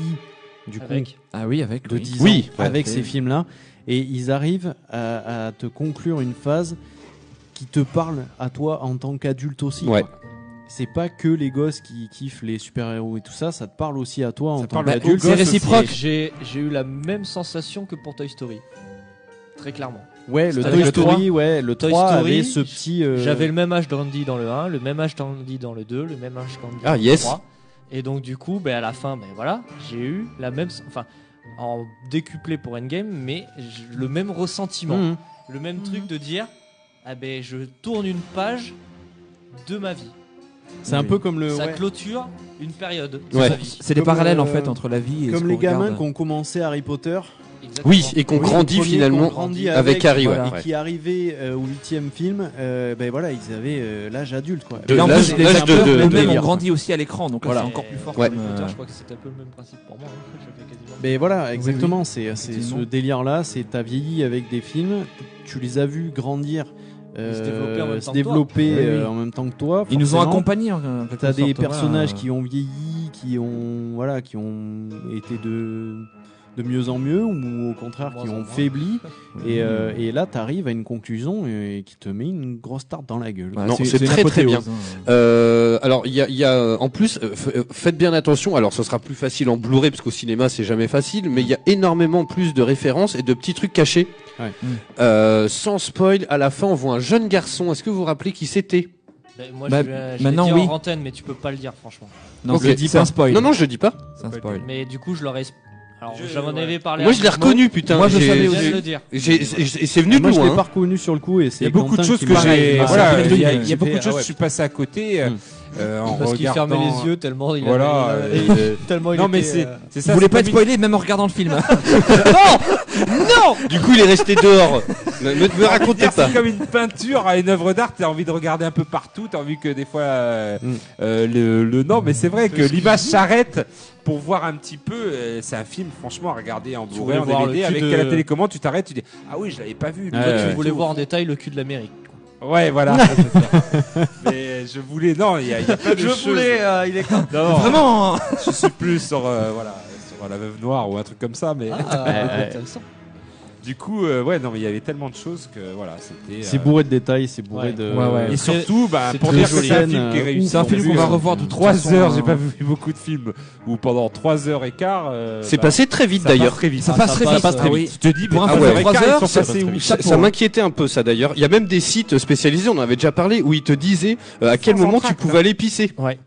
[SPEAKER 8] du coup.
[SPEAKER 7] Mm. Avec. Ah oui, avec,
[SPEAKER 8] De
[SPEAKER 7] oui.
[SPEAKER 8] 10
[SPEAKER 7] Oui,
[SPEAKER 8] ans,
[SPEAKER 7] ouais.
[SPEAKER 8] avec ces
[SPEAKER 7] Et-
[SPEAKER 8] films-là. Et ils arrivent à, à te conclure une phase qui te parle à toi en tant qu'adulte aussi.
[SPEAKER 3] Ouais.
[SPEAKER 8] quoi. C'est pas que les gosses qui kiffent les super-héros et tout ça, ça te parle aussi à toi en tant
[SPEAKER 5] parle aux
[SPEAKER 8] qu'adulte.
[SPEAKER 5] gosses aussi. Et J'ai j'ai eu la même sensation que pour Toy Story. Très clairement.
[SPEAKER 8] Ouais, le
[SPEAKER 5] Avec
[SPEAKER 8] Toy
[SPEAKER 5] le
[SPEAKER 8] Story,
[SPEAKER 5] 3.
[SPEAKER 8] ouais, le
[SPEAKER 5] Toy
[SPEAKER 8] 3 avait
[SPEAKER 5] Story,
[SPEAKER 8] ce petit. euh,
[SPEAKER 5] J'avais le même âge d'Andy dans le 1, le même âge d'Andy dans le 2, le même âge d'Andy
[SPEAKER 3] Ah,
[SPEAKER 5] dans
[SPEAKER 3] yes.
[SPEAKER 5] le 3. Et donc du coup, ben, à la fin, ben, voilà, j'ai eu la même... Enfin, en décuplé pour Endgame, mais j- le même ressentiment.
[SPEAKER 8] Mhm.
[SPEAKER 5] Le même truc de dire, ah ben je tourne une page de ma vie.
[SPEAKER 8] C'est un peu comme le-
[SPEAKER 5] Ça
[SPEAKER 8] Euh, ouais.
[SPEAKER 5] clôture une période de
[SPEAKER 7] Ouais.
[SPEAKER 5] sa vie.
[SPEAKER 7] C'est des
[SPEAKER 8] comme,
[SPEAKER 7] parallèles, en
[SPEAKER 8] euh,
[SPEAKER 7] fait, entre la vie et ce
[SPEAKER 8] Comme les
[SPEAKER 7] qu'on
[SPEAKER 8] gamins
[SPEAKER 7] regarde.
[SPEAKER 8] qui ont commencé Harry Potter.
[SPEAKER 3] Oui, et qu'on
[SPEAKER 8] le
[SPEAKER 3] grandit
[SPEAKER 8] premier qu'on
[SPEAKER 3] finalement
[SPEAKER 8] grandit
[SPEAKER 3] avec Harry, ouais.
[SPEAKER 8] voilà,
[SPEAKER 3] Ouais.
[SPEAKER 8] Et qui arrivaient euh, au huitième film, euh, ben voilà, ils avaient euh, l'âge adulte quoi.
[SPEAKER 3] De
[SPEAKER 8] Et en plus,
[SPEAKER 3] l'âge-
[SPEAKER 8] les
[SPEAKER 3] l'âge
[SPEAKER 8] acteurs
[SPEAKER 3] de- de-
[SPEAKER 8] eux-mêmes
[SPEAKER 3] de
[SPEAKER 8] ont
[SPEAKER 3] lire.
[SPEAKER 8] grandi
[SPEAKER 7] aussi à l'écran, donc là,
[SPEAKER 8] Voilà.
[SPEAKER 7] c'est encore plus fort.
[SPEAKER 5] Ouais.
[SPEAKER 7] comme, euh,
[SPEAKER 5] Potter, je crois que c'était un peu le même principe pour moi. hein. J'avais quasiment-
[SPEAKER 8] Mais Ben voilà,
[SPEAKER 5] Oui,
[SPEAKER 8] exactement,
[SPEAKER 5] oui.
[SPEAKER 8] c'est c'est
[SPEAKER 5] Effectivement.
[SPEAKER 8] ce délire-là, c'est t'as vieilli avec des films, tu les as vus grandir, euh,
[SPEAKER 7] se développer en même
[SPEAKER 8] se
[SPEAKER 7] temps que toi.
[SPEAKER 8] développer,
[SPEAKER 7] Oui, oui.
[SPEAKER 8] euh, en même temps que toi.
[SPEAKER 7] Ils nous ont
[SPEAKER 8] forcément.
[SPEAKER 7] accompagnés, en quelque
[SPEAKER 8] T'as des
[SPEAKER 7] sorte, voilà.
[SPEAKER 8] personnages qui ont vieilli, qui ont voilà, qui ont été de de mieux en mieux ou au contraire qui
[SPEAKER 7] en
[SPEAKER 8] ont
[SPEAKER 7] moins.
[SPEAKER 8] faibli.
[SPEAKER 7] Oui.
[SPEAKER 8] Et, euh, et là, t'arrives à une conclusion euh, qui te met une grosse tarte dans la gueule.
[SPEAKER 7] Bah,
[SPEAKER 3] Non, c'est
[SPEAKER 8] une
[SPEAKER 3] très très bien.
[SPEAKER 8] apothéose, hein.
[SPEAKER 3] Euh, alors, il y a, il y a, euh, en plus, euh, f- euh, faites bien attention. Alors, ce sera plus facile en Blu-ray parce qu'au cinéma, c'est jamais facile, mais il y a énormément plus de références et de petits trucs cachés.
[SPEAKER 8] Ouais.
[SPEAKER 3] Euh, sans spoil, à la fin, on voit un jeune garçon. Est-ce que vous vous rappelez qui c'était
[SPEAKER 5] Ben, moi,
[SPEAKER 3] Bah,
[SPEAKER 5] je, l'ai- je
[SPEAKER 3] maintenant,
[SPEAKER 5] l'ai dit
[SPEAKER 3] oui.
[SPEAKER 5] en antenne, mais tu peux pas le dire, franchement.
[SPEAKER 3] Non, Ok, je le dis c'est pas. un spoil. Non, non, je le dis pas. C'est un spoil.
[SPEAKER 5] Mais du coup, je leur ai. Alors, j'en avais parlé.
[SPEAKER 3] Moi,
[SPEAKER 5] à
[SPEAKER 3] je l'ai
[SPEAKER 5] Momo.
[SPEAKER 3] reconnu, putain.
[SPEAKER 5] Moi, je
[SPEAKER 3] J'ai-
[SPEAKER 5] savais
[SPEAKER 3] j'ai-
[SPEAKER 5] aussi le dire.
[SPEAKER 3] j'ai- j'ai- C'est venu de
[SPEAKER 8] Ah, Moi, je
[SPEAKER 3] loin,
[SPEAKER 8] l'ai
[SPEAKER 3] hein.
[SPEAKER 8] pas reconnu sur le coup et c'est
[SPEAKER 4] Il y a beaucoup de
[SPEAKER 8] Quentin
[SPEAKER 4] choses
[SPEAKER 8] qui
[SPEAKER 4] que
[SPEAKER 8] m'a-
[SPEAKER 4] j'ai.
[SPEAKER 8] m'a-
[SPEAKER 4] Voilà,
[SPEAKER 8] m'a-
[SPEAKER 4] il y a,
[SPEAKER 8] m'a-
[SPEAKER 4] il y a beaucoup de
[SPEAKER 8] Ah
[SPEAKER 4] choses
[SPEAKER 8] ouais.
[SPEAKER 4] que je suis passé à côté euh, euh, en
[SPEAKER 5] Parce qu'il
[SPEAKER 4] regardant-
[SPEAKER 5] fermait les yeux tellement il
[SPEAKER 4] voilà,
[SPEAKER 5] avait,
[SPEAKER 4] et-
[SPEAKER 5] euh, tellement il
[SPEAKER 4] non mais
[SPEAKER 5] était,
[SPEAKER 4] c'est
[SPEAKER 5] euh,
[SPEAKER 4] c'est
[SPEAKER 7] Vous
[SPEAKER 4] ça.
[SPEAKER 7] voulez
[SPEAKER 4] c'est
[SPEAKER 7] pas
[SPEAKER 4] comme
[SPEAKER 7] être
[SPEAKER 4] une-
[SPEAKER 7] spoilé, même en regardant le film.
[SPEAKER 5] non
[SPEAKER 3] Du coup, il est resté dehors. Ne me, me racontez
[SPEAKER 4] C'est-à-dire,
[SPEAKER 3] pas.
[SPEAKER 4] C'est comme une peinture à une œuvre d'art. T'as envie de regarder un peu partout. T'as envie que des fois euh, euh, le, le- non, mais c'est vrai que l'image s'arrête pour voir un petit peu. euh, c'est un film, franchement, à regarder en
[SPEAKER 5] Tu
[SPEAKER 4] Blu-ray, en
[SPEAKER 5] voulais voir
[SPEAKER 4] DVD,
[SPEAKER 5] le
[SPEAKER 4] avec
[SPEAKER 5] cul de-
[SPEAKER 4] la télécommande, tu t'arrêtes, tu dis ah oui, je l'avais pas vu.
[SPEAKER 5] Toi,
[SPEAKER 4] Ouais, ouais.
[SPEAKER 5] tu voulais voir en détail le cul de l'Amérique.
[SPEAKER 4] Ouais, voilà. (laughs)
[SPEAKER 5] (laughs)
[SPEAKER 4] c'est ça. Mais je voulais non, il y a, il y a pas de
[SPEAKER 5] Je
[SPEAKER 4] choses.
[SPEAKER 5] voulais, euh, il est-
[SPEAKER 4] Non, non.
[SPEAKER 5] (laughs) Vraiment
[SPEAKER 4] Je suis plus sur euh, voilà sur la veuve noire ou un truc comme ça, mais.
[SPEAKER 5] Ah,
[SPEAKER 4] Ouais, ouais.
[SPEAKER 5] intéressant.
[SPEAKER 4] Du coup, euh, ouais, non, mais il y avait tellement de choses que voilà, c'était. euh,
[SPEAKER 8] C'est bourré de détails, c'est bourré
[SPEAKER 4] Ouais.
[SPEAKER 8] de. euh,
[SPEAKER 4] Ouais, ouais. Et surtout, bah, pour dire que c'est un film qui est réussi.
[SPEAKER 8] C'est un film
[SPEAKER 4] Vu,
[SPEAKER 8] qu'on va
[SPEAKER 4] euh,
[SPEAKER 8] revoir de toute
[SPEAKER 4] 3
[SPEAKER 8] façon,
[SPEAKER 4] heures,
[SPEAKER 8] hein.
[SPEAKER 4] j'ai pas vu beaucoup de films où pendant 3 heures et quart. euh,
[SPEAKER 3] C'est
[SPEAKER 4] bah,
[SPEAKER 3] passé très vite
[SPEAKER 4] ça passe
[SPEAKER 3] d'ailleurs.
[SPEAKER 4] Très vite.
[SPEAKER 3] Ça passe très vite.
[SPEAKER 4] Ah oui. Tu te dis,
[SPEAKER 3] pour
[SPEAKER 4] mais
[SPEAKER 3] un
[SPEAKER 4] trois
[SPEAKER 3] film de
[SPEAKER 4] heures et
[SPEAKER 3] trois
[SPEAKER 4] quart, ils
[SPEAKER 3] heures,
[SPEAKER 4] sont
[SPEAKER 3] ça,
[SPEAKER 4] passés où
[SPEAKER 3] ça,
[SPEAKER 4] Chapeau,
[SPEAKER 3] ça
[SPEAKER 4] hein.
[SPEAKER 3] m'inquiétait un peu ça d'ailleurs. Il y a même des sites spécialisés, on en avait déjà parlé, où ils te disaient euh, à quel moment tu pouvais aller pisser.
[SPEAKER 5] Ouais,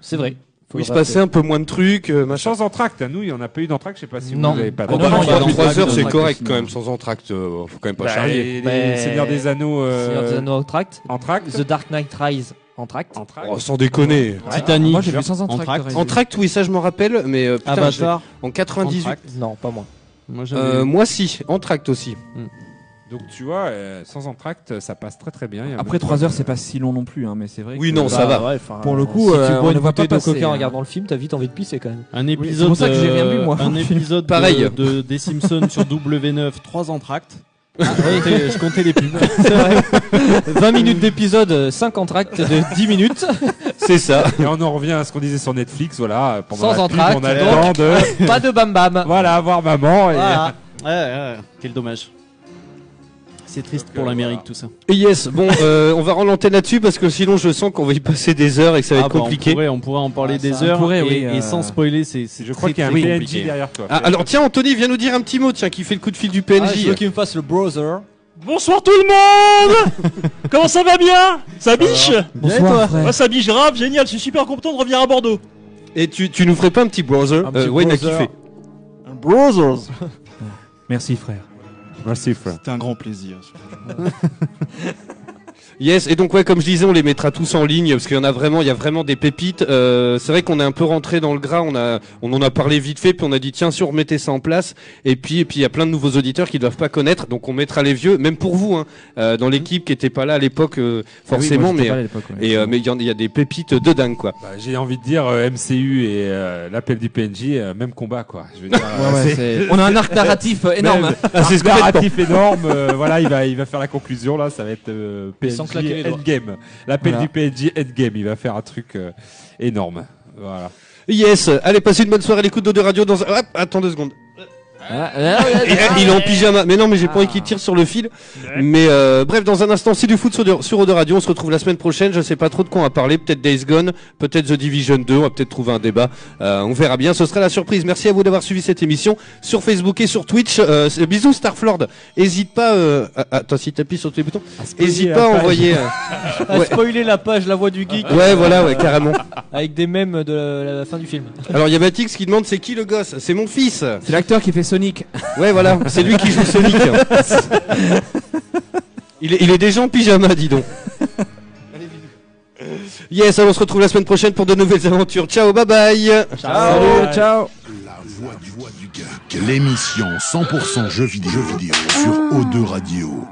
[SPEAKER 5] c'est vrai.
[SPEAKER 3] Où il se passait un peu moins de trucs, euh, machin.
[SPEAKER 4] Sans entracte, nous, il y en a pas eu d'entracte, je sais pas si
[SPEAKER 3] Non.
[SPEAKER 4] vous avez pas
[SPEAKER 3] Ah non,
[SPEAKER 4] d'entracte.
[SPEAKER 3] non, il y a Trois d'entracte, heures, c'est d'entracte, correct, sinon. quand même, sans entracte, euh, faut quand même pas
[SPEAKER 4] Bah,
[SPEAKER 3] charrier.
[SPEAKER 4] les-
[SPEAKER 3] Mais-
[SPEAKER 4] Les Seigneurs des Anneaux. euh,
[SPEAKER 5] Seigneur des Anneaux en tract.
[SPEAKER 4] En tract.
[SPEAKER 5] The Dark Knight Rise en tract.
[SPEAKER 3] Oh, sans déconner.
[SPEAKER 5] Ouais. Titanic. Moi, j'ai vu sans
[SPEAKER 3] En
[SPEAKER 5] entracte,
[SPEAKER 3] tract.
[SPEAKER 5] Rise.
[SPEAKER 3] En tract, oui, ça je m'en rappelle, mais euh, putain,
[SPEAKER 5] Avatar.
[SPEAKER 3] je l'ai- en 98.
[SPEAKER 5] Ah, bah, En tract. Non, pas moi.
[SPEAKER 8] Moi,
[SPEAKER 4] j'avais
[SPEAKER 3] Euh,
[SPEAKER 4] eu.
[SPEAKER 3] moi si, en tract aussi.
[SPEAKER 4] Donc tu vois, euh, sans entracte, ça passe très très bien. Il y a
[SPEAKER 7] Après
[SPEAKER 4] même
[SPEAKER 7] 3 heures, c'est pas si long non plus, hein, mais c'est vrai.
[SPEAKER 4] Oui,
[SPEAKER 7] que-
[SPEAKER 4] non, ça
[SPEAKER 7] Bah,
[SPEAKER 4] va.
[SPEAKER 7] ouais, enfin, Pour le
[SPEAKER 5] si
[SPEAKER 7] coup,
[SPEAKER 5] tu
[SPEAKER 7] euh,
[SPEAKER 5] bois
[SPEAKER 7] on
[SPEAKER 5] une
[SPEAKER 7] ne voit
[SPEAKER 5] bouteille
[SPEAKER 7] pas
[SPEAKER 5] de
[SPEAKER 7] passer.
[SPEAKER 5] coca en
[SPEAKER 7] hein.
[SPEAKER 5] regardant le film, t'as vite envie de pisser
[SPEAKER 8] (laughs)
[SPEAKER 5] quand même.
[SPEAKER 8] Un
[SPEAKER 5] Oui,
[SPEAKER 8] épisode.
[SPEAKER 5] c'est pour ça que j'ai
[SPEAKER 8] euh,
[SPEAKER 5] rien vu, moi.
[SPEAKER 8] Un épisode. de-
[SPEAKER 5] Pareil.
[SPEAKER 8] De, des Simpsons sur W9, 3 entractes. Je comptais- je comptais les pubs.
[SPEAKER 5] C'est vrai. 20 minutes d'épisode,
[SPEAKER 7] euh,
[SPEAKER 5] 5 entractes de 10 minutes.
[SPEAKER 3] C'est ça.
[SPEAKER 4] (laughs) Et on en revient à ce qu'on disait sur Netflix, voilà, pendant
[SPEAKER 5] Sans
[SPEAKER 4] la pub,
[SPEAKER 5] entracte,
[SPEAKER 4] on a le
[SPEAKER 5] donc,
[SPEAKER 4] temps de...
[SPEAKER 5] pas de bam bam.
[SPEAKER 4] Voilà, voir maman et...
[SPEAKER 8] Voilà. Ouais, Ah. ouais, ouais. Quel dommage. C'est triste pour l'Amérique tout ça.
[SPEAKER 3] (laughs) Yes, bon, euh, on va rendre l'antenne là-dessus parce que sinon je sens qu'on va y passer des heures et que ça va
[SPEAKER 8] Ah
[SPEAKER 3] être
[SPEAKER 8] bah,
[SPEAKER 3] compliqué.
[SPEAKER 8] on, pourrait, on pourrait en
[SPEAKER 3] Ah,
[SPEAKER 8] parler
[SPEAKER 3] ça,
[SPEAKER 8] des
[SPEAKER 3] on
[SPEAKER 8] heures
[SPEAKER 3] pourrait,
[SPEAKER 8] et,
[SPEAKER 3] oui,
[SPEAKER 8] et
[SPEAKER 3] euh,
[SPEAKER 8] sans spoiler, c'est c'est
[SPEAKER 4] Je crois
[SPEAKER 8] très,
[SPEAKER 4] qu'il y a un
[SPEAKER 8] très
[SPEAKER 4] PNJ
[SPEAKER 8] compliqué.
[SPEAKER 4] derrière toi.
[SPEAKER 3] Ah, alors tiens, Anthony, viens nous dire un petit mot, tiens, qui fait le coup de fil du
[SPEAKER 5] Ah, je
[SPEAKER 3] PNJ.
[SPEAKER 5] veux qu'il me fasse le browser.
[SPEAKER 14] Bonsoir tout le monde Comment ça va bien Ça biche
[SPEAKER 3] (laughs) Bonsoir, Bien, et toi frère.
[SPEAKER 14] Ouais, Ça biche grave, génial, je suis super content de revenir à Bordeaux.
[SPEAKER 3] et tu, tu nous ferais pas un petit browser euh,
[SPEAKER 14] petit
[SPEAKER 3] Wayne a
[SPEAKER 14] browser.
[SPEAKER 3] kiffé.
[SPEAKER 14] Un Brothers
[SPEAKER 7] Merci, frère.
[SPEAKER 4] Merci, frère.
[SPEAKER 14] C'était un grand plaisir.
[SPEAKER 3] Yes, et donc ouais, comme je disais, on les mettra tous en ligne parce qu'il y en a vraiment, il y a vraiment des pépites. Euh, c'est vrai qu'on est un peu rentré dans le gras, on a, on en a parlé vite fait, puis on a dit tiens, si on remettait ça en place, et puis et puis il y a plein de nouveaux auditeurs qui ne doivent pas connaître, donc on mettra les vieux, même pour vous, hein, euh, dans l'équipe qui était pas là à l'époque euh,
[SPEAKER 4] Ah oui, moi,
[SPEAKER 3] forcément,
[SPEAKER 4] j'étais
[SPEAKER 3] mais
[SPEAKER 4] pas là à l'époque, ouais.
[SPEAKER 3] et euh, mais il y, en- il y a des pépites de dingue quoi.
[SPEAKER 4] Bah, J'ai envie de dire euh, MCU et euh, l'appel du PNJ, euh, même combat quoi. Je veux
[SPEAKER 7] (laughs)
[SPEAKER 4] dire,
[SPEAKER 7] Ouais, ouais, c'est- on a un arc narratif, euh, énorme.
[SPEAKER 4] Même-
[SPEAKER 7] Ah, c'est
[SPEAKER 4] arc
[SPEAKER 7] ce qu'on fait,
[SPEAKER 4] narratif
[SPEAKER 7] quoi.
[SPEAKER 4] énorme. euh, voilà, il va, il va faire la conclusion là. Ça va être euh,
[SPEAKER 7] Mais sans
[SPEAKER 4] PNJ
[SPEAKER 7] claquer les doigts.
[SPEAKER 4] Endgame. L'appel
[SPEAKER 7] Voilà.
[SPEAKER 4] du PNJ Endgame. Il va faire un truc euh, énorme. Voilà.
[SPEAKER 3] Yes, allez passez une bonne soirée à l'écoute de Radio dans. un- Hop, attends deux secondes.
[SPEAKER 7] Ah,
[SPEAKER 3] (laughs) Et, euh, il est en pyjama. Mais non, mais j'ai pas envie qu'il tire sur le fil. Mais euh, bref, dans un instant, c'est du foot sur, de- sur Eau de Radio. On se retrouve la semaine prochaine. Je sais pas trop de quoi on va parler. Peut-être Days Gone, peut-être The Division 2. On va peut-être trouver un débat. Euh, on verra bien. Ce sera la surprise. Merci à vous d'avoir suivi cette émission sur Facebook et sur Twitch. Euh, c'est- bisous Starflord. Hésite pas. euh, ah, attends, si t'appuies sur tous les boutons, hésite pas à envoyer. euh,
[SPEAKER 6] À
[SPEAKER 3] ouais.
[SPEAKER 6] spoiler la page, la voix du geek.
[SPEAKER 3] Ouais, voilà, ouais, carrément.
[SPEAKER 6] Avec des mèmes de la, la fin du film.
[SPEAKER 3] Alors il y a Matix qui demande c'est qui le gosse C'est mon fils.
[SPEAKER 7] C'est l'acteur qui fait Sonic.
[SPEAKER 3] Ouais, voilà, c'est lui qui joue Sonic. Il est, il est déjà en pyjama, dis donc. Yes, alors on se retrouve la semaine prochaine pour de nouvelles aventures. Ciao, bye bye.
[SPEAKER 1] Ciao.
[SPEAKER 7] ciao.
[SPEAKER 1] La voix du, voix du geek. L'émission 100% jeux vidéo, jeux vidéo sur O2 Radio.